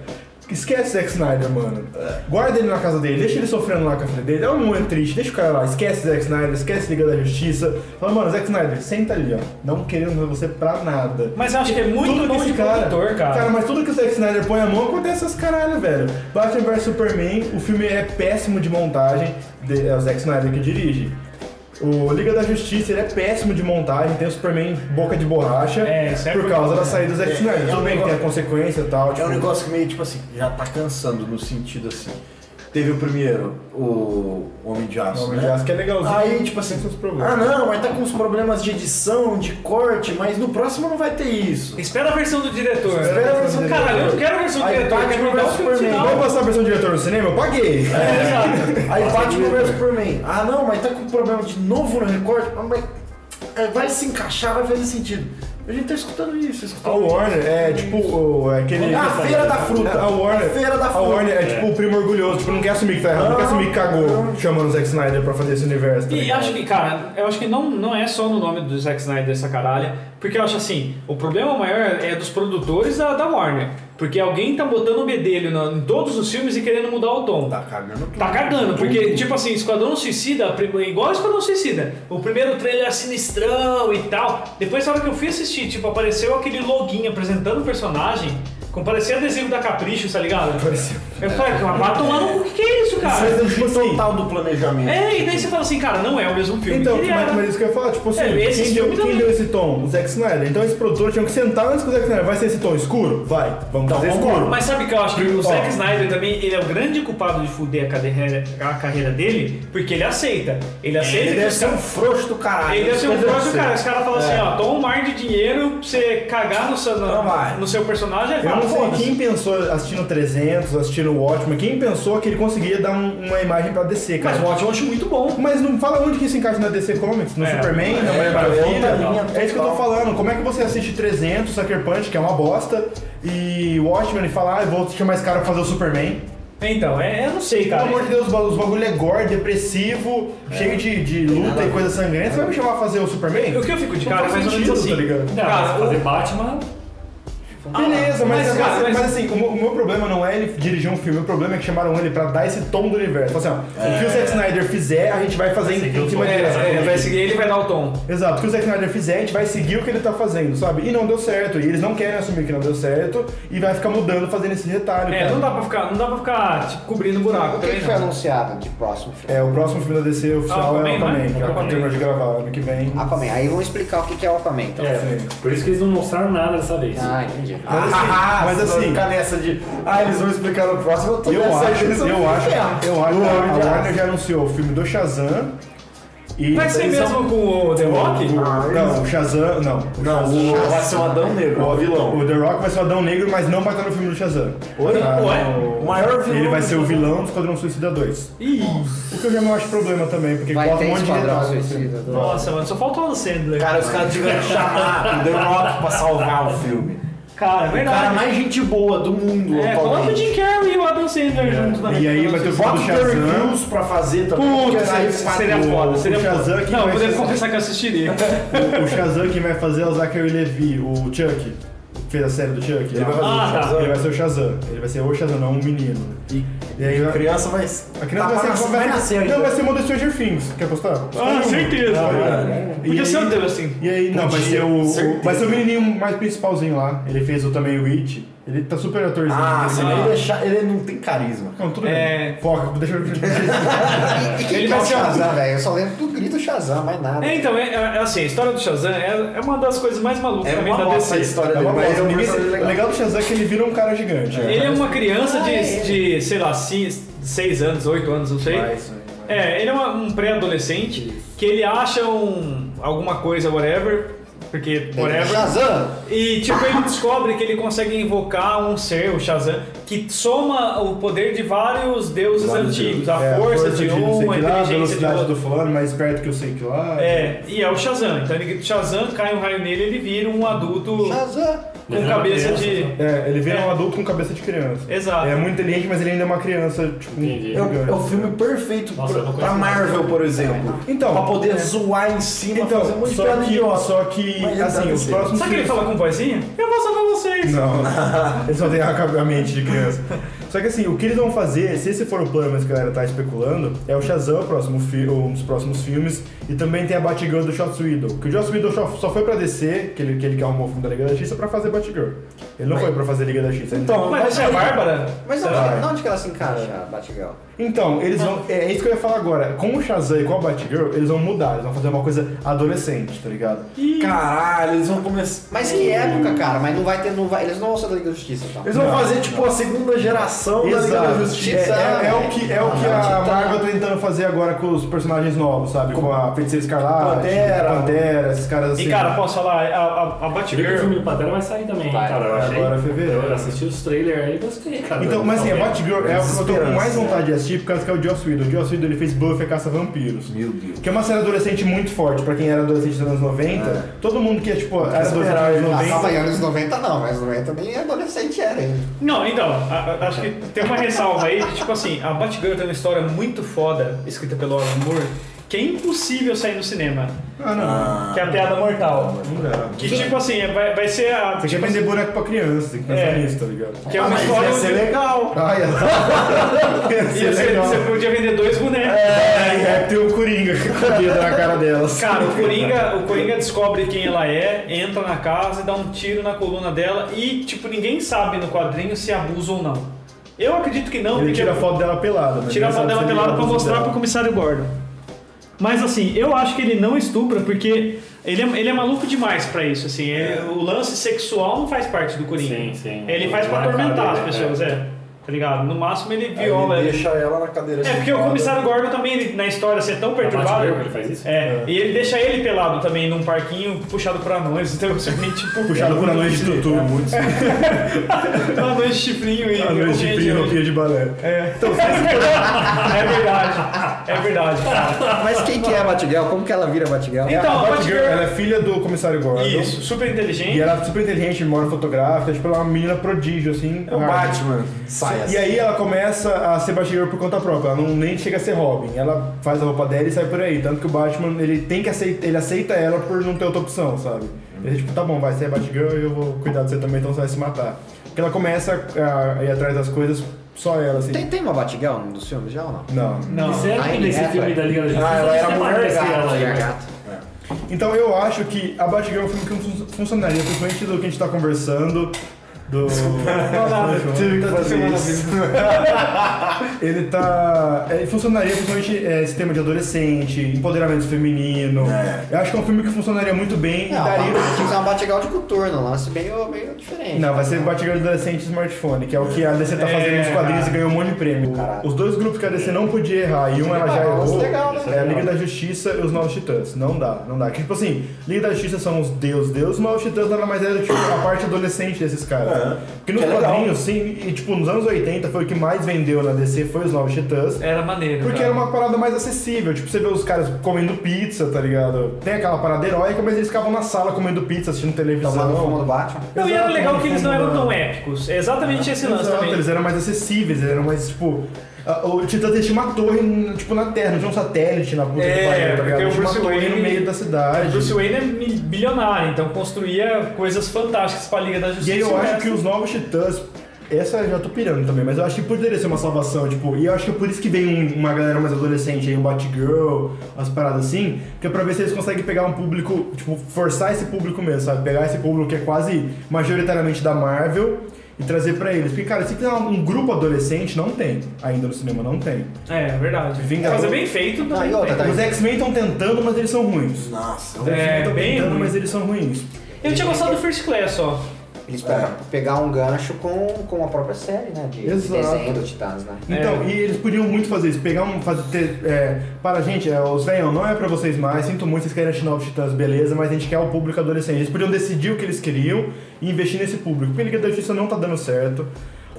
Speaker 4: Esquece Zack Snyder, mano. Guarda ele na casa dele, deixa ele sofrendo lá com a filha dele. É um momento triste, deixa o cara lá. Esquece Zack Snyder, esquece Liga da Justiça. Fala, mano, Zack Snyder, senta ali, ó. Não queremos ver você pra nada.
Speaker 2: Mas eu acho que é muito bom de produtor, cara.
Speaker 4: Cara, mas tudo que o Zack Snyder põe a mão acontece essas caralho, velho. Batman vs Superman, o filme é péssimo de montagem, de- é o Zack Snyder que dirige. O Liga da Justiça, ele é péssimo de montagem, tem o Superman boca de borracha
Speaker 2: É, isso é
Speaker 4: por
Speaker 2: muito
Speaker 4: causa da
Speaker 2: bom.
Speaker 4: saída do Zack
Speaker 5: É,
Speaker 4: Snyder.
Speaker 5: é um
Speaker 4: Tudo bem que tem a
Speaker 5: negócio-
Speaker 4: consequência e tal,
Speaker 5: É
Speaker 4: tipo...
Speaker 5: um negócio que meio, tipo assim, já tá cansando no sentido assim. Teve o primeiro, o Homem de Aço.
Speaker 4: Não,
Speaker 5: né?
Speaker 4: mas acho que é legalzinho.
Speaker 5: Aí, tipo assim,
Speaker 4: tem seus problemas.
Speaker 5: ah não, mas tá com os problemas de edição, de corte, mas no próximo não vai ter isso.
Speaker 2: Espera a versão do diretor.
Speaker 4: Espera a versão do
Speaker 2: Caralho, eu
Speaker 4: diretor.
Speaker 2: não quero a versão do
Speaker 5: Aí
Speaker 2: diretor.
Speaker 5: Batman
Speaker 2: quero me dar
Speaker 5: vs
Speaker 2: o filme
Speaker 5: Superman.
Speaker 2: final.
Speaker 4: Vamos passar a versão do diretor no cinema? Eu paguei!
Speaker 2: É, exato.
Speaker 5: Aí bate no mesmo Superman. Ah não, mas tá com problema de novo no recorte, Ah, mas vai- é, vai se encaixar, vai fazer sentido. A gente tá escutando
Speaker 4: A
Speaker 5: isso, escutando
Speaker 4: Warner é tipo o- é aquele.
Speaker 5: Ah, a Feira da Fruta.
Speaker 4: A Warner,
Speaker 5: A Feira da
Speaker 4: A
Speaker 5: Fruta.
Speaker 4: Warner é tipo o primo orgulhoso, tipo, não quer assumir que tá errado, não, quer assumir que cagou, chamando o Zack Snyder pra fazer esse universo. tá
Speaker 2: E
Speaker 4: ligado?
Speaker 2: acho que, cara, eu acho que não, não é só no nome do Zack Snyder essa caralha, porque eu acho assim, o problema maior é dos produtores da, da Warner. Porque alguém tá botando o bedelho na- em todos os filmes e querendo mudar o tom.
Speaker 5: Tá cagando tudo.
Speaker 2: Tá cagando, porque, tipo assim, Esquadrão Suicida, prim- igual Esquadrão Suicida, o primeiro trailer é sinistrão e tal. Depois, na hora que eu fui assistir, tipo, apareceu aquele login apresentando o personagem, como parecia adesivo da Capricho, tá ligado?
Speaker 4: Parecia.
Speaker 2: Eu falei, vai tomar no cu, o que que é isso, cara?
Speaker 4: Mas, tipo assim,
Speaker 5: total do planejamento.
Speaker 2: É, e daí você fala assim, cara, não é o mesmo filme.
Speaker 4: Então,
Speaker 2: que ele
Speaker 4: mas,
Speaker 2: era.
Speaker 4: mas isso que eu ia falar, tipo assim,
Speaker 2: É, esse
Speaker 4: quem, deu,
Speaker 2: filme
Speaker 4: quem
Speaker 2: também.
Speaker 4: deu esse tom? O Zack Snyder. Então esse produtor tinha que sentar antes que o Zack Snyder. Vai ser esse tom escuro? Vai. Vamos fazer
Speaker 5: vamos
Speaker 4: escuro.
Speaker 2: Mas sabe que eu acho que o
Speaker 4: Ó.
Speaker 2: Zack Snyder também, ele é o grande culpado de fuder a carreira, a carreira dele, porque ele aceita. Ele aceita
Speaker 5: Ele
Speaker 2: que
Speaker 4: é
Speaker 5: deve
Speaker 2: os
Speaker 5: ser um
Speaker 2: caras...
Speaker 5: frouxo do caralho.
Speaker 2: Ele deve ser um
Speaker 5: Isso
Speaker 2: próprio
Speaker 5: deve
Speaker 2: cara. Os caras falam assim, ó, toma um mar de dinheiro pra você cagar no seu,
Speaker 5: Não vai.
Speaker 2: no seu personagem, aí fala,
Speaker 4: Eu não assim. sei
Speaker 2: foda-se.
Speaker 4: quem pensou assistindo 300, assistindo o Watchmen, quem pensou que ele conseguia dar um- uma imagem pra descer, cara.
Speaker 2: Mas o Watchmen eu acho muito bom.
Speaker 4: Mas não fala onde que isso encaixa na DC Comics, no
Speaker 2: É.
Speaker 4: Superman, na Mulher
Speaker 5: outra linha
Speaker 4: Maravilha. É isso que eu tô
Speaker 5: total.
Speaker 4: falando. Como é que você assiste 300, Sucker Punch, que é uma bosta, e Watchmen e fala, ah, eu vou chamar esse cara pra fazer o Superman?
Speaker 2: Então, é, eu não sei,
Speaker 4: Pelo
Speaker 2: cara. É.
Speaker 4: amor de Deus, os bagulho- os bagulho é gore, depressivo, cheio de, de luta e coisa sangrenta. Você vai me chamar pra fazer o Superman?
Speaker 2: O que eu fico de
Speaker 4: Não
Speaker 2: cara é
Speaker 4: faz
Speaker 2: mais ou menos
Speaker 4: sentido,
Speaker 2: assim.
Speaker 4: tá ligado?
Speaker 3: Não,
Speaker 2: Cara,
Speaker 3: fazer Batman.
Speaker 4: Beleza, mas,
Speaker 2: Ah, mas, cara,
Speaker 4: mas-
Speaker 2: mas-
Speaker 4: mas assim, o, meu- o meu problema não é ele dirigir um filme, o problema é que chamaram ele pra dar esse tom do universo. Falaram assim, ó, o que o Zack Snyder fizer, a gente vai fazer em,
Speaker 3: seguir o
Speaker 4: em
Speaker 2: É. o-
Speaker 4: cima dele.
Speaker 2: é, é, vai seguir, ele vai dar o tom.
Speaker 4: Exato, o que o Zack Snyder fizer, a gente vai seguir o que ele tá fazendo, sabe? E não deu certo, e eles não querem assumir que não deu certo, e vai ficar mudando, fazendo esse retalho.
Speaker 2: É,
Speaker 4: cara.
Speaker 2: não dá pra ficar, não dá pra ficar tipo, cobrindo buraco.
Speaker 6: O que
Speaker 2: também
Speaker 6: que foi
Speaker 2: não.
Speaker 6: anunciado de próximo filme?
Speaker 4: É, o próximo filme da DC oficial
Speaker 2: Ah,
Speaker 4: é o
Speaker 2: Aquaman, né?
Speaker 4: Aquaman, que é o que
Speaker 2: Aquaman.
Speaker 4: terminou de gravar ano que vem.
Speaker 6: Aquaman. Aí vão explicar o que que é o Aquaman, então.
Speaker 4: É.
Speaker 3: Por isso que eles não mostraram nada dessa vez.
Speaker 6: Ah, entendi.
Speaker 4: Mas assim,
Speaker 5: Ah,
Speaker 4: mas
Speaker 5: se não
Speaker 4: assim
Speaker 5: ficar nessa de. Ah, eles vão explicar no próximo. Eu tô
Speaker 4: eu
Speaker 5: nessa
Speaker 4: acho,
Speaker 5: eles vão
Speaker 4: eu
Speaker 5: me
Speaker 4: acho,
Speaker 5: ferrar.
Speaker 4: eu acho
Speaker 5: O
Speaker 4: que a
Speaker 5: Homem de
Speaker 4: Warner
Speaker 5: Aço.
Speaker 4: já anunciou o filme do Shazam e...
Speaker 2: Vai ser
Speaker 4: eles
Speaker 2: mesmo
Speaker 4: são- Ah,
Speaker 2: com o The Rock?
Speaker 4: O- Não, o Shazam, não. O
Speaker 5: Não, o vai ser o Adão Negro, o vilão.
Speaker 4: O The Rock vai ser o Adão Negro, mas não vai estar no filme do Shazam.
Speaker 5: Oi?
Speaker 4: Tá
Speaker 5: Ué?
Speaker 4: no-
Speaker 5: O maior vilão
Speaker 4: Ele vai
Speaker 5: do
Speaker 4: ser o
Speaker 5: Shazam.
Speaker 4: vilão do Esquadrão Suicida 2.
Speaker 2: Ih,
Speaker 4: O que eu já não acho problema também, porque
Speaker 6: Vai
Speaker 4: bota
Speaker 6: ter
Speaker 4: um monte de
Speaker 6: Esquadrão
Speaker 4: detalhe.
Speaker 6: Suicida dois.
Speaker 2: nossa, mano, só falta o Sandler.
Speaker 5: Cara, os caras tiveram que chamar o The Rock pra salvar o filme.
Speaker 2: Cara, é
Speaker 5: O cara
Speaker 2: verdade.
Speaker 5: mais gente boa do mundo.
Speaker 2: É, coloca o
Speaker 5: atualmente.
Speaker 2: Jim Carrey e o Adam Sandler junto na
Speaker 4: E aí vai ter o filme
Speaker 5: Bota
Speaker 4: do
Speaker 5: o Terry
Speaker 4: Shazam.
Speaker 5: Crews pra fazer também.
Speaker 2: Puta,
Speaker 5: porque aí
Speaker 2: seria,
Speaker 5: faz-
Speaker 2: seria foda, seria
Speaker 4: o Shazam
Speaker 2: foda.
Speaker 4: que
Speaker 2: Não,
Speaker 4: vai
Speaker 2: eu poderia
Speaker 4: ser-
Speaker 2: confessar que eu assistiria.
Speaker 4: O, o Shazam quem vai fazer é o Zachary Levi, o Chuck. que Fez a série do Chuck. Ele vai fazer
Speaker 2: Ah,
Speaker 4: o
Speaker 2: tá.
Speaker 4: Shazam. né? Ele vai ser o Shazam. Ele vai ser o Shazam, não um menino.
Speaker 5: E
Speaker 4: E aí
Speaker 5: a
Speaker 4: vai...
Speaker 5: criança vai.
Speaker 4: A né? criança vai, ser,
Speaker 5: vai nascer.
Speaker 4: Não,
Speaker 5: ainda.
Speaker 4: vai ser uma do Stranger Things. Quer apostar?
Speaker 2: Ah, certeza.
Speaker 4: Não,
Speaker 2: Podia ser o Deus, assim.
Speaker 4: E aí, não, vai
Speaker 5: Podia,
Speaker 4: ser o, o.
Speaker 5: certeza.
Speaker 4: Vai ser o menininho mais principalzinho lá. Ele fez o também o It. Ele tá super atorzinho.
Speaker 5: Ah, se
Speaker 4: Ele-
Speaker 5: não deixar. Ele não tem carisma.
Speaker 4: Não, tudo
Speaker 2: É.
Speaker 4: bem. Foca, deixa eu.
Speaker 6: Ah, E quem
Speaker 2: Ele
Speaker 6: ele
Speaker 2: vai
Speaker 6: vai o
Speaker 2: ser o-
Speaker 6: Shazam, velho? Eu só lembro do grito Shazam, mais nada.
Speaker 2: É, então, é, é assim, a história do Shazam é, é uma das coisas mais malucas
Speaker 5: É
Speaker 2: também
Speaker 5: uma
Speaker 2: da
Speaker 5: bosta a
Speaker 2: DC.
Speaker 5: história
Speaker 4: É
Speaker 5: dele,
Speaker 4: uma
Speaker 5: mas
Speaker 4: bosta.
Speaker 5: é um
Speaker 4: Ninguém-
Speaker 5: personagem
Speaker 4: O
Speaker 5: legal.
Speaker 4: legal do Shazam é que ele vira um cara gigante.
Speaker 2: Ele é uma criança de, de sei lá, 6 anos, 8 anos, não sei. É, ele é uma- um pré-adolescente que ele acha um, alguma coisa, whatever, porque whatever.
Speaker 6: Shazam!
Speaker 2: E tipo, ele descobre que ele consegue invocar um ser, o Shazam, que soma o poder de vários deuses
Speaker 5: Vários
Speaker 2: antigos,
Speaker 5: deuses.
Speaker 2: a
Speaker 4: É,
Speaker 2: força, de
Speaker 4: não sei
Speaker 2: um, a
Speaker 4: que lá, a
Speaker 2: inteligência de
Speaker 4: velocidade
Speaker 2: outro.
Speaker 4: do fulano, mais perto que eu sei que lá.
Speaker 2: É, e é o Shazam. Então ele grita Shazam, cai um raio nele, ele vira um adulto
Speaker 6: Shazam!
Speaker 5: é,
Speaker 2: com cabeça de.
Speaker 4: É, ele vira
Speaker 2: É.
Speaker 4: um adulto com cabeça de criança.
Speaker 2: Exato.
Speaker 4: Ele é muito inteligente, mas ele ainda é uma criança, tipo,
Speaker 3: Entendi.
Speaker 5: É o, é o filme perfeito
Speaker 3: Nossa, eu
Speaker 5: pra,
Speaker 3: não
Speaker 5: pra
Speaker 3: conheço
Speaker 5: Marvel, por exemplo.
Speaker 4: Então,
Speaker 5: pra poder
Speaker 4: é.
Speaker 5: zoar em cima, fazer
Speaker 4: Então,
Speaker 5: muito
Speaker 4: só
Speaker 5: piada
Speaker 4: que,
Speaker 5: idiota.
Speaker 4: só que
Speaker 5: Mas ele
Speaker 4: assim,
Speaker 5: tá
Speaker 4: os
Speaker 5: certo.
Speaker 4: próximos
Speaker 2: Sabe que ele
Speaker 4: filmes-
Speaker 2: fala com vozinha? Eu vou salvar vocês. isso.
Speaker 4: Não, eles não têm a a mente de criança. Só que assim, o que eles vão fazer, se esse for o plano mas que a galera tá especulando, é o Shazam, o próximo fi- um dos próximos filmes, e também tem a Batgirl do Joss Whedon. Que o Joss Whedon só- só foi pra descer, que ele, que ele que arrumou o filme da Liga da Justiça, pra fazer Batgirl. Ele não foi pra fazer Liga da Justiça. Ele-
Speaker 5: Então,
Speaker 2: Mas essa é a Bárbara?
Speaker 6: Mas
Speaker 2: Sei
Speaker 6: onde,
Speaker 2: lá.
Speaker 6: onde, que ela se
Speaker 3: É.
Speaker 6: encaixa, a Batgirl?
Speaker 4: Então, eles vão. É isso que eu ia falar agora. Com o Shazam e com a Batgirl, eles vão mudar, eles vão fazer uma coisa adolescente, tá ligado?
Speaker 5: Caralho, eles vão começar.
Speaker 6: Mas que época, cara? Mas não vai ter. Não vai, eles não vão ser da Liga da Justiça, então.
Speaker 5: Eles vão
Speaker 4: Não.
Speaker 5: fazer tipo a segunda geração da Liga da tá Justiça.
Speaker 4: É, é- é o que, é o que a
Speaker 6: Titã.
Speaker 4: Marvel tá tentando fazer agora com os personagens novos, sabe? Com a Feiticeira Escarlate,
Speaker 5: Pantera.
Speaker 4: Pantera, esses caras assim.
Speaker 2: E cara, posso falar, a, a, a
Speaker 3: Tive que o
Speaker 2: Batgirl.
Speaker 3: filme do Pantera vai sair também,
Speaker 6: Vai,
Speaker 3: cara. Eu
Speaker 4: vai,
Speaker 3: achei.
Speaker 4: agora é fevereiro.
Speaker 3: Eu assisti os trailers aí e gostei, cara.
Speaker 4: Então, mas assim, a Batgirl é o que eu tô com
Speaker 5: Desesperança.
Speaker 4: mais vontade de assistir por causa que é o Joss Whedon. O Joss Whedon ele fez Buffy a Caça Vampiros.
Speaker 7: Meu Deus.
Speaker 4: Que é uma série adolescente muito forte, pra quem era adolescente dos anos 90. Todo mundo que é, tipo, era adolescente
Speaker 5: Esperar
Speaker 4: dos anos
Speaker 6: Ah,
Speaker 4: 90.
Speaker 6: calma aí, anos 90 não, mas 90 nem adolescente era ainda.
Speaker 2: Não, então, a- a- acho que tem uma ressalva aí, que, tipo assim, a Batgirl tem uma história muito foda, escrita pelo Alan Moore, que é impossível sair no cinema,
Speaker 4: Ah, não.
Speaker 2: que é a piada mortal.
Speaker 4: Não dá.
Speaker 2: Que tipo assim, é- vai, vai ser a.
Speaker 4: Você quer
Speaker 2: tipo
Speaker 4: vender boneco pra criança, tem que pensar
Speaker 2: É.
Speaker 4: nisso, tá ligado?
Speaker 2: assim, que é uma
Speaker 5: Mas
Speaker 2: história.
Speaker 5: ia ser legal.
Speaker 4: Ai,
Speaker 2: onde- ia ser- você podia vender dois bonecos.
Speaker 4: É, tem o Coringa com o dedo na cara delas.
Speaker 2: Cara, o Coringa, o Coringa descobre quem ela é, entra na casa e dá um tiro na coluna dela e, tipo, ninguém sabe no quadrinho se abusa ou não. Eu acredito que não,
Speaker 4: Ele
Speaker 2: porque
Speaker 4: tira a foto dela pelada. né?
Speaker 2: tira a
Speaker 4: Ele
Speaker 2: foto
Speaker 4: sabe
Speaker 2: dela
Speaker 4: se ele
Speaker 2: pelada pra
Speaker 4: abusa
Speaker 2: mostrar
Speaker 4: dela.
Speaker 2: pro comissário Gordon. Mas assim, eu acho que ele não estupra porque ele é, ele é maluco demais pra isso, assim. Ele- o lance sexual não faz parte do Coringa.
Speaker 3: Sim, sim.
Speaker 2: Ele faz pra
Speaker 3: Não é
Speaker 2: atormentar as
Speaker 3: cara dele,
Speaker 2: pessoas, é. Tá ligado? No máximo ele
Speaker 4: Tá.
Speaker 7: Aí ele
Speaker 2: viola.
Speaker 7: deixa ela na cadeira
Speaker 2: É porque o comissário Gordon também, ele- na história, ser tão perturbado.
Speaker 3: Batgirl, ele faz isso?
Speaker 2: É, e ele deixa ele pelado também num parquinho puxado por anões, então você vem tipo.
Speaker 4: Puxado por anões de tutu, muito
Speaker 2: anões de chifrinho e.
Speaker 4: anões de
Speaker 2: realmente,
Speaker 4: pia, roupinha de balé.
Speaker 2: É. é verdade, é verdade, cara.
Speaker 6: Mas quem que é a Batgirl? Como que ela vira a Batgirl?
Speaker 2: Então,
Speaker 4: a
Speaker 2: a
Speaker 4: Batgirl,
Speaker 2: Batgirl-
Speaker 4: ela é filha do comissário Gordon.
Speaker 2: Isso, super
Speaker 4: E
Speaker 2: inteligente.
Speaker 4: ela é super inteligente, mora fotográfica, tipo, ela é uma menina prodígio, assim.
Speaker 2: um
Speaker 5: É o
Speaker 4: rara.
Speaker 5: Batman. Sai assim.
Speaker 4: E aí ela começa a ser Batgirl por conta própria, ela não, nem chega a ser Robin. Ela faz a roupa dela e sai por aí. Tanto que o Batman, ele tem que aceitar, ele aceita ela por não ter outra opção, sabe? Ele tipo, tá bom, vai, você é Batgirl e eu vou cuidar de você também, então você vai se matar. Porque ela começa a, a ir atrás das coisas só ela, assim.
Speaker 6: Tem, tem uma Batgirl num dos filmes já ou não?
Speaker 4: Não.
Speaker 2: Não.
Speaker 3: E será que
Speaker 6: Aí,
Speaker 3: nesse
Speaker 6: é,
Speaker 3: filme
Speaker 6: vai.
Speaker 3: da Liga da Justiça
Speaker 5: Ah, ela era
Speaker 3: vai
Speaker 5: mulher
Speaker 3: aparecer
Speaker 5: gata,
Speaker 3: ela aí,
Speaker 6: Mulher
Speaker 3: né?
Speaker 6: gato.
Speaker 4: Então eu acho que a Batgirl é um filme que fun- funcionaria, principalmente do que a gente tá conversando. Do.
Speaker 5: Tive que
Speaker 4: Tá
Speaker 5: fazer
Speaker 4: tudo
Speaker 5: isso.
Speaker 4: Ele tá. Ele funcionaria principalmente é, esse tema de adolescente, empoderamento feminino. Eu acho que é um filme que funcionaria muito bem
Speaker 6: Não,
Speaker 4: e daria.
Speaker 6: tinha que usar uma Batgirl de coturno, um lance meio, meio
Speaker 2: É,
Speaker 6: diferente.
Speaker 4: Não, vai ser Batgirl adolescente e smartphone, que é o que a DC tá fazendo nos quadrinhos
Speaker 2: ah.
Speaker 4: e ganhou um monte de prêmio.
Speaker 6: Caralho.
Speaker 4: Os dois grupos que a DC não podia errar e um ela já
Speaker 6: legal, isso
Speaker 4: errou.
Speaker 6: é legal, né?
Speaker 4: É a Liga da Justiça e os Novos Titãs. Não dá, não dá. Que, Tipo assim, Liga da Justiça são os deuses, deuses, os Novos Titãs nada mais era tipo, a parte adolescente desses caras. Porque nos
Speaker 5: Que é legal.
Speaker 4: quadrinhos, sim, e tipo, nos anos 80 foi o que mais vendeu na DC, foi os Novos Titãs.
Speaker 2: Era maneiro.
Speaker 4: Porque
Speaker 2: cara.
Speaker 4: era uma parada mais acessível, tipo, você vê os caras comendo pizza, tá ligado? Tem aquela parada heróica, mas eles ficavam na sala comendo pizza, assistindo televisão.
Speaker 6: Tomando fumo do Batman.
Speaker 2: Não, e era
Speaker 4: Exato,
Speaker 2: legal que eles não eram
Speaker 4: fumo
Speaker 2: tão
Speaker 4: da-
Speaker 2: épicos. É exatamente esse lance
Speaker 4: Exato,
Speaker 2: também.
Speaker 4: eles eram mais acessíveis, eles eram mais, tipo... a- O Titã tinha uma torre, tipo, na Terra, não tinha um satélite na puta
Speaker 2: É,
Speaker 4: que pariu, tá
Speaker 2: porque
Speaker 4: ligado?
Speaker 2: o
Speaker 4: Tinha uma
Speaker 2: Bruce
Speaker 4: torre
Speaker 2: Wayne-
Speaker 4: no meio da cidade.
Speaker 2: Bruce Wayne é mi- bilionário, então construía coisas fantásticas pra Liga da Justiça.
Speaker 4: E aí eu acho
Speaker 2: resto-
Speaker 4: que os novos titãs. Essa eu já tô pirando também, mas eu acho que poderia ser uma salvação, tipo, e eu acho que é por isso que vem um- uma galera mais adolescente aí, um Batgirl, umas paradas assim, que é pra ver se eles conseguem pegar um público, tipo, forçar esse público mesmo, sabe? Pegar esse público que é quase majoritariamente da Marvel e trazer pra eles. Porque, cara, se tem um um grupo adolescente, não tem. Ainda no cinema não tem.
Speaker 2: É, verdade.
Speaker 4: Vingador.
Speaker 2: Fazer bem feito
Speaker 6: Não,
Speaker 2: também.
Speaker 6: e outra,
Speaker 2: tem.
Speaker 6: tá-
Speaker 4: Os X-Men estão tentando, mas eles são ruins.
Speaker 5: Nossa.
Speaker 4: Os
Speaker 2: É,
Speaker 4: X-Men estão
Speaker 2: bem
Speaker 4: tentando,
Speaker 2: ruim.
Speaker 4: mas eles são ruins.
Speaker 2: Eu tinha gostado do First Class, ó.
Speaker 6: Eles
Speaker 5: É.
Speaker 6: podem pegar um gancho com, com a própria série, né? De, de
Speaker 4: Exato.
Speaker 6: desenho do Titãs, né?
Speaker 5: É.
Speaker 4: Então, e eles podiam muito fazer isso, pegar um. Fazer, ter, é, para gente, é, os velhão, não é pra vocês mais, sinto muito, vocês querem assistir novos titãs, beleza, mas a gente quer o público adolescente. Eles podiam decidir o que eles queriam e investir nesse público. Porque a Liga da Justiça não tá dando certo.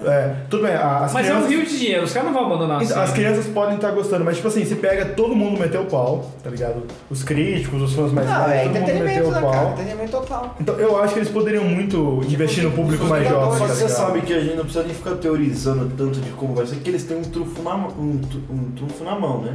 Speaker 4: É, tudo bem, a- as
Speaker 2: Mas é um
Speaker 4: crianças.
Speaker 2: rio de dinheiro, os caras não vão abandonar
Speaker 4: Então,
Speaker 2: assim.
Speaker 5: né?
Speaker 4: As crianças podem estar gostando, mas tipo assim, se pega todo mundo meter o pau, tá ligado? Os críticos, os fãs mais
Speaker 6: Não,
Speaker 4: velhos,
Speaker 6: é
Speaker 4: todo mundo meteu
Speaker 6: entretenimento,
Speaker 4: o
Speaker 6: né, cara? Tipo,
Speaker 4: pau.
Speaker 6: Entretenimento total.
Speaker 4: Então eu acho que eles poderiam muito investir no público mais jovem.
Speaker 5: Só
Speaker 4: tá
Speaker 5: que você
Speaker 4: ligado?
Speaker 5: sabe que a gente não precisa nem ficar teorizando tanto de como vai ser, que eles têm um trunfo na, mão- um, tru- um trunfo na mão, né?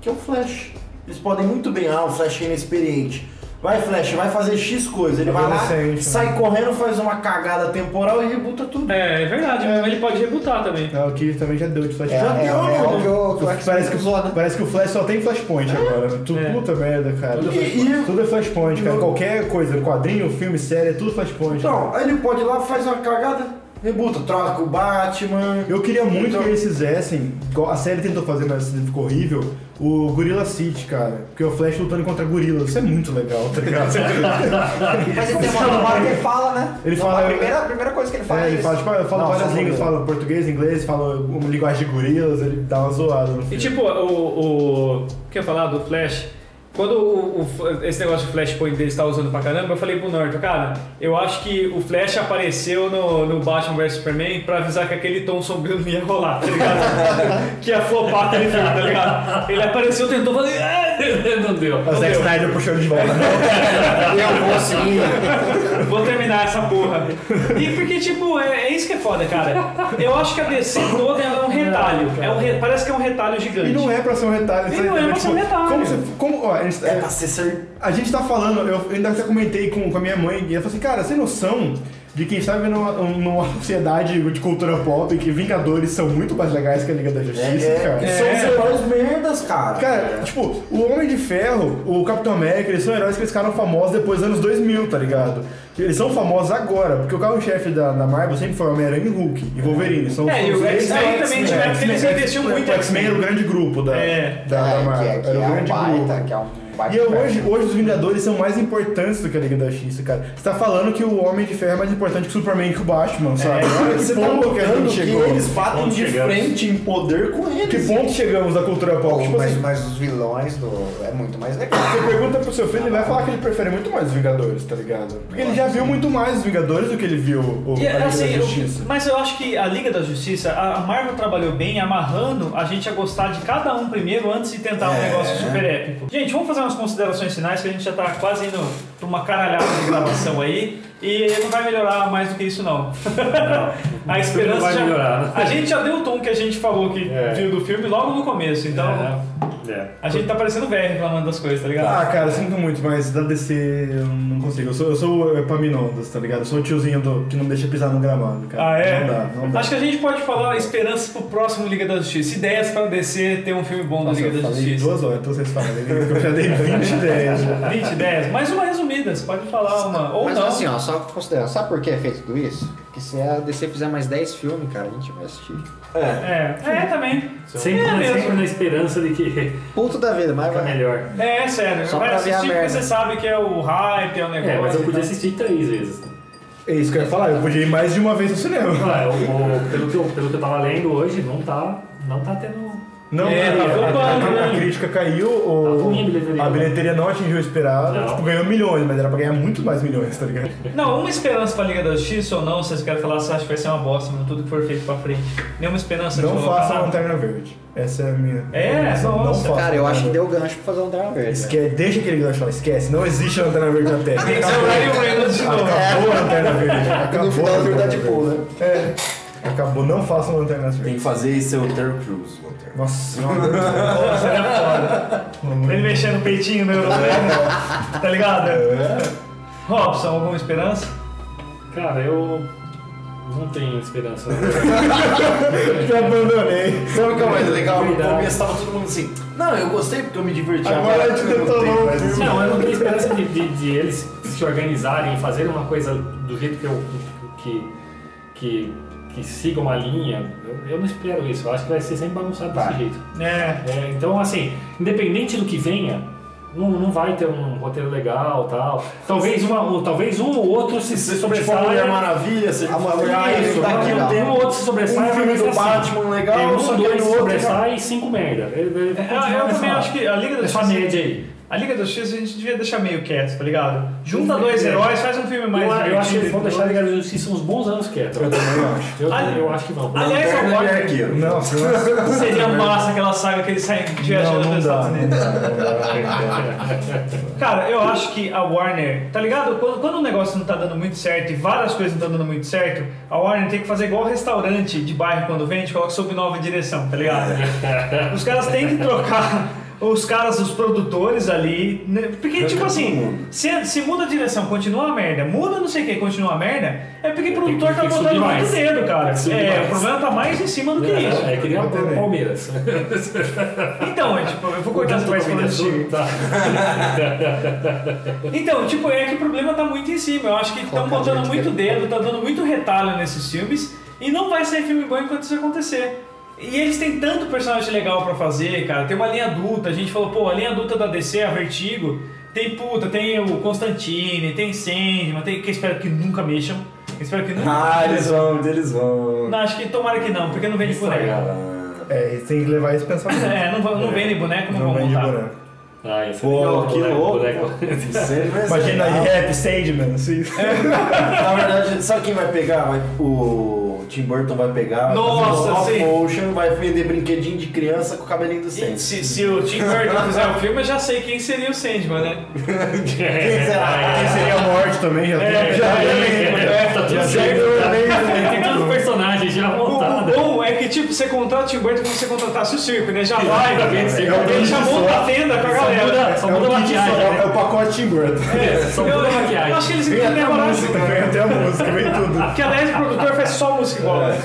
Speaker 5: Que é o Flash. Eles podem muito bem, ah, o Flash é inexperiente. Vai, Flash, vai fazer X coisa. Ele vai lá,
Speaker 4: Adolescente, né?
Speaker 5: sai correndo, faz uma cagada temporal e rebuta tudo.
Speaker 2: É, é verdade, mas ele pode rebutar também.
Speaker 4: É, o Kiri também já deu né? de flashpoint.
Speaker 5: Já
Speaker 6: É, é,
Speaker 5: deu,
Speaker 6: é
Speaker 5: mano.
Speaker 6: o que o, que o
Speaker 4: parece,
Speaker 6: X-Men
Speaker 5: é
Speaker 4: que,
Speaker 6: usou, né?
Speaker 4: parece que o Flash só tem flashpoint agora. né? Tu,
Speaker 2: É.
Speaker 4: Puta merda, cara.
Speaker 5: E- e-
Speaker 4: Tudo é flashpoint, cara. Qualquer coisa, quadrinho, filme, série, é tudo flashpoint.
Speaker 5: Então, aí ele pode ir lá, faz uma cagada, rebuta, troca o Batman.
Speaker 4: Eu queria muito
Speaker 5: Então-
Speaker 4: que eles fizessem, igual a série tentou fazer, mas ficou horrível, o Gorilla City, cara. Porque é o Flash lutando contra gorilas. Isso é muito legal, tá ligado?
Speaker 6: Mas ele tem uma hora que ele fala, né?
Speaker 4: Ele
Speaker 6: Não,
Speaker 4: fala-
Speaker 6: A primeira, a primeira coisa que ele fala
Speaker 4: É,
Speaker 6: é,
Speaker 4: ele
Speaker 6: isso.
Speaker 4: fala, tipo, eu falo
Speaker 5: Não,
Speaker 4: várias
Speaker 5: só
Speaker 4: línguas,
Speaker 5: gorila.
Speaker 4: fala português, inglês, fala uma linguagem de gorilas, ele dá uma zoada no
Speaker 2: E
Speaker 4: filme.
Speaker 2: tipo, o, o, o que eu ia falar do Flash, quando o, o- esse negócio de Flashpoint dele está usando pra caramba, eu falei pro Norton, cara, eu acho que o Flash apareceu no, no Batman vs Superman pra avisar que aquele tom sombrio não ia rolar, tá ligado? que ia flopar aquele filme, tá ligado? Ele apareceu, tentou fazer. "Ah, Não deu.
Speaker 4: o
Speaker 2: Não
Speaker 4: Zack
Speaker 2: deu.
Speaker 4: é Snyder puxou ele de volta.
Speaker 6: Eu vou seguir.
Speaker 2: Vou terminar essa porra. E porque, tipo, é, é isso que é foda, cara. Eu acho que a DC toda é um retalho. É um re- Parece que é um retalho gigante.
Speaker 4: E não é pra ser um retalho.
Speaker 2: E não é pra ser um retalho.
Speaker 4: Como você... Como, ó, eles-
Speaker 5: É pra ser ser.
Speaker 4: A gente tá falando, eu ainda até comentei com, com a minha mãe, e ela falou assim, cara, você tem noção de que a gente tá vivendo uma, uma sociedade de cultura pop que Vingadores são muito mais legais que a Liga da Justiça, cara.
Speaker 5: é, são os
Speaker 2: É.
Speaker 5: heróis merdas, cara.
Speaker 4: Cara, tipo, o Homem de Ferro, o Capitão América, eles são heróis que eles ficaram famosos depois dos anos 2000, tá ligado? Eles são famosos agora, porque o carro-chefe da, da Marvel sempre foi Homem-Aranha e Hulk, e Wolverine. São
Speaker 2: É,
Speaker 4: os
Speaker 2: e o
Speaker 4: três-
Speaker 2: X-Men
Speaker 4: É,
Speaker 2: também tiveram, porque eles
Speaker 4: X-Men,
Speaker 2: investiam
Speaker 4: X-Men,
Speaker 2: muito em
Speaker 4: O X-Men era o grande grupo da,
Speaker 2: É.
Speaker 4: da, da Marvel.
Speaker 6: É, que é, que
Speaker 4: era o
Speaker 6: é um
Speaker 4: grande
Speaker 6: baita,
Speaker 4: grupo.
Speaker 6: que é um baita.
Speaker 4: E eu-
Speaker 6: cara.
Speaker 4: hoje, hoje os Vingadores são mais importantes do que a Liga da Justiça, cara. Você tá falando que o Homem de Ferro é mais importante que o Superman e que o Batman, sabe? Olha que
Speaker 5: você tá
Speaker 4: ponto que a
Speaker 5: notando
Speaker 4: gente
Speaker 5: que
Speaker 4: chegou.
Speaker 5: eles batem
Speaker 7: Onde
Speaker 5: de
Speaker 7: chegamos?
Speaker 5: frente em poder com eles.
Speaker 4: Que ponto chegamos da cultura pop?
Speaker 6: Pô,
Speaker 4: Tipo
Speaker 6: mas,
Speaker 4: assim,
Speaker 6: mas os vilões do. É muito mais legal.
Speaker 4: você pergunta pro seu filho, ele vai falar que ele prefere muito mais os Vingadores, tá ligado? Porque ele já viu muito mais os Vingadores do que ele viu o,
Speaker 2: E,
Speaker 4: a Liga
Speaker 2: assim,
Speaker 4: da
Speaker 2: eu-
Speaker 4: Justiça.
Speaker 2: mas eu acho que a Liga da Justiça, a a Marvel trabalhou bem amarrando a gente a gostar de cada um primeiro antes de tentar um negócio super épico. Gente, vamos fazer umas considerações finais que a gente já tá quase indo pra uma caralhada de gravação aí e não vai melhorar mais do que isso não. a esperança
Speaker 3: vai
Speaker 2: já,
Speaker 3: melhorar, né?
Speaker 2: A gente já deu o tom que a gente falou que
Speaker 3: É.
Speaker 2: viu do filme logo no começo, então
Speaker 3: É, é.
Speaker 2: a gente tá parecendo velho reclamando das coisas, tá ligado?
Speaker 4: Ah, cara, eu sinto muito, mas da DC eu não consigo. Eu sou, eu sou o Epaminondas, tá ligado? Eu sou o tiozinho do- que não deixa pisar no gramado, cara.
Speaker 2: Ah, é?
Speaker 4: Não dá, não dá.
Speaker 2: Acho que a gente pode falar esperanças pro próximo Liga da Justiça. Ideias pra descer ter um filme bom
Speaker 4: Nossa,
Speaker 2: da
Speaker 4: eu
Speaker 2: Liga da
Speaker 4: falei
Speaker 2: Justiça.
Speaker 4: duas horas, então vocês falam. Eu já dei 20 ideias. já.
Speaker 2: 20, 10. Mais uma resumida, você pode falar uma. Ou
Speaker 6: mas
Speaker 2: não.
Speaker 6: assim, ó, só considerando. Sabe por que é feito tudo isso? Porque se a DC fizer mais 10 filmes, cara, a gente vai assistir.
Speaker 2: É, é também.
Speaker 3: Sempre,
Speaker 2: É mesmo.
Speaker 3: sempre
Speaker 6: assim.
Speaker 3: Então, na esperança de que fica
Speaker 6: Puto da vida, mas vai.
Speaker 3: melhor.
Speaker 2: É, é sério.
Speaker 6: Só
Speaker 2: vai
Speaker 6: pra ver
Speaker 2: assistir
Speaker 6: a
Speaker 2: porque
Speaker 6: merda.
Speaker 2: você sabe que é o hype, é o negócio.
Speaker 3: É, mas eu
Speaker 2: e
Speaker 3: podia
Speaker 2: tal.
Speaker 3: assistir três vezes.
Speaker 4: É isso que eu ia falar, eu podia ir mais de uma vez no cinema.
Speaker 3: Ah, eu- eu- pelo, que eu, pelo que eu tava lendo hoje, não tá, não tá tendo.
Speaker 4: Não,
Speaker 2: É,
Speaker 4: a-
Speaker 2: tá
Speaker 4: a-
Speaker 2: bombando,
Speaker 4: a, a
Speaker 2: né?
Speaker 4: crítica caiu,
Speaker 3: Tá
Speaker 4: o,
Speaker 3: ruim a bilheteria.
Speaker 4: a bilheteria não atingiu o esperado,
Speaker 3: Não.
Speaker 4: tipo, ganhou milhões, mas era pra ganhar muito mais milhões, tá ligado?
Speaker 2: Não, uma esperança pra Liga da Justiça ou não, se vocês querem falar, você acha que vai ser uma bosta, mano, tudo que for feito pra frente. Nenhuma esperança de tá?
Speaker 4: Não um
Speaker 2: colocar
Speaker 4: faça a
Speaker 2: nada.
Speaker 4: Lanterna Verde. Essa é a minha.
Speaker 2: É,
Speaker 4: recomendação. não
Speaker 2: nossa.
Speaker 4: faça.
Speaker 6: Cara, eu acho que deu gancho pra fazer um Drama Verde. né?
Speaker 4: Esque... Deixa aquele gancho lá, esquece. Não existe Lanterna Verde na Terra.
Speaker 2: Tem que ser o Ryan Reynolds de novo.
Speaker 4: Acabou a Lanterna Verde. Acabou
Speaker 6: No final,
Speaker 4: a Lanterna
Speaker 6: é verdade, pô,
Speaker 4: Verde. É. Acabou, não façam Lanternas
Speaker 5: Tem
Speaker 4: Verdes.
Speaker 5: que fazer isso é o Terry Crews, Walter.
Speaker 4: Nossa senhora.
Speaker 2: Ele mexendo o peitinho no
Speaker 4: É.
Speaker 2: Eurotrem, Tá ligado? Robson, alguma esperança?
Speaker 3: Cara, eu não tenho esperança.
Speaker 4: Eu abandonei.
Speaker 5: Sabe o que é mais legal? No
Speaker 3: Verdade.
Speaker 5: começo tava todo mundo assim, não, eu gostei porque eu me diverti.
Speaker 4: Agora a gente
Speaker 5: eu não
Speaker 4: detonou
Speaker 5: tenho
Speaker 4: o
Speaker 5: mais
Speaker 4: filme.
Speaker 3: não, eu não tenho esperança de, de- de eles se organizarem e fazerem uma coisa do jeito que eu. que. que, que siga uma linha. Eu, eu não espero isso. Eu acho que vai ser sempre bagunçado desse jeito.
Speaker 2: É.
Speaker 3: É, então, assim, independente do que venha, não, não vai ter um roteiro legal tal. Talvez, uma, ou- talvez um ou outro se
Speaker 5: Se Tipo a
Speaker 2: é
Speaker 5: Mulher
Speaker 3: sobressaia.
Speaker 5: Maravilha, você
Speaker 6: A Mulher Maravilha
Speaker 5: isso,
Speaker 4: é
Speaker 6: tá
Speaker 5: daqui
Speaker 6: legal.
Speaker 5: um
Speaker 3: Um
Speaker 5: tempo
Speaker 3: ou outro se sobressai,
Speaker 5: um filme
Speaker 3: vai ser
Speaker 5: do
Speaker 3: assim.
Speaker 5: Batman legal,
Speaker 3: Tem um,
Speaker 5: só que
Speaker 4: é
Speaker 3: dois
Speaker 5: no
Speaker 3: se
Speaker 5: outro-
Speaker 3: sobressai e cinco merda. Ele- ele vai
Speaker 2: É,
Speaker 3: continuar
Speaker 2: eu também
Speaker 3: nessa-
Speaker 2: acho que a Liga da
Speaker 3: nessa
Speaker 2: Justiça-
Speaker 3: média é aí.
Speaker 2: A Liga da Justiça a gente devia deixar meio quieto, tá ligado? Junta dois heróis, faz um filme
Speaker 3: é. Eu,
Speaker 2: mais
Speaker 5: é
Speaker 3: eu acho que eles vão
Speaker 2: divertido.
Speaker 3: deixar a Liga da Justiça uns bons anos quietos. Eu também acho. Eu,
Speaker 2: Ali-
Speaker 3: acho que vão.
Speaker 2: Aliás, eu
Speaker 5: Lanterna
Speaker 2: gosto-
Speaker 5: é aqui, ó.
Speaker 4: Nossa, nossa.
Speaker 2: seria massa um aquela saga que eles saem
Speaker 4: Não,
Speaker 2: viajando
Speaker 4: não
Speaker 2: pelos
Speaker 4: dá.
Speaker 2: Estados
Speaker 4: Não dá,
Speaker 2: Unidos.
Speaker 4: não dá, não dá.
Speaker 2: Cara, eu acho que a Warner, tá ligado? Quando, quando um negócio não tá dando muito certo e várias coisas não estão dando muito certo, a Warner tem que fazer igual restaurante de bairro quando vende, coloca sob nova direção, tá ligado? Os caras têm que trocar os caras, os produtores ali. né? Porque,
Speaker 5: Já
Speaker 2: tipo
Speaker 3: é
Speaker 5: tá todo
Speaker 2: assim,
Speaker 5: mundo.
Speaker 2: se, se muda a direção, continua uma merda, muda não sei o que, continua uma merda, é porque o produtor
Speaker 3: que-
Speaker 2: tá
Speaker 3: tem que
Speaker 2: botando muito
Speaker 3: subir mais.
Speaker 2: dedo, cara.
Speaker 3: Tem que subir
Speaker 2: É,
Speaker 3: mais.
Speaker 2: o problema tá mais em cima do que isso.
Speaker 3: É, que nem a
Speaker 4: Entendi.
Speaker 3: Palmeiras.
Speaker 2: Então, é tipo, eu vou cortar essa parte quando eu chego.
Speaker 3: Tá.
Speaker 2: Então, tipo, é que o problema tá muito em cima. Eu acho que estão
Speaker 6: Colocar
Speaker 2: botando
Speaker 6: direito
Speaker 2: muito dedo, tá dando muito retalho nesses filmes e não vai sair filme bom enquanto isso acontecer. E eles têm tanto personagem legal pra fazer, cara. Tem uma linha adulta, a gente falou, pô, a linha adulta da DC, a Vertigo, tem puta, tem o Constantine, tem Sandman, tem que eu espero que nunca mexam. Eu espero que nunca.
Speaker 5: Ah, eles vão, eles vão.
Speaker 2: Não, acho que tomara que não, porque não vende boneco.
Speaker 4: É, tem que levar esse pensamento.
Speaker 2: É, não, vão- não vende boneco, não,
Speaker 4: Não
Speaker 2: vão
Speaker 4: vende
Speaker 2: montar.
Speaker 4: boneco.
Speaker 3: Ah, isso é
Speaker 5: Pô,
Speaker 3: legal,
Speaker 5: que
Speaker 3: boneco,
Speaker 5: louco.
Speaker 3: boneco.
Speaker 4: Imagina
Speaker 5: Imagina
Speaker 4: aí, É, Rap Sandman, assim.
Speaker 5: Na verdade, sabe quem vai pegar? Vai- o Tim Burton vai pegar.
Speaker 2: Nossa,
Speaker 5: fazer
Speaker 2: sim.
Speaker 5: um stop motion, vai vender brinquedinho de criança com o cabelinho do
Speaker 2: E
Speaker 5: Sandy.
Speaker 2: Se, se o Tim Burton fizer o filme, eu já sei quem seria o Sandman, né?
Speaker 5: Quem será?
Speaker 4: Aí seria a morte também, já
Speaker 3: É,
Speaker 4: tem.
Speaker 3: já
Speaker 4: Já
Speaker 3: é, tá tudo
Speaker 4: já é.
Speaker 3: certo.
Speaker 4: tem-
Speaker 3: tá?
Speaker 2: é.
Speaker 4: já
Speaker 3: Tem todos os personagens já
Speaker 2: O, o
Speaker 3: montados.
Speaker 2: bom é que, tipo, você contrata o Tim Burton como se você contratasse o circo, né? Já vai,
Speaker 3: Exatamente.
Speaker 2: ele já monta a tenda com a
Speaker 3: Só
Speaker 2: galera.
Speaker 3: muda, só
Speaker 4: É
Speaker 3: muda
Speaker 4: o
Speaker 3: a
Speaker 4: kit
Speaker 3: maquiagem,
Speaker 4: só-
Speaker 3: né?
Speaker 4: É o pacote Tim Burton.
Speaker 3: Só
Speaker 2: Eu,
Speaker 3: muda a
Speaker 2: eu acho que
Speaker 3: maquiagem.
Speaker 2: eles
Speaker 4: Vem até a
Speaker 2: entenderam a música.
Speaker 4: música, vem até a música, vem tudo.
Speaker 2: Porque, aliás, o produtor faz só música igual. né?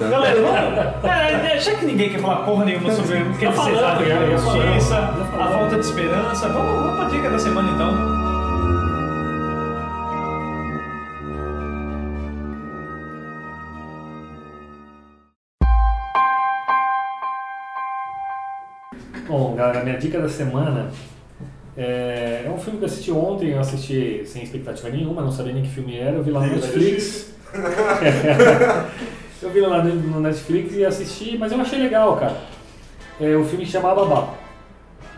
Speaker 2: Galera, vamos. É, é, já que ninguém quer falar porra nenhuma sobre o que
Speaker 3: Tá
Speaker 2: eles
Speaker 3: falando,
Speaker 2: sabem,
Speaker 3: já,
Speaker 2: a
Speaker 3: já falando.
Speaker 2: injustiça,
Speaker 3: Já
Speaker 2: a
Speaker 3: falando.
Speaker 2: falta de esperança, vamos, vamos pra dica da semana então.
Speaker 3: Bom, galera, minha dica da semana é, é um filme que eu assisti ontem, eu assisti sem expectativa nenhuma, não sabia nem que filme era, eu vi lá no Netflix. eu vi lá no- no Netflix e assisti, mas eu achei legal, cara. É um filme que chama Babá.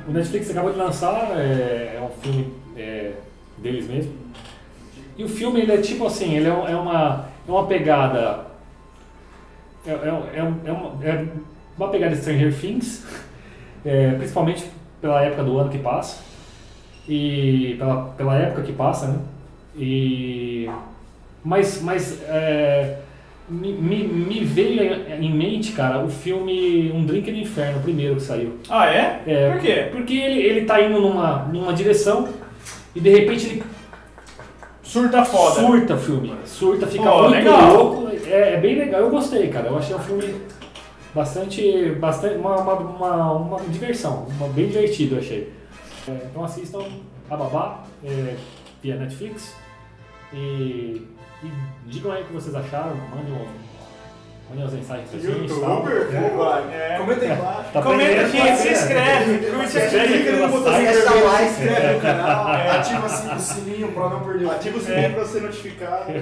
Speaker 3: O Netflix acabou de lançar, é, é um filme é, deles mesmo. E o filme ele é tipo assim, ele é, um- é uma, é uma pegada. É, é um- é um- é uma, é uma pegada Stranger Things, é, principalmente pela época do ano que passa. E pela, pela época que passa, né? E. Mas, mas é, me, me, me veio em mente, cara, o filme Um Drink no Inferno, o primeiro que saiu.
Speaker 2: Ah, é?
Speaker 3: É,
Speaker 2: Por quê?
Speaker 3: Porque ele, ele tá indo numa, numa direção e de repente ele
Speaker 2: Surta foda.
Speaker 3: surta o filme. Surta, fica
Speaker 2: Ó,
Speaker 3: muito
Speaker 2: legal.
Speaker 3: louco. É, é bem legal, eu gostei, cara. Eu achei um filme bastante. bastante uma, uma, uma, uma diversão, uma- bem divertido, eu achei. É, então assistam a babá é, via Netflix. E, e digam aí o que vocês acharam, mandem, um- mandem as mensagens pra gente. tal.
Speaker 5: Comenta aí embaixo.
Speaker 3: Tá
Speaker 2: Comenta
Speaker 3: aprendendo
Speaker 2: aqui,
Speaker 3: a
Speaker 2: se
Speaker 3: fazer, né?
Speaker 2: inscreve, curte aqui.
Speaker 5: Essa lá, inscreve no canal, ativa assim, o sininho pra não perder o
Speaker 4: Ativa o sininho pra ser notificado.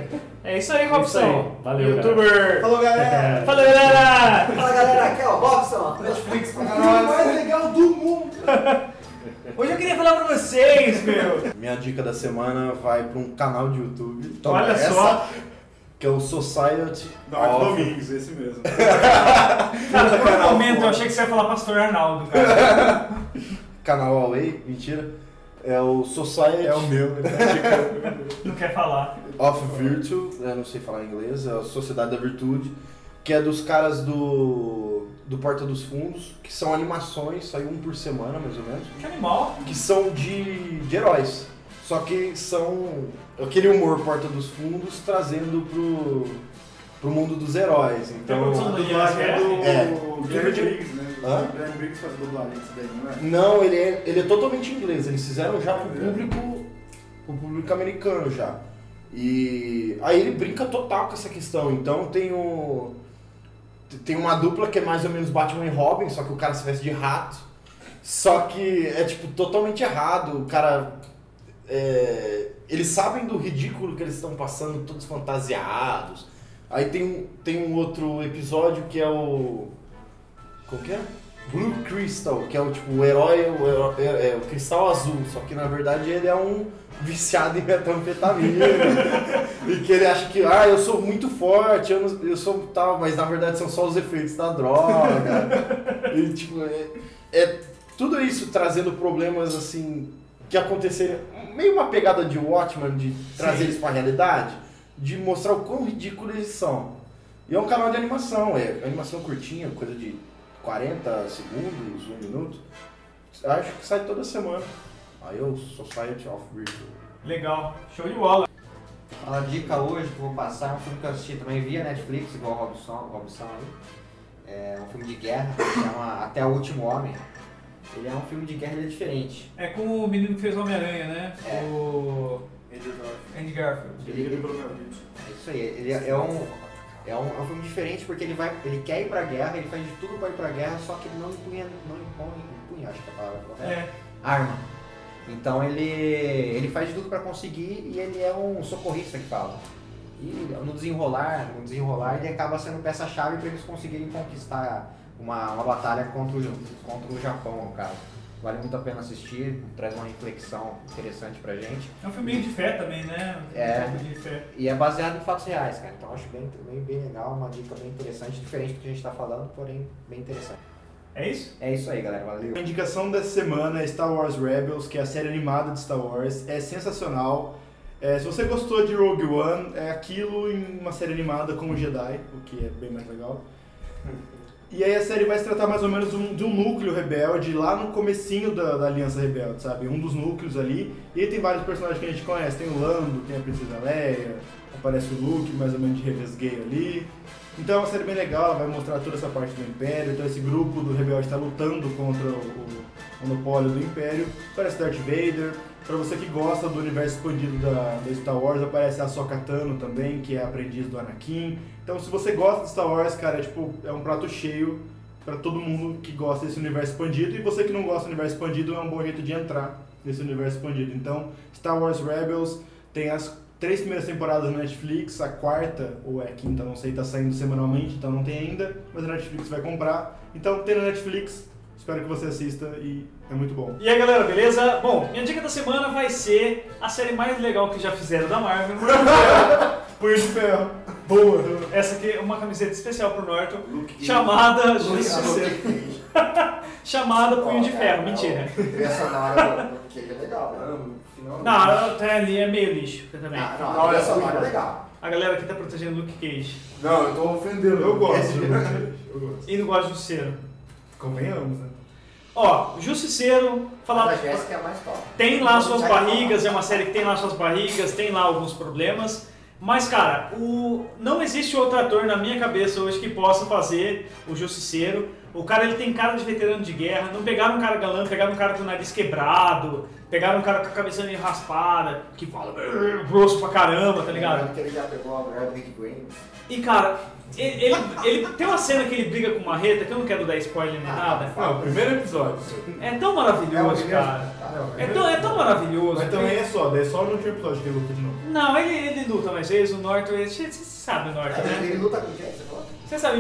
Speaker 2: É isso aí, Robson.
Speaker 3: aí, valeu,
Speaker 2: Youtuber.
Speaker 5: Falou,
Speaker 3: né?
Speaker 5: galera!
Speaker 2: Fala, galera!
Speaker 5: Fala, galera! Aqui é o Bobson, Netflix
Speaker 6: né?
Speaker 5: pra caralho. mais legal do mundo!
Speaker 2: Hoje eu queria falar pra vocês, meu.
Speaker 5: Minha dica da semana vai pra um canal de YouTube. Toma
Speaker 2: Olha
Speaker 5: essa,
Speaker 2: só.
Speaker 5: Que é o Society
Speaker 4: Dark
Speaker 5: of-
Speaker 4: Domingos, esse mesmo.
Speaker 2: Cara, por um momento eu achei que você ia falar Pastor Arnaldo, cara.
Speaker 5: Canal Away, mentira. É o Society
Speaker 4: É o meu, né?
Speaker 2: Não quer falar.
Speaker 5: of Virtue, eu não sei falar em inglês, é a Sociedade da Virtude, que é dos caras do, do Porta dos Fundos, que são animações, saiu um por semana mais ou menos,
Speaker 2: Que animal.
Speaker 5: que são de, de heróis. Só que são aquele humor Porta dos Fundos trazendo pro, pro mundo dos heróis.
Speaker 2: Tem a
Speaker 5: Então,
Speaker 2: produção do
Speaker 4: É
Speaker 2: ISS.
Speaker 4: do
Speaker 5: É.
Speaker 4: Guilherme Briggs, né?
Speaker 5: Hã?
Speaker 4: O Guilherme Briggs faz a dublagem disso daí, não é?
Speaker 5: Não, ele é, ele é totalmente inglês. Eles fizeram já pro público, pro público americano já. E aí ele brinca total com essa questão. Então tem o tem uma dupla que é mais ou menos Batman e Robin, só que o cara se veste de rato. Só que é tipo totalmente errado. O cara é, eles sabem do ridículo que eles estão passando, todos fantasiados. Aí tem um, tem um outro episódio que é o qual que é? Blue Crystal, que é o tipo o herói, o, heró- é- é o cristal azul, só que na verdade ele é um viciado em metanfetamina. e que ele acha que, ah, eu sou muito forte, eu, não- eu sou tal, mas na verdade são só os efeitos da droga. e tipo, é, é tudo isso trazendo problemas assim que aconteceram. Meio uma pegada de Watchman, de trazer eles pra realidade, de mostrar o quão ridículos eles são. E é um canal de animação, é animação curtinha, coisa de 40 segundos, um minuto. Acho que sai toda semana. Aí eu Society of Virtual.
Speaker 2: Legal. Show de bola.
Speaker 6: A dica hoje que eu vou passar é um filme que eu assisti também via Netflix, igual o Robson, o Robson aí. É um filme de guerra, que chama Até o Último Homem. Ele é um filme de guerra, ele é diferente.
Speaker 2: É com o menino que fez o Homem-Aranha, né?
Speaker 6: É.
Speaker 2: O Andy Garfield.
Speaker 6: Ele-
Speaker 7: pelo meu vídeo.
Speaker 6: É isso aí, ele é é um, é um, é um filme diferente porque ele, vai, ele quer ir pra guerra, ele faz de tudo pra ir pra guerra, só que ele não empunha, não impõe, empunha, acho que é a palavra correta.
Speaker 2: É.
Speaker 6: arma. Então ele, ele faz de tudo pra conseguir e ele é um socorrista que fala. E no desenrolar, no desenrolar ele acaba sendo peça-chave para eles conseguirem conquistar uma, uma batalha contra o, Ja- contra o Japão, no caso. Vale muito a pena assistir, traz uma reflexão interessante pra gente.
Speaker 2: É um filminho de fé também, né?
Speaker 6: É.
Speaker 2: Um filme de fé.
Speaker 6: E é baseado em fatos reais, cara. Então eu acho bem, bem, bem legal, uma dica bem interessante, diferente do que a gente tá falando, porém bem interessante.
Speaker 2: É isso?
Speaker 6: É isso aí, galera. Valeu.
Speaker 4: A indicação dessa semana é Star Wars Rebels, que é a série animada de Star Wars. É sensacional. É, se você gostou de Rogue One, é aquilo em uma série animada como Jedi, o que é bem mais legal. E aí a série vai se tratar mais ou menos de um, de um núcleo rebelde lá no comecinho da, da Aliança Rebelde, sabe? Um dos núcleos ali. E aí tem vários personagens que a gente conhece. Tem o Lando, tem a Princesa Leia, aparece o Luke, mais ou menos de revés gay ali. Então é uma série bem legal, ela vai mostrar toda essa parte do Império. Então esse grupo do rebelde está lutando contra o, o monopólio do Império. Aparece Darth Vader. Pra você que gosta do universo expandido da, da Star Wars, aparece a Sokka Tano também, que é a aprendiz do Anakin. Então se você gosta de Star Wars, cara, é tipo, é um prato cheio pra todo mundo que gosta desse universo expandido. E você que não gosta do universo expandido, é um bom jeito de entrar nesse universo expandido. Então, Star Wars Rebels tem as três primeiras temporadas na Netflix, a quarta, ou é a quinta, não sei, tá saindo semanalmente, então não tem ainda, mas a Netflix vai comprar. Então, tem na Netflix, espero que você assista e é muito bom.
Speaker 2: E aí, galera, beleza? Bom, minha dica da semana vai ser a série mais legal que já fizeram da Marvel.
Speaker 4: Punho de ferro. Boa.
Speaker 2: Essa aqui é uma camiseta especial pro Norton,
Speaker 7: Luke Cage.
Speaker 2: chamada
Speaker 7: Luke
Speaker 2: Justiceiro.
Speaker 7: Cage.
Speaker 2: chamada Punho de Ferro, mentira.
Speaker 8: Trilha sonora do que é legal, né?
Speaker 7: Caramba, final.
Speaker 2: Não, até ali é meio lixo eu também.
Speaker 8: Não, não,
Speaker 7: Não,
Speaker 8: a trilha
Speaker 7: é
Speaker 8: sonora é
Speaker 7: ruim.
Speaker 8: legal.
Speaker 2: A galera aqui tá protegendo Luke Cage
Speaker 7: Não, eu tô ofendendo.
Speaker 4: Eu gosto.
Speaker 5: é
Speaker 7: Eu gosto.
Speaker 2: e não gosta de Justiceiro.
Speaker 4: Convenhamos, né?
Speaker 2: Ó, Justiceiro,
Speaker 8: A
Speaker 2: falar.
Speaker 8: da Jéssica é a mais top.
Speaker 2: Tem lá suas barrigas, é uma série que tem lá suas barrigas, tem lá alguns problemas. Mas, cara, o... não existe outro ator na minha cabeça hoje que possa fazer o Justiceiro. O cara ele tem cara de veterano de guerra. Não pegaram um cara galã, pegaram um cara com o nariz quebrado, pegaram um cara com a cabeça meio raspada, que fala "Brrr", grosso pra caramba, tá ligado?
Speaker 5: né?
Speaker 8: Lembrando que ele já pegou a mulher do Rick Grimes.
Speaker 2: E, cara, ele, ele, ele- tem uma cena que ele briga com o Marreta, que eu não quero dar spoiler nem nada.
Speaker 4: Ah, o primeiro episódio.
Speaker 2: É tão
Speaker 8: É o
Speaker 2: maravilhoso,
Speaker 8: primeiro-
Speaker 2: cara.
Speaker 8: tá.
Speaker 2: É tão, é tão maravilhoso.
Speaker 4: Mas também é só, daí é só no último episódio que ele luta de novo.
Speaker 2: Não, ele, ele luta mais vezes, o Norton, ele- você você sabe o Norton, né?
Speaker 8: Ele luta com quem? Você falou?
Speaker 2: Você sabe,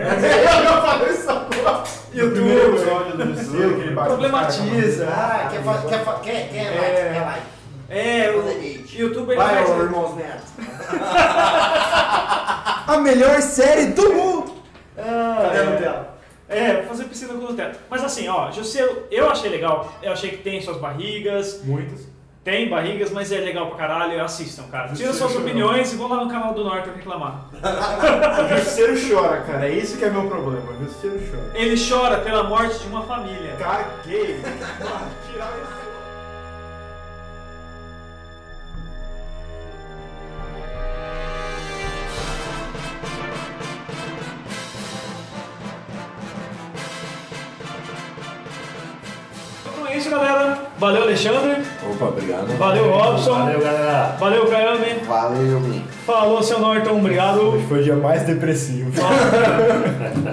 Speaker 2: né?
Speaker 4: Eu falei isso agora. E o primeiro episódio do Justiceiro que ele bate nos caras com a mão.
Speaker 2: Problematiza.
Speaker 8: Ah, quer fa- quer fa- quer quer like, quer like.
Speaker 2: É, o youtuber ele
Speaker 8: Vai,
Speaker 2: faz...
Speaker 8: ô, irmãos netos.
Speaker 5: A melhor série do mundo!
Speaker 2: Ah,
Speaker 8: Cadê a Nutella?
Speaker 2: é, fazer piscina com o teto. Mas assim, ó, José, eu achei legal. Eu achei que tem suas barrigas,
Speaker 4: Muitas.
Speaker 2: tem barrigas, mas é legal pra caralho. Assistam, cara. Tira suas
Speaker 4: Justiceiro.
Speaker 2: opiniões e vão lá no canal do Norton reclamar.
Speaker 4: O Justiceiro chora, cara. É isso que é meu problema. O Justiceiro chora.
Speaker 2: Ele chora pela morte de uma família.
Speaker 4: Caguei. Tirar isso.
Speaker 2: Então é isso, galera. Valeu, Alexandre.
Speaker 5: Opa, obrigado.
Speaker 2: Valeu, Robson.
Speaker 3: Valeu, galera.
Speaker 2: Valeu, Caiane.
Speaker 5: Valeu, menino.
Speaker 2: Falou, seu Norton. Obrigado.
Speaker 4: Hoje foi o dia mais depressivo.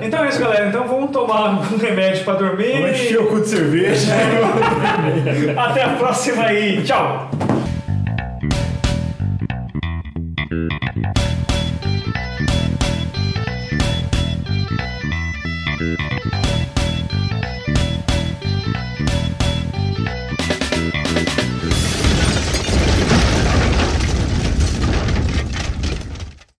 Speaker 2: Então é isso, galera. Então vamos tomar um remédio pra dormir.
Speaker 4: Vou encher o cu de cerveja.
Speaker 2: Até a próxima e tchau!